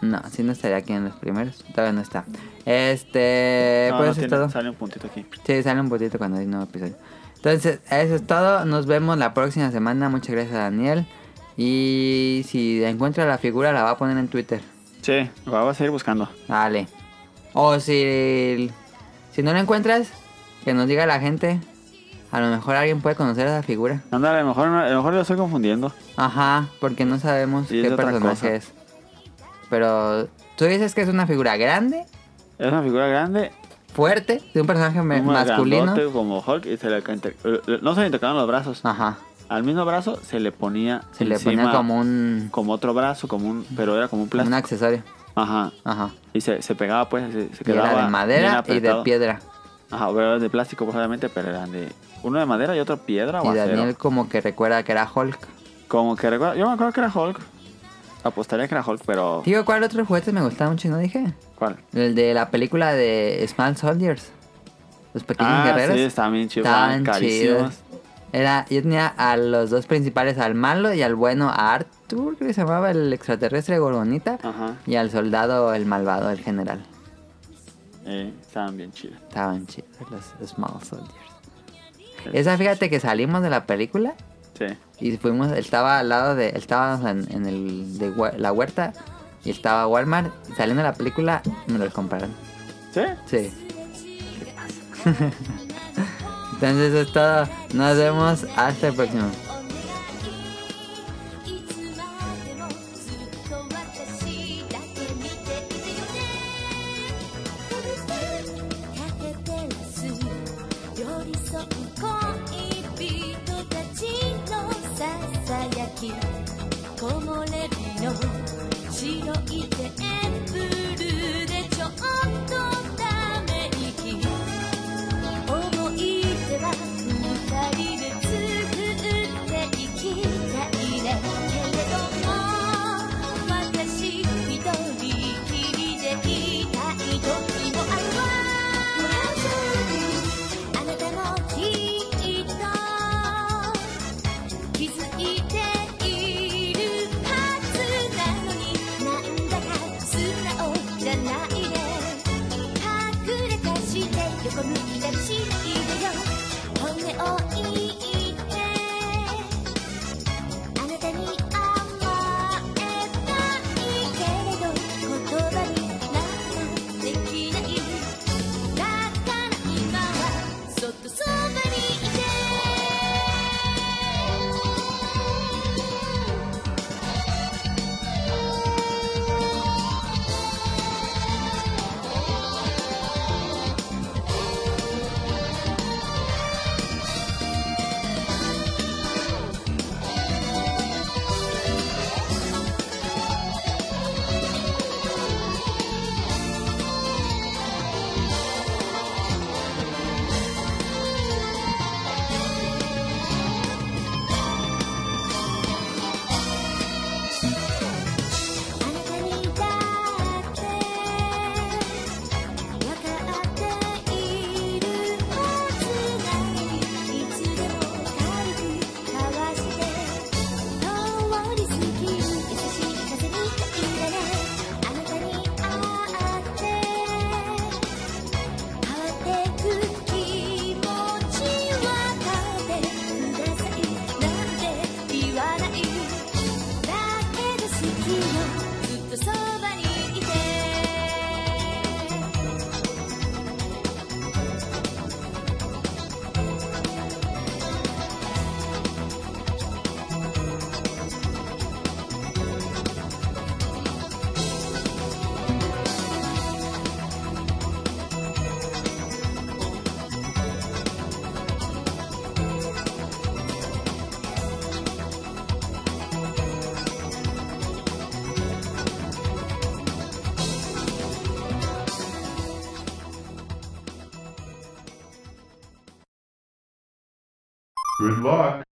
B: No, si no estaría aquí en los primeros. Todavía no está. Este.
A: No,
B: pues
A: no
B: eso es
A: tiene-
B: todo.
A: Sale un puntito aquí.
B: Sí, sale un poquito cuando hay nuevo episodio. Entonces, eso es todo. Nos vemos la próxima semana. Muchas gracias a Daniel. Y si encuentra la figura, la va a poner en Twitter.
A: Sí, lo vamos a seguir buscando.
B: Dale. O si, si no la encuentras, que nos diga la gente. A lo mejor alguien puede conocer esa figura.
A: Anda, a lo mejor, a lo mejor lo estoy confundiendo.
B: Ajá, porque no sabemos
A: Y es
B: qué
A: de otra cosa.
B: personaje es. Pero tú dices que es una figura grande,
A: Es una figura grande,
B: fuerte, de un personaje me-
A: como
B: masculino.
A: grandote, como Hulk, y se le inter- no se le tocaban los brazos.
B: Ajá.
A: Al mismo brazo se le ponía
B: Se le
A: encima
B: ponía como un,
A: como otro brazo, como un, pero era como un
B: como un
A: plástico.
B: accesorio.
A: Ajá.
B: Ajá.
A: Y se, se pegaba pues, se, se
B: Y
A: quedaba
B: era de
A: bien
B: madera y de
A: apretado.
B: piedra.
A: Ajá, pero eran de plástico, pues, obviamente, pero eran de. Uno de madera y otro piedra o
B: Y
A: acero.
B: Daniel como que recuerda que era Hulk.
A: Como que recuerdo. Yo me acuerdo que era Hulk. Apostaría que era Hulk, pero.
B: Digo, ¿cuál otro juguete me gustaba mucho y no dije?
A: ¿Cuál?
B: El de la película de Small Soldiers. Los pequeños
A: Ah,
B: guerreros.
A: sí, estaban bien chidos.
B: Estaban
A: estaban carísimos.
B: Era, yo tenía a los dos principales, al malo y al bueno, a Arthur, que se llamaba el extraterrestre Gorgonita,
A: Ajá.
B: y al soldado, el malvado, el general.
A: Eh, estaban bien chidos.
B: Estaban chidos los Small Soldiers. Esa, fíjate que salimos de la película
A: Sí.
B: Y fuimos, estaba al lado de, estábamos en, en el de hue- la huerta y estaba Walmart. Y saliendo la película, me los compraron.
A: ¿Sí?
B: Sí. Entonces eso es todo. Nos vemos hasta el próximo.
E: お願いいつまでもずっと私だけ見ていてよねカフェテラス寄り添う恋人たちのささやき木漏れ日の白白いテーブルでちょっとため息思い出は二人で作っていきたいねけれども私一人きりでいたい時もあるわあなたもきっと気づいているはずなのになんだか素直じゃないで隠れたして横向きたちでよ本音を言ってあなたに甘えたいけれど言葉になんできないだから今はそっとそばにいて「あなたにだってわかってるはずなのに」「いつでも軽くかわして」「通り過ぎる優しい風みたいだね」「あなたに会って」変わってく気持ちは変わってください」「なんて言わない」「だけど好きよずっとそばにいて」
F: Good luck.